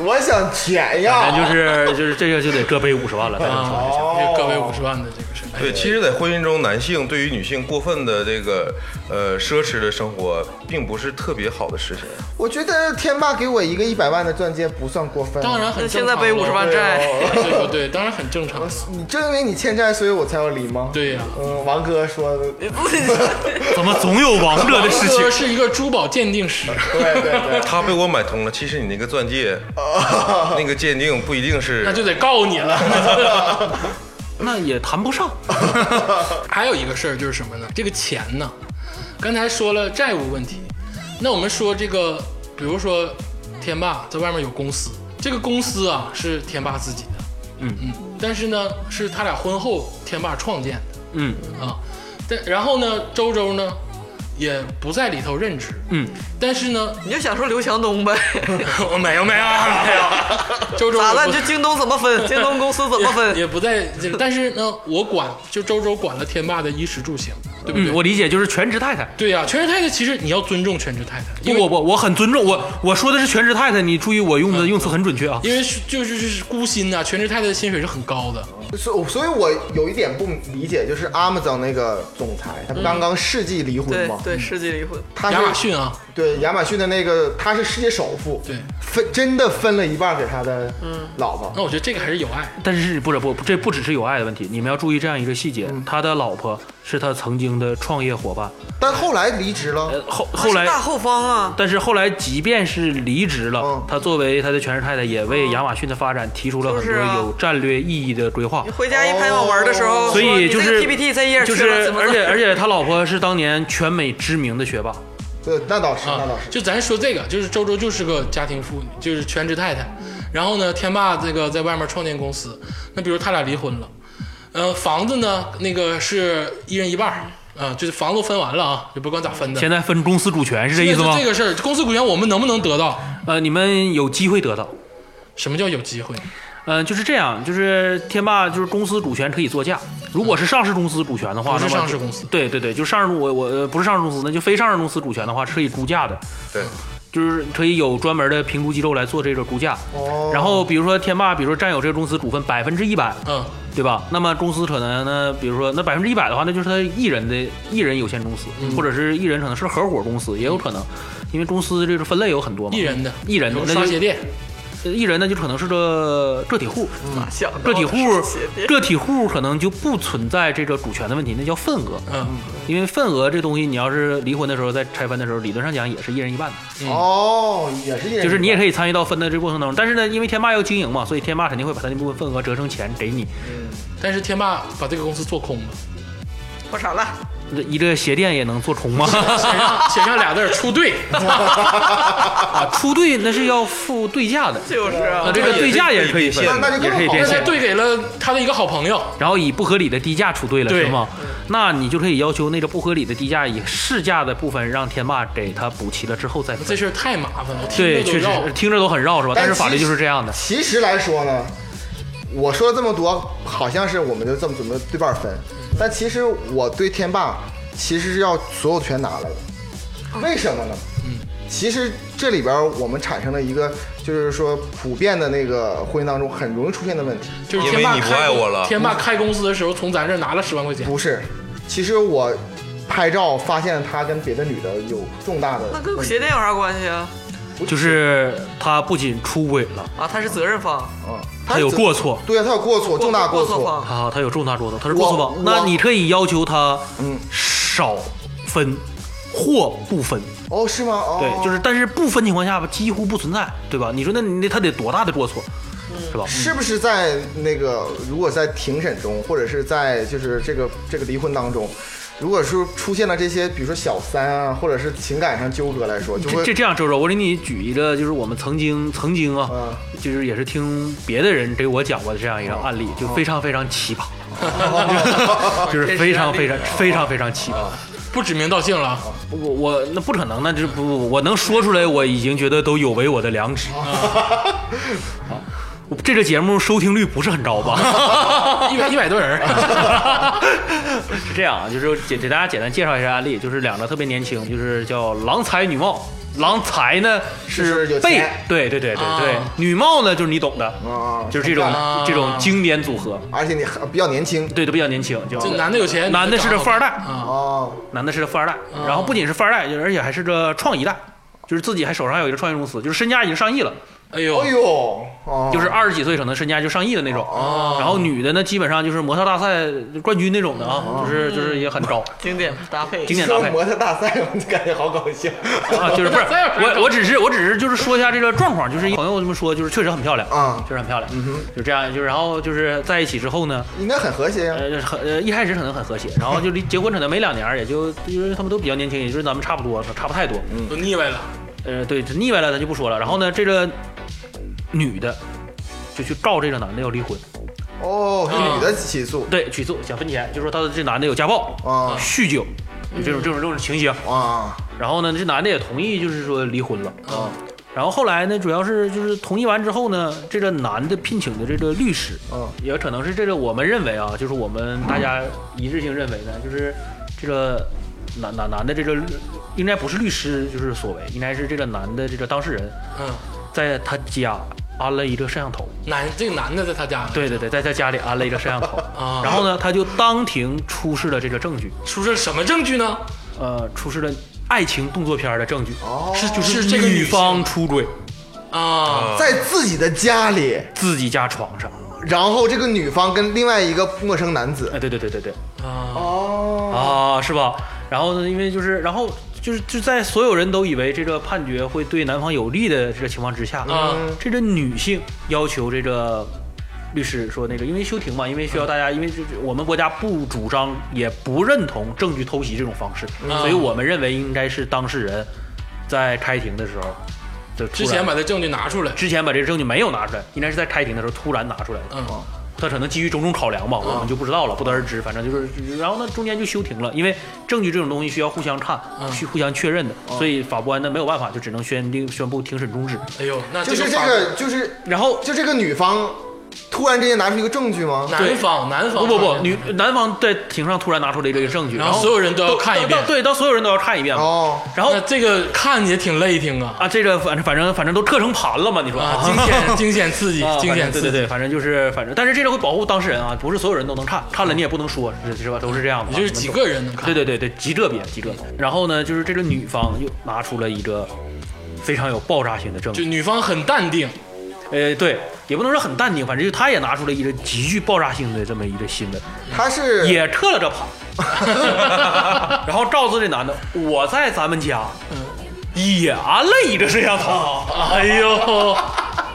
S4: 我想全 要。
S5: 咱就是就是这个就得各背五十万了，咱
S1: 啊
S5: 就说一下。
S4: 哦
S1: 各位五十万的这个事儿，
S3: 对，其实，在婚姻中，男性对于女性过分的这个呃奢侈的生活，并不是特别好的事情。
S4: 我觉得天霸给我一个一百万的钻戒不算过分。
S1: 当，然很
S2: 那
S1: 正
S2: 现
S1: 常。
S2: 在背
S5: 啊
S2: 五十万，债，
S1: 对不对？当然很正常了。
S4: 你正因为你欠债，所以我才要离吗？。
S1: 对呀、
S4: 嗯，王哥说的，
S5: 啊
S4: 对
S5: 怎么总有王者的事 情
S1: 哥？是一个珠宝鉴定师，
S4: 对对，
S3: 他被我买通了，其实你那个 钻戒，那个鉴定不一定是
S1: 那就得告你了。
S5: 那也谈不上。
S1: 还有一个事儿就是什么呢？这个钱呢，刚才说了债务问题，那我们说这个，比如说天霸在外面有公司，这个公司啊是天霸自己的，
S5: 嗯
S1: 嗯，但是呢是他俩婚后天霸创建的
S5: 嗯
S1: 啊，但然后呢周周呢也不在里头任职，
S5: 嗯，
S1: 但是呢
S2: 你就想说刘强东 呗，
S1: 我没有没有没有， 周周
S2: 咋了？
S1: 也
S2: 你
S1: 不
S2: 这京东怎么分？京东公司怎么分？
S1: 也不在，但是呢我管就周周管了天霸的衣食住行，对不对？
S5: 嗯，我理解，就是全职太太。
S1: 对呀、全职太太其实你要尊重全职太太，因为
S5: 不不，我很尊重我我说的是全职太太，你注意我用的用词很准确啊。
S1: 嗯因为是就是就是孤薪呐、全职太太的薪水是很高的。
S4: 对，所以所以，我有一点不理解，就是 Amazon 那个总裁，他不刚刚世纪离婚
S2: 对
S4: 吗？
S2: 对，世纪离婚，
S4: 他是
S1: 亚马逊啊，
S4: 对亚马逊的那个，他是世界首富，
S1: 对，
S4: 分真的分了一半给他的老婆。
S2: 嗯
S1: 那我觉得这个还是有爱。啊
S5: 但是不是不，这不只是有爱的问题，你们要注意这样一个细节，
S1: 嗯
S5: 他的老婆是他曾经的创业伙伴，
S4: 但后来离职了，
S5: 呃，后后来
S2: 他是。大后方啊，
S5: 但是后来，即便是离职了
S4: 嗯，
S5: 他作为他的全职太太，也为亚马逊的发展提出了很
S2: 就
S5: 多
S2: 是啊
S5: 有战略意义的规划
S2: 你。回家一拍脑门的时候，
S5: 哦所以
S2: 说
S5: 就
S2: 你这个
S5: 是
S2: PPT 在页
S5: 就
S2: 吃了
S5: 是
S2: 怎，么
S5: 而 且
S2: 了？
S5: 而且他老婆是当年全美知名的学霸，
S4: 对，呃那倒是，那
S1: 啊
S4: 倒是，。
S1: 就咱说这个，就是周周就是个家庭妇女，就是全职太太。然后呢，天霸这个在外面创建公司，那比如他俩离婚了，呃，房子呢那个是一人一半儿，啊、就是房子分完了啊，就不管咋分的。
S5: 现在分公司股权是这
S1: 那
S5: 意思
S1: 就
S5: 吗
S1: 这？个事儿，公司股权我们能不能得到？
S5: 呃，你们有机会得到。
S1: 什么叫有机会？
S5: 嗯，就是这样，就是天霸就是公司股权可以作价，如果是上市公司股权的话，
S1: 不是
S5: 那么
S1: 上市公司
S5: 对对对，就上市我我呃不是上市公司，那就非上市公司股权的话是可以估价的，
S3: 对，
S5: 就是可以有专门的评估机构来做这个估价。
S4: 哦，
S5: 然后比如说天霸，比如说占有这个公司股份百分之一百，
S1: 嗯，
S5: 对吧？那么公司可能呢，比如说那百分之一百的话，那就是他一人的一人有限公司，或者是一人可能是合伙公司，也有可能，因为公司这个分类有很多嘛。
S1: 一人的，
S5: 一人的
S1: 有
S5: 那
S1: 双
S5: 就
S1: 鞋店，
S5: 一人呢就可能是个个体户，
S2: 咋想的
S5: 个体户
S2: 写的
S5: 个体户可能就不存在这个股权的问题，那叫份额。
S1: 嗯，
S5: 因为份额这东西，你要是离婚的时候再拆分的时候，理论上讲也是一人一半的，
S4: 哦，也是一人一半，
S5: 嗯就是你也可以参与到分的这过程当中。但是呢，因为天霸要经营嘛，所以天霸肯定会把他那部分份额折成钱给你。
S1: 但是天霸把这个公司做空了，
S2: 破产了，
S5: 一个鞋店也能做重吗？
S1: 写上写上俩字儿出队，
S5: 啊，出队那是要付对价的，
S2: 就是啊
S5: 啊，，这个对价也可以，
S3: 变现
S4: 那就
S5: 也
S4: 更
S5: 可以
S4: 好
S1: 那
S5: 变
S4: 了。
S1: 他
S5: 现，
S1: 兑给了他的一个好朋友，
S5: 然后以不合理的低价出队了，
S1: 对
S5: 是吗？那你就可以要求那个不合理的低价以市价的部分让天霸给他补齐了之后再
S1: 这
S5: 分。
S1: 事儿太麻烦了，我听着
S5: 对，
S1: 都
S5: 确实
S1: 绕。
S5: 是听着都很绕是吧？但是
S4: 其
S5: 法律就是这样的。
S4: 其实来说呢，我说了这么多，好像是我们就这么准备对半分，但其实我对天霸其实是要所有权拿来的，为什么呢？
S5: 嗯
S4: 其实这里边我们产生了一个，就是说普遍的那个婚姻当中很容易出现的问题，
S1: 就是
S3: 因
S1: 天
S3: 为
S1: 霸
S3: 你不
S1: 开
S3: 爱
S1: 公
S3: 我了
S1: 天霸开公司的时候从咱这儿拿了十万块钱，
S4: 不是，其实我拍照发现他跟别的女的有重大的
S2: 那
S4: 问
S2: 跟
S4: 题
S2: 鞋店有啥关系啊？
S5: 就是他不仅出轨了，
S2: 啊，他是责任方，
S4: 啊，
S5: 他有过错，啊
S4: 对啊，他有过错，重大
S2: 过
S4: 错。
S2: 方。
S5: 他他有重大过错，他是过错
S4: 我
S5: 方。那
S4: 我
S5: 你可以要求他
S4: 嗯
S5: 少分或不分，
S4: 哦，是吗？哦，
S5: 对，就是但是不分情况下吧，几乎不存在，对吧？你说那你那他得多大的过错，是吧？
S4: 嗯是不是在那个如果在庭审中，或者是在就是这个这个离婚当中，如果是出现了这些，比如说小三啊，或者是情感上纠葛来说，就
S5: 这
S4: 会
S5: 这这样，周周，我给你举一个，就是我们曾经曾经啊，
S4: 嗯
S5: 就是也是听别的人给我讲过的这样一个案
S4: 哦
S5: 例，就非常非常奇葩， 就是非 常非常非常非常奇
S4: 哦
S5: 葩。
S1: 不指名道姓了啊，
S5: 我我那不可能，那这不不我能说出来，我已经觉得都有违我的良知。
S4: 哦
S5: 我这个节目收听率不是很 高吧？
S1: 一百一百多人儿，
S5: 是这样啊，就是给给大家简单介绍一下案例，就是两个特别年轻，就是叫郎才女貌。郎才呢
S4: 就是有
S5: 被
S4: 钱
S5: 对对对对对，
S1: 啊
S5: 女貌呢就是你懂的，
S4: 啊，
S5: 就是这种、
S1: 啊
S5: 这种经典组合，
S4: 而且你还比较年轻
S5: 对，都比较年轻，就
S1: 这男的有钱，
S5: 男的是个富二代
S1: 啊，
S4: 哦，
S5: 男的是个富二代，然后不仅是富二代，就是而且还是个创一代，就是自己还手上还有一个创业公司，就是身家已经上亿了，
S1: 哎呦
S4: 哎，呦，哦，
S5: 就是二十几岁可能身家就上亿的那种。然后女的呢，基本上就是模特大赛冠军那种的啊，就是就是也很高，
S2: 经典搭配，
S5: 经典搭
S4: 说
S5: 配
S4: 模特大赛，我就感觉好搞笑。
S5: 啊，就是不是
S1: 这样
S5: 我我只是我只是就是说一下这个状况，就是朋友这么说，就是确实很漂亮
S4: 啊
S5: 确实很漂亮，就这样，就然后就是在一起之后呢，
S4: 应该很和谐呀、
S5: 呃，就是很呃，一开始可能很和谐，然后就离结婚可能没两年儿，也就因为他们都比较年轻，也就是咱们差不多，差不太多。嗯，
S1: 都腻歪了，
S5: 呃，对，这腻歪了咱就不说了。然后呢，这个女的就去告这个男的要离婚，
S4: 哦，
S1: 啊
S5: 嗯
S4: 是女的起诉
S5: 对，起诉想分钱，就说他这男的有家暴、
S4: 啊
S5: 酗酒，有这种这种这种情形。
S4: 啊，
S5: 然后呢，这男的也同意，就是说离婚了啊。然后后来呢，主要是就是同意完之后呢，这个男的聘请的这个律师，
S4: 嗯，
S5: 也可能是这个我们认为啊，就是我们大家一致性认为呢，啊呃就是这个男男男的这个应该不是律师就是所为，应该是这个男的这个当事人
S1: 嗯，
S5: 在他家安了一个摄像头，
S1: 男这个男的在他家呢，
S5: 对对对，在他家里安了一个摄像头，
S1: 啊
S5: 然后呢，他就当庭出示了这个证据，
S1: 出示什么证据呢？
S5: 呃，出示了爱情动作片儿的证据，
S4: 哦，
S1: 是
S5: 就是
S1: 这个
S5: 女
S1: 性
S5: 方出轨。
S1: 啊，
S4: 在自己的家里，
S5: 自己家床上。
S4: 然后这个女方跟另外一个陌生男子，
S5: 哎，对对对对对，
S1: 啊，
S4: 哦，
S5: 啊，是吧？然后呢，因为就是，然后就是就在所有人都以为这个判决会对男方有利的这个情况之下，
S1: 嗯
S5: 这个女性要求这个。律师说：“那个，因为休庭嘛，因为需要大家，因为这这我们国家不主张，也不认同证据偷袭这种方式，
S1: 嗯
S5: 所以我们认为应该是当事人在开庭的时候，就突
S1: 之
S5: 然
S1: 前把这证据拿出来，
S5: 之前把这个证据没有拿出来，应该是在开庭的时候突然拿出来的。
S1: 嗯，
S5: 他可能基于种种考量吧，我们就不知道了，不得而知。反正就是，然后呢，中间就休庭了，因为证据这种东西需要互相看、
S1: 嗯
S5: 去互相确认的，
S1: 哦
S5: 所以法官呢没有办法，就只能宣定宣布庭审终止。
S1: 哎呦，那
S4: 就是这
S1: 法
S4: 个，就是
S5: 然后
S4: 就这个女方突然之间拿出一个证据吗？
S1: 男方男方
S5: 哦不不不，女男方在庭上突然拿出了这个证据，
S1: 然
S5: 然
S1: 后
S5: 后
S1: 所有人都要
S5: 都
S1: 看一
S5: 到
S1: 遍
S5: 到对，到所有人都要看一遍嘛。
S4: 哦，
S5: 然后
S1: 那这个看也挺累挺啊，
S5: 啊，这个反正反正反正都特成盘了嘛，你说
S1: 啊，惊 险惊险刺激
S5: 哦啊，
S1: 惊
S5: 反正
S1: 险
S5: 对
S1: 刺
S5: 对
S1: 激，
S5: 对，反正就是反正，但是这个会保护当事人啊，不是所有人都能看，看了你也不能说，是是吧？都是这样的，
S1: 也就是几个人能看
S5: 对，对对对，极个别极个别。然后呢，就是这个女方又拿出了一个非常有爆炸性的证
S1: 就
S5: 据，
S1: 女方很淡定，
S5: 呃，对，也不能说很淡定，反正就她也拿出了一个极具爆炸性的这么一个新闻，
S4: 她是
S5: 也撤了这盘， 然后告诉这男的，我在咱们家，也安了一个摄像头，
S1: 哎呦，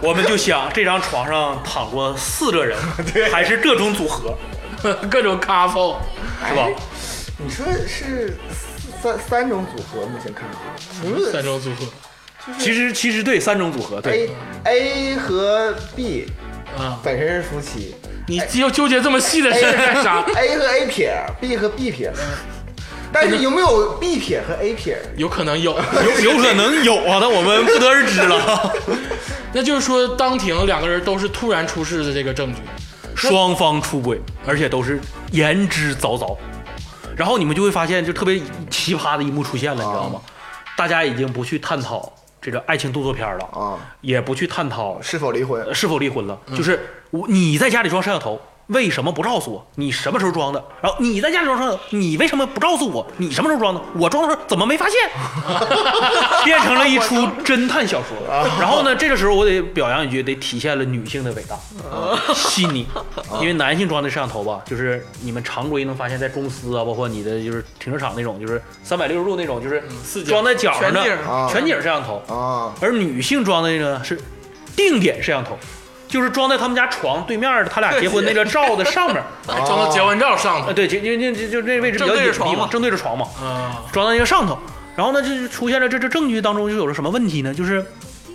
S5: 我们就想这张床上躺过四个人，还是各种组合，
S1: 各种 couple，
S5: 是吧？
S4: 你说是三三种组合，目前看来，除
S1: 三
S4: 了
S1: 种组合
S5: 其实其实对三种组合，对
S4: A A 和 B
S5: 哎
S1: 啊，
S4: 本身是夫妻
S1: 你纠纠结这么细的事儿干
S5: 哎
S1: 啥？
S4: ，A 和 A 撇，B 和 B 撇，但是有没有 B 撇和 A 撇？
S1: 有可能有，
S5: 有有可能有啊，但我们不得而知了。
S1: 那就是说当庭两个人都是突然出事的这个证据，
S5: 双方出轨，而且都是言之凿凿。然后你们就会发现，就特别奇葩的一幕出现了，你知道吗？大家已经不去探讨这个爱情动作片了
S4: 啊，
S5: 也不去探讨
S4: 是否离婚？
S5: 是否离婚了，就是我你在家里装摄像头。为什么不告诉我？你什么时候装的？然后你在家里装摄像头，你为什么不告诉我？你什么时候装的？我装的时候怎么没发现？ 变成了一出侦探小说。然后呢，这个时候我得表扬一句，得体现了女性的伟大、细腻。因为男性装的摄像头吧，就是你们常规能发现，在公司啊，包括你的就是停车场那种，就是三百六十度那种，就是
S1: 四角
S5: 装在角上
S2: 全
S5: 的
S2: 景
S4: 啊
S5: 全景摄像头。
S4: 啊，
S5: 而女性装的那个是定点摄像头，就是装在他们家床对面儿他俩结婚那个照的上面儿。
S1: 还哎装了结婚照上
S5: 啊，
S1: 头
S5: 对，就就就就这位置比较
S2: 正对
S5: 隐
S2: 着
S5: 蔽
S2: 床
S5: 嘛
S2: 嘛，
S5: 正对着床嘛，
S1: 啊，
S5: 装在那个上头。然后呢，这就出现了这这证据当中就有了什么问题呢？就是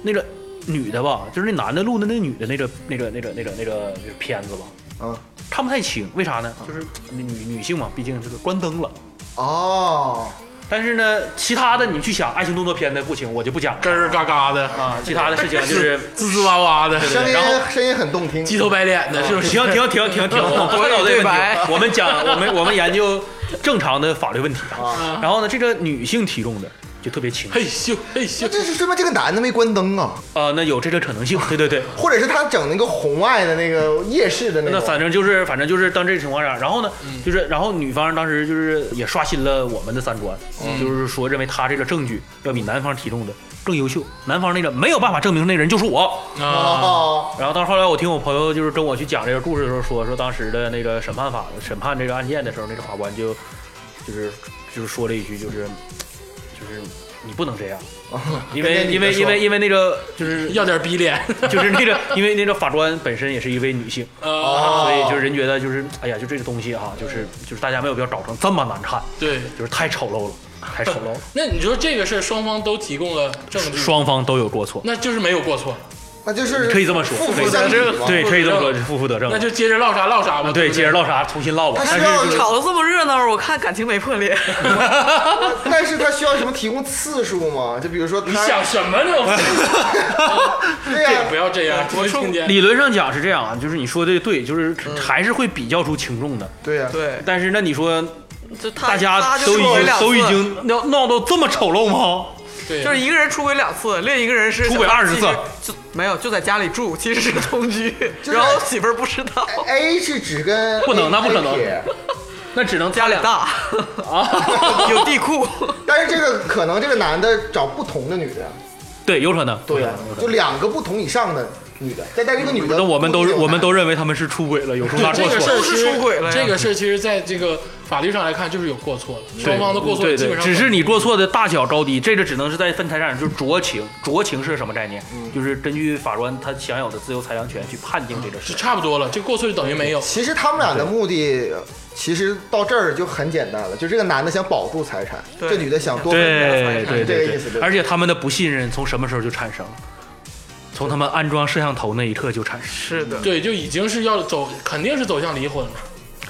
S5: 那个女的吧，就是那男的录的那女的那个那个那个那个那个那个片子吧，
S2: 啊
S4: 嗯，
S5: 看不太清，为啥呢？就是女女性嘛，毕竟这个关灯了。
S4: 哦，
S5: 但是呢，其他的你去想爱情动作片的不行，我就不讲了
S1: 咯咯嘎嘎的，
S5: 啊。其他的事情 就是
S1: 滋滋哇哇的，
S4: 声音
S5: 然后
S4: 声音很动听，
S1: 鸡头白脸的，是不是？
S5: 停停停停停！我不会搞这个
S2: 对
S5: 问
S2: 白
S5: 题。我们讲，我们我们研究正常的法律问题啊
S4: 啊。
S5: 然后呢，这个女性提供的就特别清楚
S1: 嘿咻嘿咻
S4: 那，这是说明这个男的没关灯啊，
S5: 啊，那有这个可能性。对对对，
S4: 或者是他整那个红外的那个夜视的那
S5: 那
S4: 种。
S5: 反正就是反正就是当这个情况下，然后呢，就是然后女方当时就是也刷新了我们的三观，就是说认为他这个证据要比男方提供的更优秀，男方那个没有办法证明那人就是我。
S1: 啊，
S4: 哦，
S5: 然后到后来，我听我朋友就是跟我去讲这个故事的时候说，说当时的那个审判法审判这个案件的时候，那个法官就就是就是说了一句，就是就是你不能这 样，因为
S4: 跟那女
S5: 因为
S4: 的说
S5: 因为因为那个就是
S1: 要点逼脸，
S5: 就是那个因为那个法官本身也是一位 女性，
S1: 啊，
S5: 哦
S4: 哦
S5: 所以就是人觉得就是哎呀，就这个东西哈、就是就是大家没有必要搞成这么难看，
S1: 对。
S5: 就是太丑陋了，太丑 陋了，
S1: 那你说这个事儿双方都提供了证据，
S5: 双方都有过错，
S1: 那就是没有过错，
S4: 那就是
S5: 可以这么说
S4: 负
S5: 可以
S4: 负相
S2: 这
S4: 抵
S2: 个
S4: 嘛。
S5: 对，可以这么说，负负得正
S1: 那。就接着唠啥唠啥吧。
S5: 嗯对，
S1: 不
S5: 接着唠啥，重新唠吧。
S4: 他
S5: 但
S4: 需
S5: 是
S4: 要
S5: 就是
S2: 吵得这么热闹，我看感情没破裂。
S4: 但是他需要什么提供次数吗？就比如说
S1: 你
S4: 他，
S1: 想什么呢？ 这
S4: 对
S1: 个
S4: 呀
S1: 不，要这样，我听见
S5: 理论上讲是这样啊，就是你说的对，就是还是会比较出轻重的。
S4: 对呀，
S2: 对，
S5: 但是那你说
S2: 就他
S5: 大
S2: 他
S5: 家
S2: 就
S5: 都已
S2: 出轨
S5: 经
S2: 两
S5: 都已
S2: 次
S5: 经闹闹到这么丑陋吗？
S1: 对，
S2: 就是一个人出轨两次，另一个人是
S5: 出轨
S2: 想
S5: 20次
S2: 其实就没有就在家里住，其实是同居，
S4: 就是
S2: 然后媳妇儿不知道，
S4: A 是只跟
S5: 不能
S4: A-
S5: 那不可能
S4: A 撇
S5: 那只能
S2: 家里 大，
S5: 啊，
S2: 有地库，
S4: 但是这个可能这个男的找不同的女的，
S5: 对，有可能。
S4: 对呀，就两个不同以上的女的，但但这个女的，
S5: 那我们都
S4: 是
S5: 我们都认为他们是出轨了，有重大
S1: 这
S5: 过
S1: 个事
S5: 错
S1: 儿
S2: 都。
S1: 其
S2: 是
S1: 实
S2: 出轨了呀
S1: 这个事儿其实在这个法律上来看就是有过错的，
S5: 对
S1: 双方的过错
S5: 对
S1: 基本
S5: 对，
S1: 上
S5: 只是你过错的大小高低，这个只能是在分财产上，就是酌情。酌情是什么概念？就是根据法官他享有的自由裁量权去判定这个
S1: 是。
S5: 事
S1: 差不多了，这过错就等于没有。
S4: 其实他们俩的目的，其实到这儿就很简单了，就这个男的想保住财产，
S2: 对
S4: 这女的想多分点财产
S5: 对对
S4: 这个
S5: 对
S4: 意思对吧
S5: 而且他们的不信任从什么时候就产生了？从他们安装摄像头那一刻就产生了。
S2: 是的，
S1: 对，就已经是要走，肯定是走向离婚了。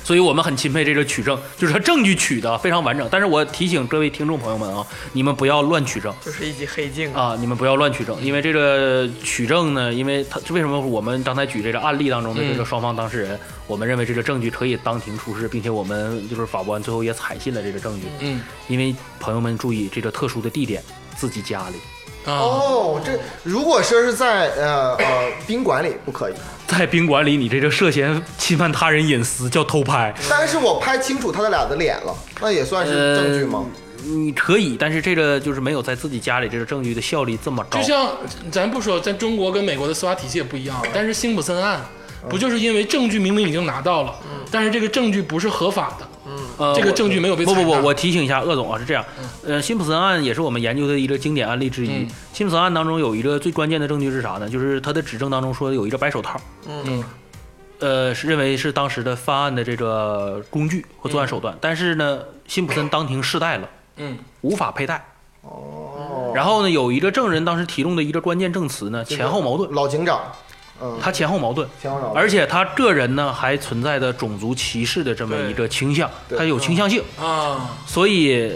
S5: 所以我们很钦佩这个取证，就是他证据取的非常完整。但是我提醒各位听众朋友们啊，你们不要乱取证
S2: 就是一集黑镜啊，
S5: 啊，你们不要乱取证，因为这个取证呢，因为他为什么我们刚才举这个案例当中的这个
S1: 嗯
S5: 双方当事人，我们认为这个证据可以当庭出示，并且我们就是法官最后也采信了这个证据。
S1: 嗯
S5: 因为朋友们注意这个特殊的地点，自己家里。
S1: 啊，
S4: 哦，这如果说是在呃呃宾馆里不可以，
S5: 在宾馆里，你这个涉嫌侵犯他人隐私叫偷拍，
S4: 但是我拍清楚他俩的脸了，那也算是证据吗？
S5: 呃你可以，但是这个就是没有在自己家里这个证据的效力这么高
S1: 就。像咱不说，咱中国跟美国的司法体系也不一样，但是辛普森案。不就是因为证据明明已经拿到了，但是这个证据不是合法的，
S5: 呃
S1: 这个
S5: 我
S1: 证据没有被
S5: 不不不
S1: 采，纳
S5: 我提醒一下鄂总啊，是这样，呃，辛普森案也是我们研究的一个经典案例之一。
S1: 嗯
S5: 辛普森案当中有一个最关键的证据是啥呢？就是他的指证当中说有一个白手套，
S1: 嗯，
S5: 呃，是认为是当时的犯案的这个工具和作案手段，但是呢，辛普森当庭试戴了，
S1: 嗯，
S5: 无法佩戴。
S4: 哦，
S5: 然后呢，有一个证人当时提供的一个关键证词呢，前后矛盾，
S4: 老警长，嗯，
S5: 他前后矛盾，
S4: 前后矛盾
S5: 而且他个人呢还存在的种族歧视的这么一个倾向，
S4: 对
S5: 他有倾向性，
S1: 啊，
S5: 所以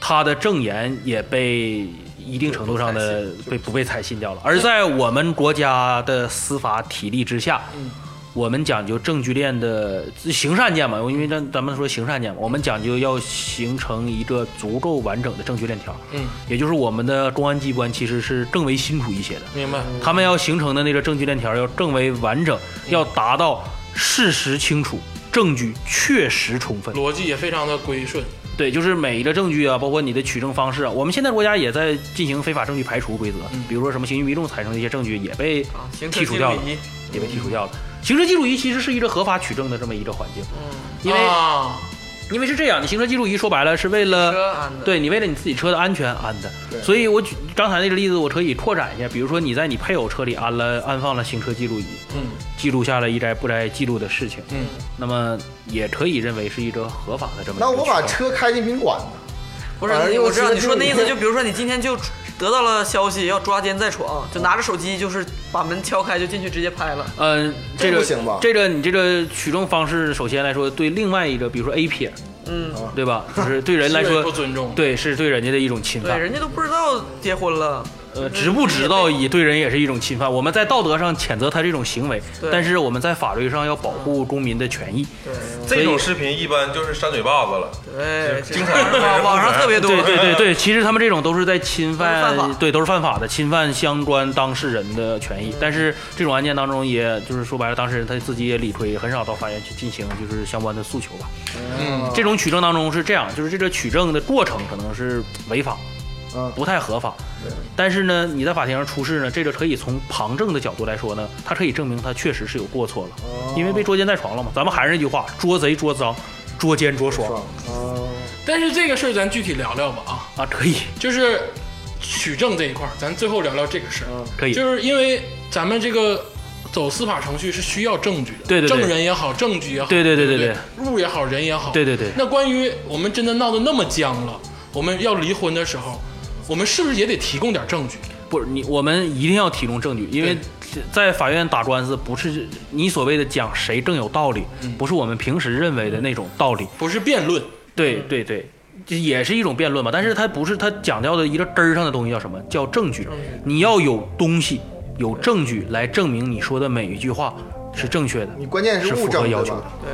S5: 他的证言也被一定程度上的被不被采信掉了。而在我们国家的司法体力之下，
S1: 嗯
S5: 我们讲究证据链的刑事案件嘛，因为咱咱们说刑事案件嘛，我们讲究要形成一个足够完整的证据链条，
S1: 嗯，
S5: 也就是我们的公安机关其实是更为辛苦一些的，
S1: 明白，
S5: 他们要形成的那个证据链条要更为完整，要达到事实清楚。证据确实充分，
S1: 逻辑也非常的归顺，
S5: 对，就是每一个证据啊，包括你的取证方式啊，我们现在国家也在进行非法证据排除规则，比如说什么刑讯逼供产生的一些证据也被
S2: 啊，行车
S5: 剔除
S2: 记
S5: 掉
S2: 录
S5: 了，
S2: 仪，
S5: 也被剔除掉了。行车记录仪其实是一个合法取证的这么一个环境，因为、
S1: 啊
S5: 因为是这样，你行车记录仪说白了是为了
S2: 车安的
S5: 对你为了你自己车的安全安的
S4: 对，
S5: 所以我举刚才那个例子我可以拓展一下，比如说你在你配偶车里安了安放了行车记录仪，
S1: 嗯
S5: 记录下了一该不该记录的事情，
S1: 嗯，
S5: 那么也可以认为是一个合法的这么一个
S4: 那我把
S5: 渠
S4: 车
S5: 道
S4: 开进宾馆呢？
S2: 不是
S4: 反而
S2: 你
S4: 用
S2: 我知道
S4: 车
S2: 你说那意思，
S4: 进
S2: 就比如说你今天就得到了消息要抓奸在床，就拿着手机就是把门敲开就进去直接拍了。
S5: 嗯，
S4: 这
S5: 这个
S4: 不行吧
S5: 这个你这个取证方式，首先来说对另外一个，比如说 A 撇，
S2: 嗯，
S5: 对吧？就是对人来
S1: 极为不
S5: 说，
S1: 尊重，
S5: 对是对人家的一种侵
S2: 对，
S5: 犯。
S2: 人家都不知道结婚了，
S5: 呃，值不值到也对人也是一种侵犯。我们在道德上谴责他这种行为
S2: 对，
S5: 但是我们在法律上要保护公民的权益。
S3: 这种视频一般就是扇嘴巴子了，
S2: 对，这
S3: 精彩的
S2: 网 网上特别多，
S5: 对对对对，其实他们这种都是在侵
S2: 都是犯
S5: 犯
S2: 法，
S5: 对，都是犯法的，侵犯相关当事人的权益。但是这种案件当中，也就是说白了，当事人他自己也理亏，很少到法院去进行就是相关的诉求吧。
S1: 嗯
S5: 这种取证当中是这样，就是这个取证的过程可能是违法，
S4: 嗯
S5: 不太合法。但是呢，你在法庭上出示呢，这个可以从旁证的角度来说呢，他可以证明他确实是有过错了，因为被捉奸在床了嘛。咱们还是那句话，捉贼捉赃，捉奸捉
S4: 爽
S5: 双
S4: 哦，
S1: 但是这个事儿咱具体聊聊吧啊，
S5: 啊，可以，
S1: 就是取证这一块儿，咱最后聊聊这个事儿，
S5: 可以，
S1: 就是因为咱们这个走司法程序是需要证据的，
S5: 对对对
S1: 证人也好，证据也好，
S5: 对对对
S1: 对
S5: 对
S1: 不物也好，人也好，
S5: 对对对。
S1: 那关于我们真的闹得那么僵了，我们要离婚的时候，我们是不是也得提供点证据？
S5: 不是你，我们一定要提供证据，因为在法院打官司，不是你所谓的讲谁更有道理，不是我们平时认为的那种道理。嗯
S1: 不是辩论，
S5: 对对对，这也是一种辩论嘛，但是它不是它讲到的一个根儿上的东西，叫什么叫证据？你要有东西，有证据来证明你说的每一句话是正确的，
S4: 你关键
S5: 是
S4: 是
S5: 符
S4: 物证
S5: 合要
S4: 对
S5: 求
S4: 吧
S5: 的？。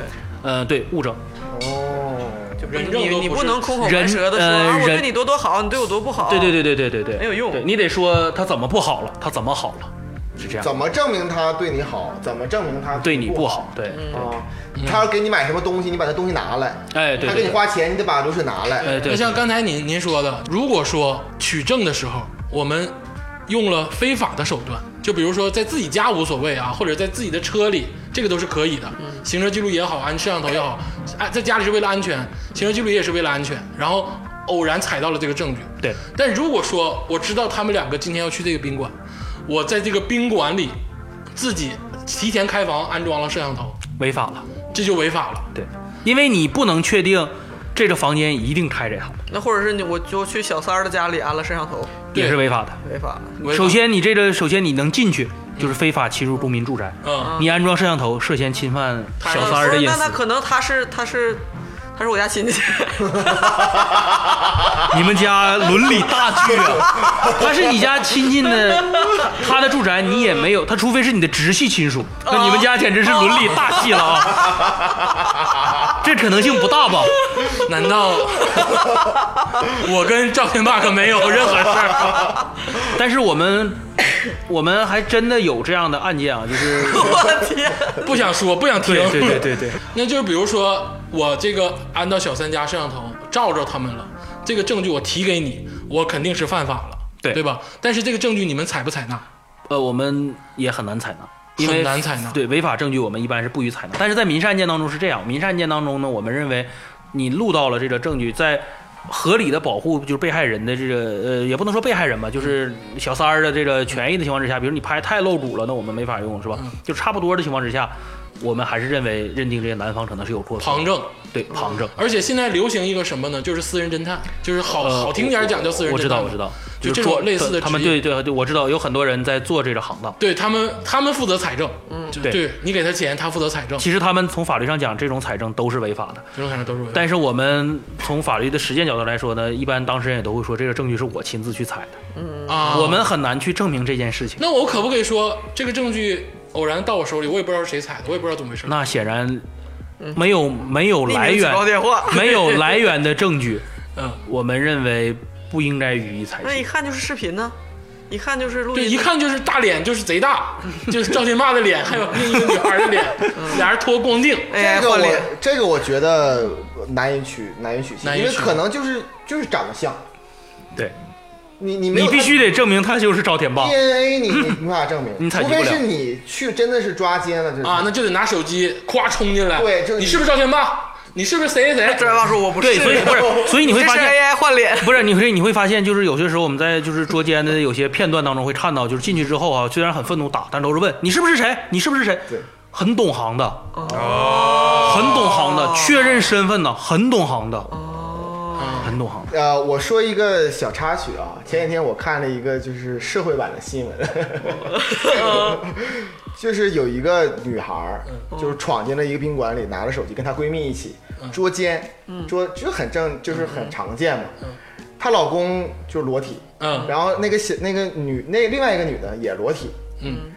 S5: 呃，对，物证，
S4: 哦，
S1: 人证
S2: 你
S1: 都
S2: 你
S1: 不
S2: 不
S1: 是
S2: 能空口白
S5: 人
S2: 舌的说
S5: 呃
S2: 啊，我对
S5: 人
S2: 你多多好，你对我多不好。
S5: 对对对对对对对，
S2: 没有用
S5: 对你得说他怎么不好了，他怎么好了，是这样，
S4: 怎么证明他对你好？怎么证明他
S5: 对你
S4: 不
S5: 不好？，对，
S4: 啊？他要给你买什么东西，你把他东西拿来。
S5: 哎对
S4: 他给
S5: 对
S4: 你
S5: 对，
S4: 花钱，你得把流水拿来。
S5: 哎对
S1: 那像
S5: 对，
S1: 刚才您您说的，如果说取证的时候我们用了非法的手段，就比如说在自己家无所谓啊，或者在自己的车里，这个都是可以
S5: 嗯
S1: 的。行车记录仪也好，安摄像头也好，哎，在家里是为了安全，行车记录仪也是为了安全。然后偶然踩到了这个证据，
S5: 对
S1: 但如果说我知道他们两个今天要去这个宾馆，我在这个宾馆里自己提前开房安装了摄像头，
S5: 违法了，
S1: 这就违法了。
S5: 对，因为你不能确定这个房间一定开这行，
S2: 那或者是你我就去小三儿的家里安了摄像头，
S1: 对
S5: 也是违法的。
S2: 违法了。
S1: 违法
S5: 首，先，你这个首先你能进去，就是非法侵入公民住宅。
S1: 嗯，
S5: 你安装摄像头，涉嫌侵犯小三儿
S2: 不
S5: 的
S2: 是
S5: 隐
S2: 那那
S5: 私。
S2: 可能他是他是他是我家亲 戚，
S5: 你们家伦理大剧啊！他是你家亲近的，他的住宅你也没有，他除非是你的直系亲属，那你们家简直是伦理大戏了啊！ 这可能性不大吧？
S1: 难 道我跟赵天霸可没有任何事儿？
S5: 但是我们，我们还真的有这样的案件啊，就是
S2: 我的天！
S1: 不想说，不想听。
S5: 对对对对对，
S1: 那就是比如说我这个安到小三家摄像头照着他们了，这个证据我提给你，我肯定是犯法了，
S5: 对
S1: 对吧？但是这个证据你们采不采纳？
S5: 呃，我们也很难采纳，因为
S1: 很难采纳
S5: 对，违法证据我们一般是不予采纳。但是在民事案件当中是这样，民事案件当中呢，我们认为你录到了这个证据，在合理的保护就是被害人的这个呃，也不能说被害人吧，就是小
S1: 嗯
S5: 三儿的这个权益的情况之下，比如你拍太露骨了，那我们没法用，是吧？就差不多的情况之下。我们还是认为认定这些男方可能是有过错，
S1: 旁证。嗯
S5: 对旁证。
S1: 而且现在流行一个什么呢？就是私人侦探，就是哦好、
S5: 呃
S1: 好听点儿讲叫私人侦探
S5: 我知道，我知道，
S1: 就是这种
S5: 做
S1: 类似的
S5: 他们
S1: 职业
S5: 对对对，我知道有很多人在做这个行当。
S1: 对他们，他们负责财政，嗯，
S5: 对
S1: 对你给他钱，他负责财政，
S5: 其实他们从法律上讲，这种财政都是违法的。
S1: 这种感觉都是违法。
S5: 但是我们从法律的实践角度来说呢，一般当事人也都会说，这个证据是我亲自去采的，
S1: 啊，
S5: 我们很难去证明这件事情。
S1: 那我可不可以说这个证据偶然到我手里，我也不知道是谁采的，我也不知道怎么回事。
S5: 那显然没有没有
S2: 匿名
S5: 来
S2: 举
S5: 源
S2: 报，电话，
S5: 没有来源的证据，
S1: 嗯，
S5: 我们认为不应该予以采
S2: 那一
S5: 信。
S2: 看就是视频呢，一看就是录
S1: 对，
S2: 音，
S1: 一看就是大脸，就是贼 大，就是赵天霸的脸，还有另一个女孩的脸，俩人脱光 腚。
S2: 哎
S4: 这个
S2: 换
S4: 我
S2: 脸，
S4: 这个我觉得难以取难以取信，
S1: 难以
S4: 因为
S1: 取
S4: 可能就是就是长得像，
S5: 对
S4: 你你没
S5: 你
S4: 有
S5: 必须得证明他就是赵天霸。
S4: DNA 你你没法证明，
S5: 你采集
S4: 除
S5: 不
S4: 非
S5: 了
S4: 是你去真的是抓奸了，就是
S1: 啊，那就得拿手机咵冲进来。
S4: 对就是
S1: 你是不是赵天霸？你是不是谁谁
S2: 周
S1: 谁？
S2: 元霸说我不是，
S5: 对，所以不是，所以你会
S2: 这
S5: 发
S2: 是
S5: 现。
S2: AI 换脸，
S5: 不是，你会你会发现，就是有些时候我们在就是捉奸的有些片段当中会看到，就是进去之后啊，虽然很愤怒打，但都是问你是不是谁，你是不是谁，
S4: 对
S5: 很懂行的，很懂行的，确认身份的，很懂行的，很懂行的。
S4: 呃，我说一个小插曲啊，前几天我看了一个就是社会版的新闻， 就是有一个女孩儿，
S1: 嗯
S4: 就是闯进了一个宾馆里，拿着手机跟她闺蜜一起捉奸，
S1: 嗯
S4: 捉就很正，就是很常见嘛。她老公就是裸体，
S1: 嗯
S4: 然后那个小那个女那另外一个女的也裸体，
S1: 嗯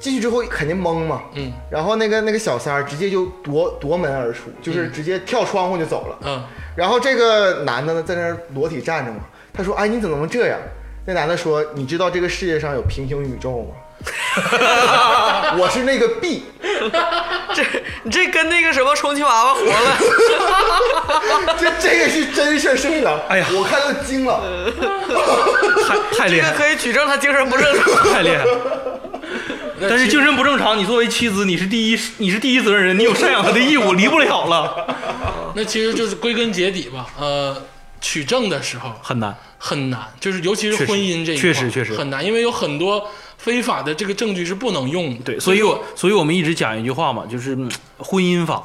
S4: 进去之后肯定懵嘛，
S1: 嗯
S4: 然后那个那个小三儿直接就夺夺门而出，就是直接跳窗户就走了。
S1: 嗯，
S4: 然后这个男的呢，在那儿裸体站着嘛，他说：“哎，你怎么能这样？”那男的说：“你知道这个世界上有平行宇宙吗？” 我是那个 B，
S2: 这你这跟那个什么充气娃娃活 了，
S4: 这这个是真事儿，生意郎。
S5: 哎呀
S4: 我看都惊了。
S5: 太太厉
S2: 这
S5: 害
S2: 个
S5: 了，
S2: 可以举证他精神不正常。
S5: 太厉害了。但是精神不正常，你作为妻子，你是第一，你是第一责任人，你有赡养他的义务，离不了了，
S1: 那其实就是归根结底吧，呃，取证的时候
S5: 很难。
S1: 很难，就是尤其
S5: 确
S1: 是
S5: 实
S1: 婚姻这一块，
S5: 确实确实
S1: 很难，因为有很多非法的这个证据是不能用的。
S5: 对，所以我所以我们一直讲一句话嘛，就是嗯婚姻法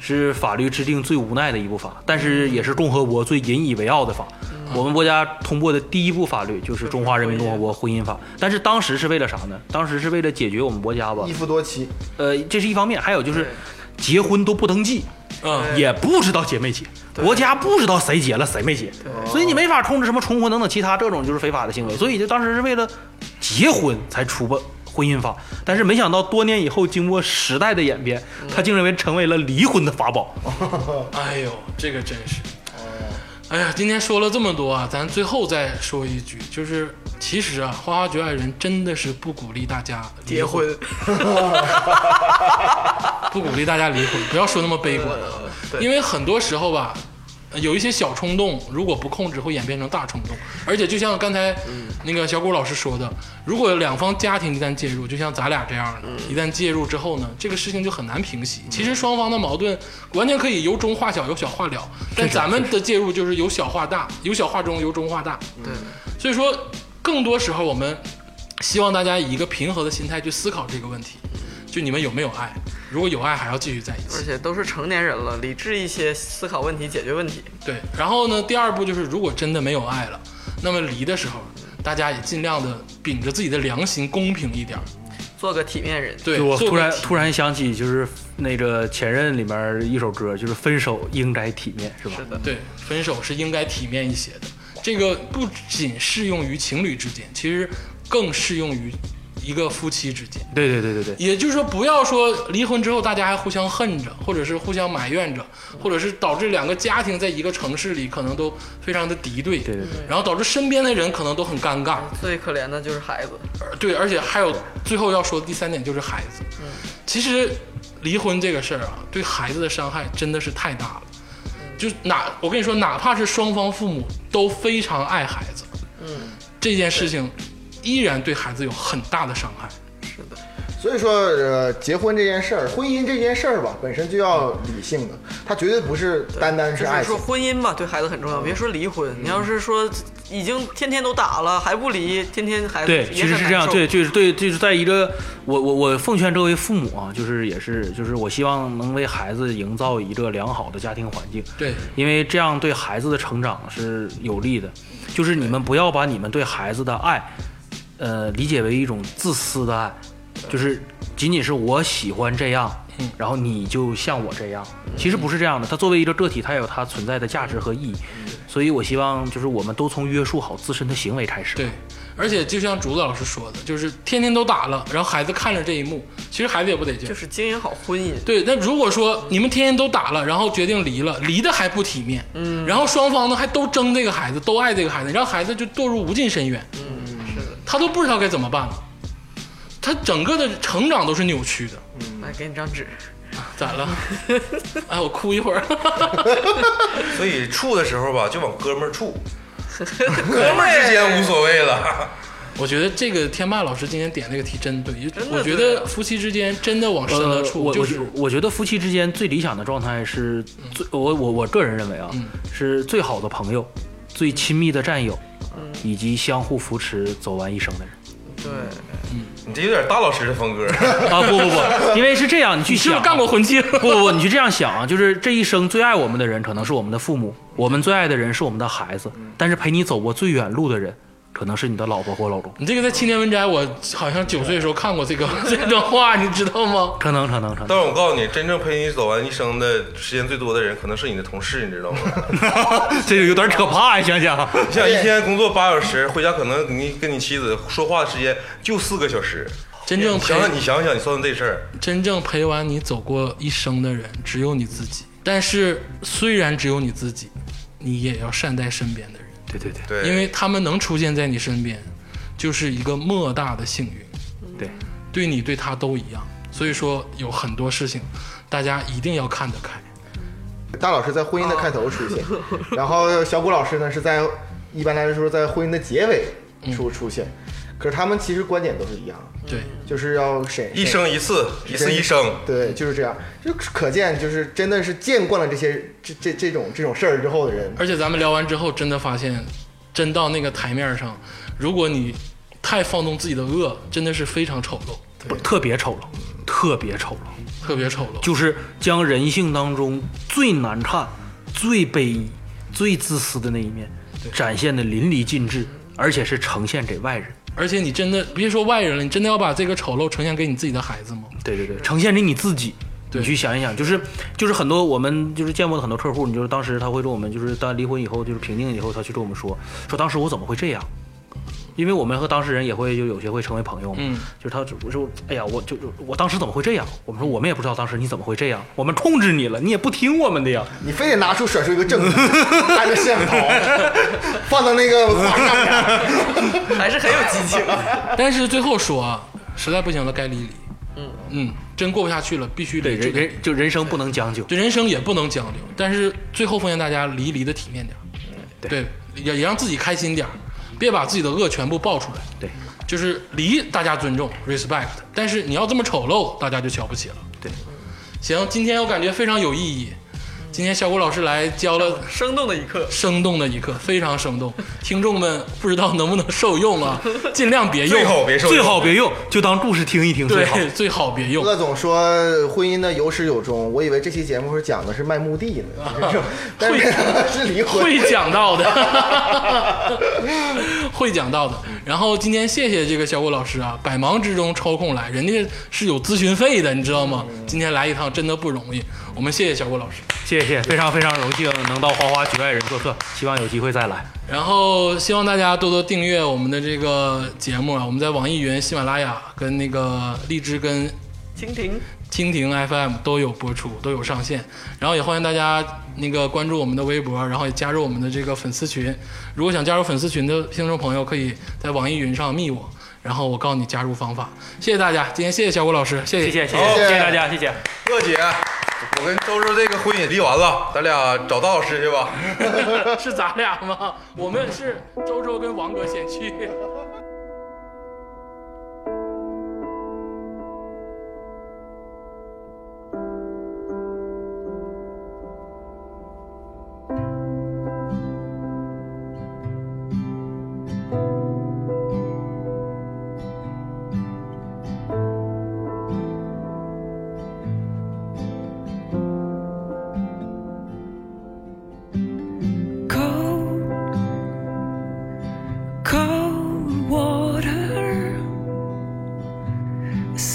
S5: 是法律制定最无奈的一部法，但是也是共和国最引以为傲的法。我们国家通过的第一部法律嗯就是《中华人民共和国婚姻法》，但是当时是为了啥呢？当时是为了解决我们国家吧
S4: 一，夫多妻，
S5: 呃，这是一方面，还有就是结婚都不登记，
S1: 嗯，
S5: 也不知道结没结，国家不知道谁结了谁没结，所以你没法控制什么重婚等等其他这种就是非法的行为，所以就当时是为了结婚才出吧婚姻法，但是没想到多年以后经过时代的演变，它竟认为成为了离婚的法宝。
S1: 哎呦，这个真是。哎呀，今天说了这么多啊，咱最后再说一句，就是其实啊，《花花局外人》真的是不鼓励大家离
S2: 结婚，
S1: 不鼓励大家离婚，不要说那么悲观啊，因为很多时候吧。呃有一些小冲动，如果不控制，会演变成大冲动。而且就像刚才那个小谷老师说的，如果两方家庭一旦介入，就像咱俩这样的，一旦介入之后呢，这个事情就很难平息。其实双方的矛盾完全可以由中化小，由小化了。但咱们的介入就是由小化大，由小化中，由中化大。
S2: 对，
S1: 所以说，更多时候我们希望大家以一个平和的心态去思考这个问题，就你们有没有爱？如果有爱，还要继续在一
S2: 而
S5: 嗯
S1: 起。
S2: 且都是成年人了，理智一些，思考问题，解决问题。
S1: 对，然后呢，第二步就是，如果真的没有爱了，那么离的时候，大家也尽量的秉着自己的良心，公平一点儿。
S2: 做个体面人，
S1: 对，
S5: 我
S1: 做个
S5: 突然
S1: 体
S5: 突然想起就是那个《前任》里面一首歌，就是分手应该体面，是吧？
S2: 是的，
S1: 对分手是应该体面一些的。这个不仅适用于情侣之间，其实更适用于一个夫妻之间。
S5: 对对对对对。
S1: 也就是说，不要说离婚之后大家还互相恨着，或者是互相埋怨着，或者是导致两个家庭在一个城市里可能都非常的敌对，
S5: 对对对
S1: 然后导致身边的人可能都很尴尬，
S2: 最可怜的就是孩子，
S1: 而对，而且还有最后要说的第三点就是孩子，
S5: 嗯
S1: 其实离婚这个事儿啊，对孩子的伤害真的是太大了，
S5: 嗯
S1: 就哪我跟你说，哪怕是双方父母都非常爱孩子，嗯，这件事情依然对孩子有很大的伤害，
S4: 所以说，呃，结婚这件事儿，婚姻这件事儿吧，本身就要理性的，它绝对不是单单
S2: 就是
S4: 爱
S2: 是
S4: 情
S2: 说。
S4: 嗯
S2: 婚姻吧，对孩子很重要。别说离婚，你要是说已经天天都打了还不离，天天还
S5: 对，
S2: 也
S5: 其实
S2: 很
S5: 是这样，
S2: 难受
S5: 对，就是对，就是在一个我我我奉劝各位父母啊，就是也是就是我希望能为孩子营造一个良好的家庭环境，
S1: 对，
S5: 因为这样对孩子的成长是有利的。就是你们不要把你们对孩子的爱，呃，理解为一种自私的爱，就是仅仅是我喜欢这样，
S2: 嗯
S5: 然后你就像我这样，其实不是这样的。他作为一个个体，他有他存在的价值和意义，
S2: 嗯
S5: 所以我希望就是我们都从约束好自身的行为开始。
S1: 对，而且就像竹子老师说的，就是天天都打了，然后孩子看着这一幕，其实孩子也不得劲
S2: 就。是经营好婚姻。
S1: 对，那如果说你们天天都打了，然后决定离了，离的还不体面，嗯，然后双方呢还都争这个孩子，都爱这个孩子，让孩子就堕入无尽深渊，嗯，是的，他都不知道该怎么办了，他整个的成长都是扭曲的，
S2: 来，给你张纸。
S1: 咋 了？哎，我哭一会儿，
S3: 所以处的时候吧，就往哥们儿处，哥们儿之间无所谓了。
S1: 我觉得这个天霸老师今天点这个题真对，
S2: 真的
S1: 我觉
S2: 对啊
S1: 得夫妻之间真的往深了
S5: 呃，
S1: 处，
S5: 我
S1: 就
S5: 我
S1: 是
S5: 觉我觉得夫妻之间最理想的状态是最我我我个人认为啊，是最好的朋友、最亲密的战友，以及相互扶持走完一生的人。
S2: 对，
S3: 你这有点大老师的风格，
S5: 啊不不不，因为是这样，你去
S1: 你是
S5: 想
S1: 不
S5: 啊，
S1: 是干过婚庆？
S5: 不不不，你就这样想啊，就是这一生最爱我们的人可能是我们的父母，我们最爱的人是我们的孩子，但是陪你走过最远路的人，可能是你的老婆或老公。
S1: 你这个在青年文摘，我好像九岁的时候看过这个 这段话，你知道吗？
S5: 可能可能可能
S3: 但是我告诉你，真正陪你走完一生的时间最多的人，可能是你的同事，你知道吗？
S5: 这个有点可怕呀、想想。
S3: 你想一天工作八小时，回家可能你跟你妻子说话的时间就四个小时。
S1: 真正
S3: 你
S1: 陪
S3: 想啊想，你想想，你算算这事儿，
S1: 真正陪完你走过一生的人，只有你自己。但是虽然只有你自己，你也要善待身边的人，
S5: 对对对
S3: 对，
S1: 因为他们能出现在你身边，就是一个莫大的幸运，
S5: 对，
S1: 对你对他都一样。所以说有很多事情，大家一定要看得开。
S4: 大老师在婚姻的开头出现，
S2: 哦
S4: 然后小谷老师呢是在一般来说在婚姻的结尾
S2: 嗯
S4: 出出现，可是他们其实观点都是一样的，
S1: 对，
S4: 就是要审
S3: 一生一次，一次一生。
S4: 对，就是这样，就可见就是真的是见惯了这些这这这种这种事儿之后的人，
S1: 而且咱们聊完之后，真的发现，真到那个台面上，如果你太放纵自己的恶，真的是非常丑陋，
S5: 不特别丑陋，特别丑陋。
S1: 特别丑陋。
S5: 就是将人性当中最难看、最卑鄙、最自私的那一面展现的淋漓尽致，而且是呈现给外人。
S1: 而且你真的别说外人了，你真的要把这个丑陋呈现给你自己的孩子吗？
S5: 对对对，呈现给你自己。
S1: 对
S5: 你去想一想，就是就是很多我们就是见过的很多客户，你就是当时他会跟我们就是当离婚以后就是平静以后，他去跟我们说说当时我怎么会这样，因为我们和当事人也会就有些会成为朋友嘛，
S1: 嗯
S5: 就是他就我说哎呀我就就我当时怎么会这样？我们说我们也不知道当时你怎么会这样，我们控制你了，你也不听我们的呀，
S4: 你非得拿出甩出一 个证据，拿着摄像头放到那个画上面，
S2: 还是很有激情。
S1: 但是最后说啊，实在不行了该离离。嗯嗯，真过不下去了，必须
S5: 对
S1: 离。
S5: 人人就人生不能将就，
S1: 对人生也不能将就，但是最后奉劝大家离离的体面点儿，对，也也让自己开心点儿，别把自己的恶全部爆出来。
S5: 对
S1: 就是离大家尊重 respect，但是你要这么丑陋，大家就瞧不起了。
S5: 对，
S1: 行，今天我感觉非常有意义。今天小谷老师来教了
S2: 生动的一刻，
S1: 生动的一课，非常生动，听众们不知道能不能受用啊？尽量别
S3: 最好
S1: 用，
S3: 别受，
S5: 最好别用，就当故事听一听最好。
S1: 对，最好别用。
S4: 鄂总说婚姻的有始有终，我以为这期节目是讲的是卖墓地 呢，但是 是离婚。
S1: 会讲到的， 会讲到的。然后今天谢谢这个小谷老师啊，百忙之中抽空来，人家是有咨询费的，你知道吗？今天来一趟真的不容易，我们谢谢小谷老师。
S5: 谢谢，非常非常荣幸能到花花局外人做客，希望有机会再来。
S1: 然后希望大家多多订阅我们的这个节目啊，我们在网易云、喜马拉雅、跟那个荔枝、跟
S2: 蜻蜓，
S1: 蜻蜓 FM 都有播出，都有上线。然后也欢迎大家那个关注我们的微博，然后也加入我们的这个粉丝群。如果想加入粉丝群的听众朋友，可以在网易云上密我，然后我告诉你加入方法。谢谢大家，今天谢谢小谷老师，谢
S5: 谢谢谢
S3: 好
S5: 谢谢谢大家，谢谢。
S3: 乐姐，我跟周周这个婚也离完了，咱俩找大老师去吧。
S1: 是咱俩吗？我们是周周跟王哥先去。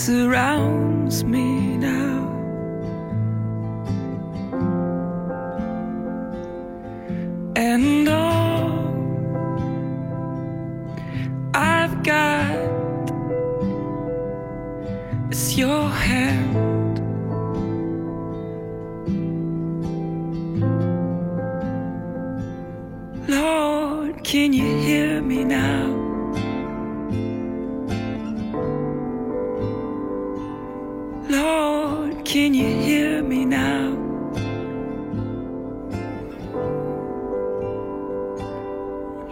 S7: loves me now. And all I've got is your hand. Lord, can you hear me now? Lord, can you hear me now?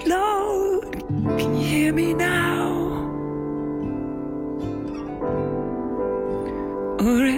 S7: Lord, can you hear me now? Or